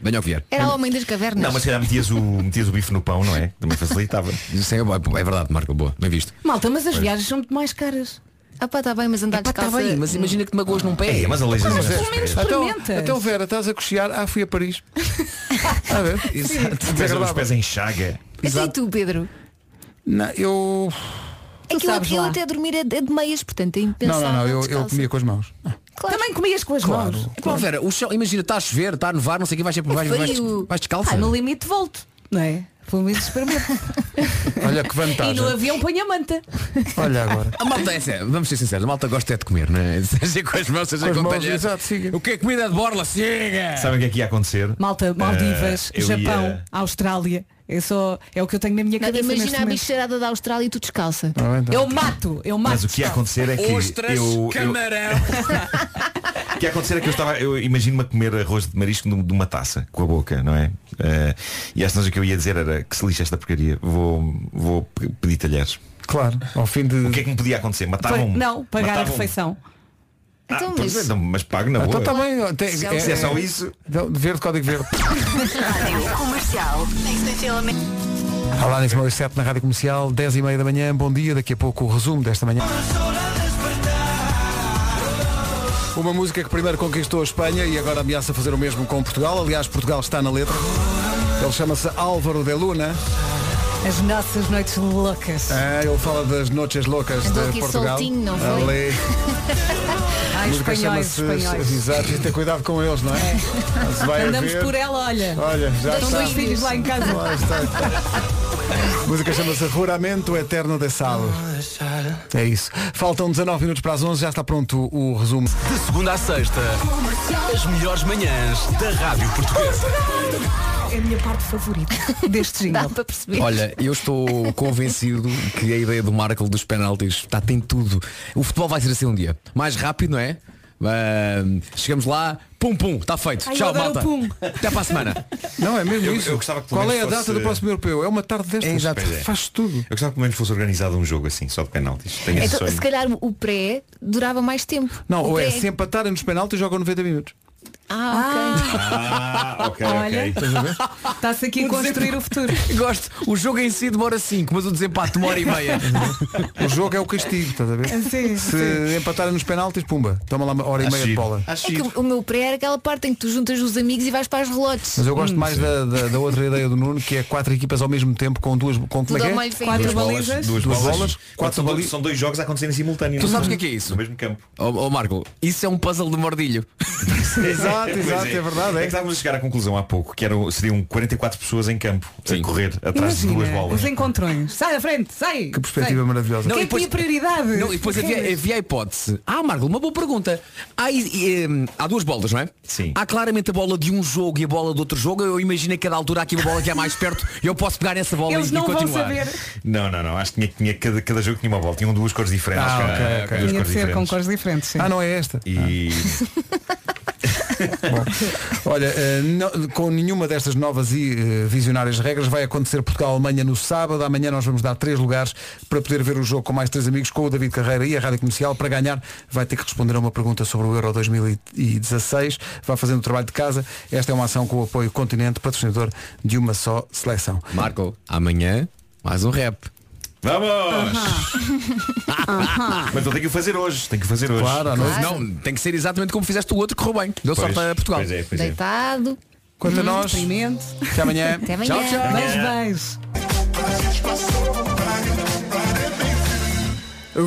[SPEAKER 10] venha ao que vier.
[SPEAKER 4] Era o homem das cavernas.
[SPEAKER 14] Não, mas se calhar metias o, metias o bife no pão, não é? Também facilitava.
[SPEAKER 10] Isso é, é verdade, Marco, boa, bem visto.
[SPEAKER 5] Malta, mas as
[SPEAKER 14] Pois.
[SPEAKER 5] viagens são muito mais caras.
[SPEAKER 4] Ah pá, está bem, mas andar
[SPEAKER 10] Está
[SPEAKER 4] descalça.
[SPEAKER 10] bem, mas imagina que te magoas num pé.
[SPEAKER 14] É, mas a leis
[SPEAKER 10] Mas
[SPEAKER 5] pelo menos experimentas.
[SPEAKER 2] Então, então, Vera, estás a cochear? Ah, fui a Paris. a ver? é
[SPEAKER 10] Exato.
[SPEAKER 14] os pés em chaga.
[SPEAKER 4] Mas e tu, Pedro?
[SPEAKER 2] Não, eu.
[SPEAKER 4] É que eu,
[SPEAKER 5] sabes
[SPEAKER 4] eu
[SPEAKER 5] lá.
[SPEAKER 4] até dormir é é de meias, portanto é
[SPEAKER 2] Não,
[SPEAKER 4] impensável. É
[SPEAKER 2] não, não, eu, eu
[SPEAKER 4] descalça.
[SPEAKER 2] comia com as mãos.
[SPEAKER 5] Também comias com as mãos.
[SPEAKER 10] Pá, Vera, o chão, imagina, está a chover, está a nevar, não sei o que, vais sempre vais, vais,
[SPEAKER 4] frio.
[SPEAKER 10] vais descalça.
[SPEAKER 5] Ah, no limite volto. Não é? Pelo menos experimento.
[SPEAKER 2] Olha que
[SPEAKER 5] e
[SPEAKER 2] vantagem.
[SPEAKER 5] no avião ponho a manta.
[SPEAKER 2] Olha agora.
[SPEAKER 10] A malta é sério, vamos ser sinceros, a malta gosta é de comer, não é? Seja com as mãos, seja
[SPEAKER 2] Com as
[SPEAKER 10] com,
[SPEAKER 2] mãos,
[SPEAKER 10] talheres.
[SPEAKER 2] exato, siga.
[SPEAKER 10] O que é comida de borla? Siga!
[SPEAKER 14] Sabem o que é que ia acontecer?
[SPEAKER 5] Malta, Maldivas,
[SPEAKER 14] Eh, eu
[SPEAKER 5] Japão,
[SPEAKER 14] ia-
[SPEAKER 5] Austrália. É, só, é o que eu tenho na minha
[SPEAKER 4] Não,
[SPEAKER 5] cabeça neste
[SPEAKER 4] imagina a
[SPEAKER 5] momento.
[SPEAKER 4] bicharada da Austrália e tu descalça.
[SPEAKER 10] é,
[SPEAKER 5] Eu mato, eu mato.
[SPEAKER 14] Ah, então. Mas o que ia acontecer é que
[SPEAKER 10] Ostras,
[SPEAKER 14] eu, eu-
[SPEAKER 10] camarão.
[SPEAKER 14] o que ia acontecer é que eu estava, eu imagino-me a comer arroz de marisco num- de uma taça com a boca, não é? Eh, e às vezes o que eu ia dizer era que se lixa esta porcaria, vou, vou pe- pedir talheres.
[SPEAKER 2] Claro, ao fim de.
[SPEAKER 14] O que é que me podia acontecer? Matavam-me.
[SPEAKER 5] Não, pagar a
[SPEAKER 14] Matavam-me.
[SPEAKER 5] refeição.
[SPEAKER 14] Ah,
[SPEAKER 4] Então,
[SPEAKER 14] pois
[SPEAKER 4] mas-
[SPEAKER 14] é, não, mas pago na boa.
[SPEAKER 2] Então está bem. ó, tem-
[SPEAKER 4] Se
[SPEAKER 14] Se é só isso,
[SPEAKER 2] Então, Verde, código verde.
[SPEAKER 9] Rádio comercial.
[SPEAKER 2] Olá, nesse meu 7 na Rádio Comercial, 10 e meia da manhã, bom dia, daqui a pouco o resumo desta manhã. Uma música que primeiro conquistou a Espanha e agora ameaça fazer o mesmo com Portugal. Aliás, Portugal está na letra. Ele chama-se Álvaro de Luna.
[SPEAKER 7] As nossas noites loucas.
[SPEAKER 2] Ah, ele fala das noches loucas
[SPEAKER 7] Andou
[SPEAKER 2] de
[SPEAKER 7] aqui
[SPEAKER 2] Portugal.
[SPEAKER 7] soltinho, não foi?
[SPEAKER 2] Ali.
[SPEAKER 7] Ai,
[SPEAKER 2] A música
[SPEAKER 7] espanhóis,
[SPEAKER 2] chama-se
[SPEAKER 7] espanhóis.
[SPEAKER 2] Exato, e ter cuidado com eles, não é? Se vai
[SPEAKER 5] Andamos
[SPEAKER 2] haver-
[SPEAKER 5] por ela, olha.
[SPEAKER 2] Olha, já
[SPEAKER 5] Estão
[SPEAKER 2] está.
[SPEAKER 5] dois filhos lá em casa.
[SPEAKER 2] Lá está. A música chama-se Ruramento Eterno de Salo. É isso. Faltam 19 minutos para as 11, já está pronto o resumo.
[SPEAKER 18] De segunda à sexta, as melhores manhãs da Rádio Portuguesa.
[SPEAKER 5] É a minha parte favorita deste jingle. Dá para perceber.
[SPEAKER 10] Olha, eu estou convencido que a ideia do Marco dos penaltis está, tem tudo. O futebol vai ser assim um dia. Mais rápido, não é? Ahm, chegamos lá, pum pum, está feito.
[SPEAKER 2] Ai, eu
[SPEAKER 10] Tchau,
[SPEAKER 2] adoro
[SPEAKER 10] malta.
[SPEAKER 2] o pum.
[SPEAKER 10] Até para a semana.
[SPEAKER 2] Não, é mesmo
[SPEAKER 14] Eu-
[SPEAKER 2] isso.
[SPEAKER 14] eu gostava que pelo
[SPEAKER 2] Qual é a
[SPEAKER 14] menos
[SPEAKER 2] data
[SPEAKER 14] fosse-
[SPEAKER 2] do próximo europeu? É uma tarde destas.
[SPEAKER 14] É, exato. Pois é.
[SPEAKER 2] Faz tudo.
[SPEAKER 14] Eu gostava que pelo menos fosse organizado um jogo assim, só de penaltis. Tenho esse
[SPEAKER 4] Então,
[SPEAKER 14] sonho.
[SPEAKER 4] se calhar o pré durava mais tempo.
[SPEAKER 2] Não,
[SPEAKER 4] o
[SPEAKER 2] ou é
[SPEAKER 4] pré-
[SPEAKER 2] se empatarem nos penaltis jogam 90 minutos.
[SPEAKER 4] Ah, ok.
[SPEAKER 14] Ah, ok,
[SPEAKER 5] Olha.
[SPEAKER 14] ok.
[SPEAKER 2] Estás a ver?
[SPEAKER 5] Está-se aqui a construir o futuro.
[SPEAKER 10] Gosto. O jogo em si demora 5, mas o desempate demora e meia.
[SPEAKER 2] O jogo é o castigo, estás a ver?
[SPEAKER 5] Sim,
[SPEAKER 2] se empatarem nos penaltis, pumba, toma lá uma hora e
[SPEAKER 14] Acho
[SPEAKER 2] meia de
[SPEAKER 14] giro.
[SPEAKER 2] bola.
[SPEAKER 4] É que o meu pré era aquela parte em que tu juntas os amigos e vais para os relotes.
[SPEAKER 2] Mas eu
[SPEAKER 14] Hum,
[SPEAKER 2] gosto mais da, da- da outra ideia do Nuno, que é quatro equipas ao mesmo tempo com duas com como é
[SPEAKER 4] Tudo
[SPEAKER 2] que é?
[SPEAKER 4] ao molho fino. Quatro
[SPEAKER 2] Duas
[SPEAKER 4] balizas.
[SPEAKER 2] duas, bolas, quatro
[SPEAKER 14] são,
[SPEAKER 2] balizas.
[SPEAKER 14] dois, são dois jogos a acontecer em simultâneo.
[SPEAKER 10] Tu sabes o que é que é isso?
[SPEAKER 14] No mesmo campo.
[SPEAKER 10] Ó ó, Marco, isso é um puzzle de mordilho.
[SPEAKER 2] Exato,
[SPEAKER 14] Pois
[SPEAKER 2] exato, é verdade,
[SPEAKER 14] É
[SPEAKER 2] é.
[SPEAKER 14] que estávamos a chegar à conclusão há pouco, que eram, seriam 44 pessoas em campo a correr atrás de duas
[SPEAKER 5] Imagina,
[SPEAKER 14] bolas.
[SPEAKER 5] os encontrões. Sai da frente, sai. Que
[SPEAKER 2] perspectiva maravilhosa.
[SPEAKER 10] Não,
[SPEAKER 5] Quem
[SPEAKER 10] e depois-
[SPEAKER 5] tinha prioridade? é
[SPEAKER 10] Não, e depois havia, havia a hipótese. Ah, Marco, uma boa pergunta. Há, e- e, hum, há duas bolas, não é? Sim. Há claramente a bola de um jogo e a bola do outro jogo. Eu imagino que a cada altura há aqui uma bola que é mais perto e eu posso pegar nessa bola
[SPEAKER 5] Eles
[SPEAKER 10] e,
[SPEAKER 5] não
[SPEAKER 10] e
[SPEAKER 5] vão
[SPEAKER 10] continuar.
[SPEAKER 5] saber.
[SPEAKER 14] Não, não, não. Acho que tinha, tinha- cada, cada jogo tinha uma bola. Tinham duas cores diferentes.
[SPEAKER 2] Ah,
[SPEAKER 14] cara.
[SPEAKER 2] ok, ok.
[SPEAKER 14] Duas
[SPEAKER 5] Tinha
[SPEAKER 14] cores
[SPEAKER 5] de ser com
[SPEAKER 14] diferentes.
[SPEAKER 5] cores diferentes. sim.
[SPEAKER 2] Ah, não é esta?
[SPEAKER 14] E
[SPEAKER 2] Olha, eh, não- com nenhuma destas novas e eh, visionárias regras vai acontecer Portugal-Alemanha no sábado. Amanhã nós vamos dar três lugares para poder ver o jogo com mais três amigos, com o David Carreira e a Rádio Comercial. Para ganhar vai ter que responder a uma pergunta sobre o Euro 2016. Vai fazendo o trabalho de casa. Esta é uma ação com o apoio Continente, patrocinador de uma só seleção.
[SPEAKER 10] Marco, amanhã mais um rap.
[SPEAKER 14] Vamos! Mas não tenho que o fazer hoje. Tenho que o fazer hoje.
[SPEAKER 10] Claro, à noite.
[SPEAKER 14] Pois,
[SPEAKER 10] Não, tem que ser exatamente como fizeste o outro, correu bem. Deu sorte a Portugal.
[SPEAKER 14] Pois é, pois é.
[SPEAKER 4] Deitado.
[SPEAKER 2] Quanto a
[SPEAKER 4] Hum,
[SPEAKER 2] nós,
[SPEAKER 5] Experimento.
[SPEAKER 2] até amanhã.
[SPEAKER 4] Até amanhã.
[SPEAKER 2] Tchau, tchau.
[SPEAKER 5] Beijo, beijo.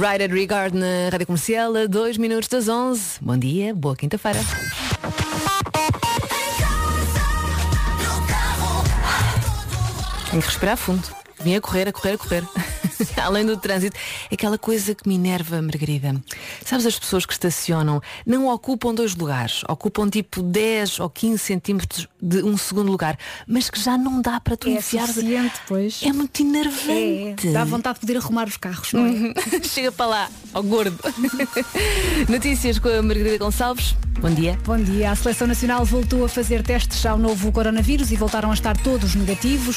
[SPEAKER 7] Right at Regard na Rádio Comercial, a 2 minutos das 11. Bom dia, boa quinta-feira. Tenho que respirar fundo. Vim a correr, a correr, a correr. Além do trânsito, aquela coisa que me enerva, Margarida. Sabes as pessoas que estacionam não ocupam dois lugares, ocupam tipo 10 ou 15 centímetros de um segundo lugar, mas que já não dá para tu
[SPEAKER 19] É
[SPEAKER 7] enfiar.
[SPEAKER 19] suficiente, pois.
[SPEAKER 7] É muito enervante. Uhum.
[SPEAKER 19] É, dá vontade de poder arrumar os carros, não é?
[SPEAKER 7] Chega para lá, ao gordo. Notícias com a Margarida Gonçalves. Bom dia.
[SPEAKER 19] Bom dia. A Seleção Nacional voltou a fazer testes ao novo coronavírus e voltaram a estar todos negativos.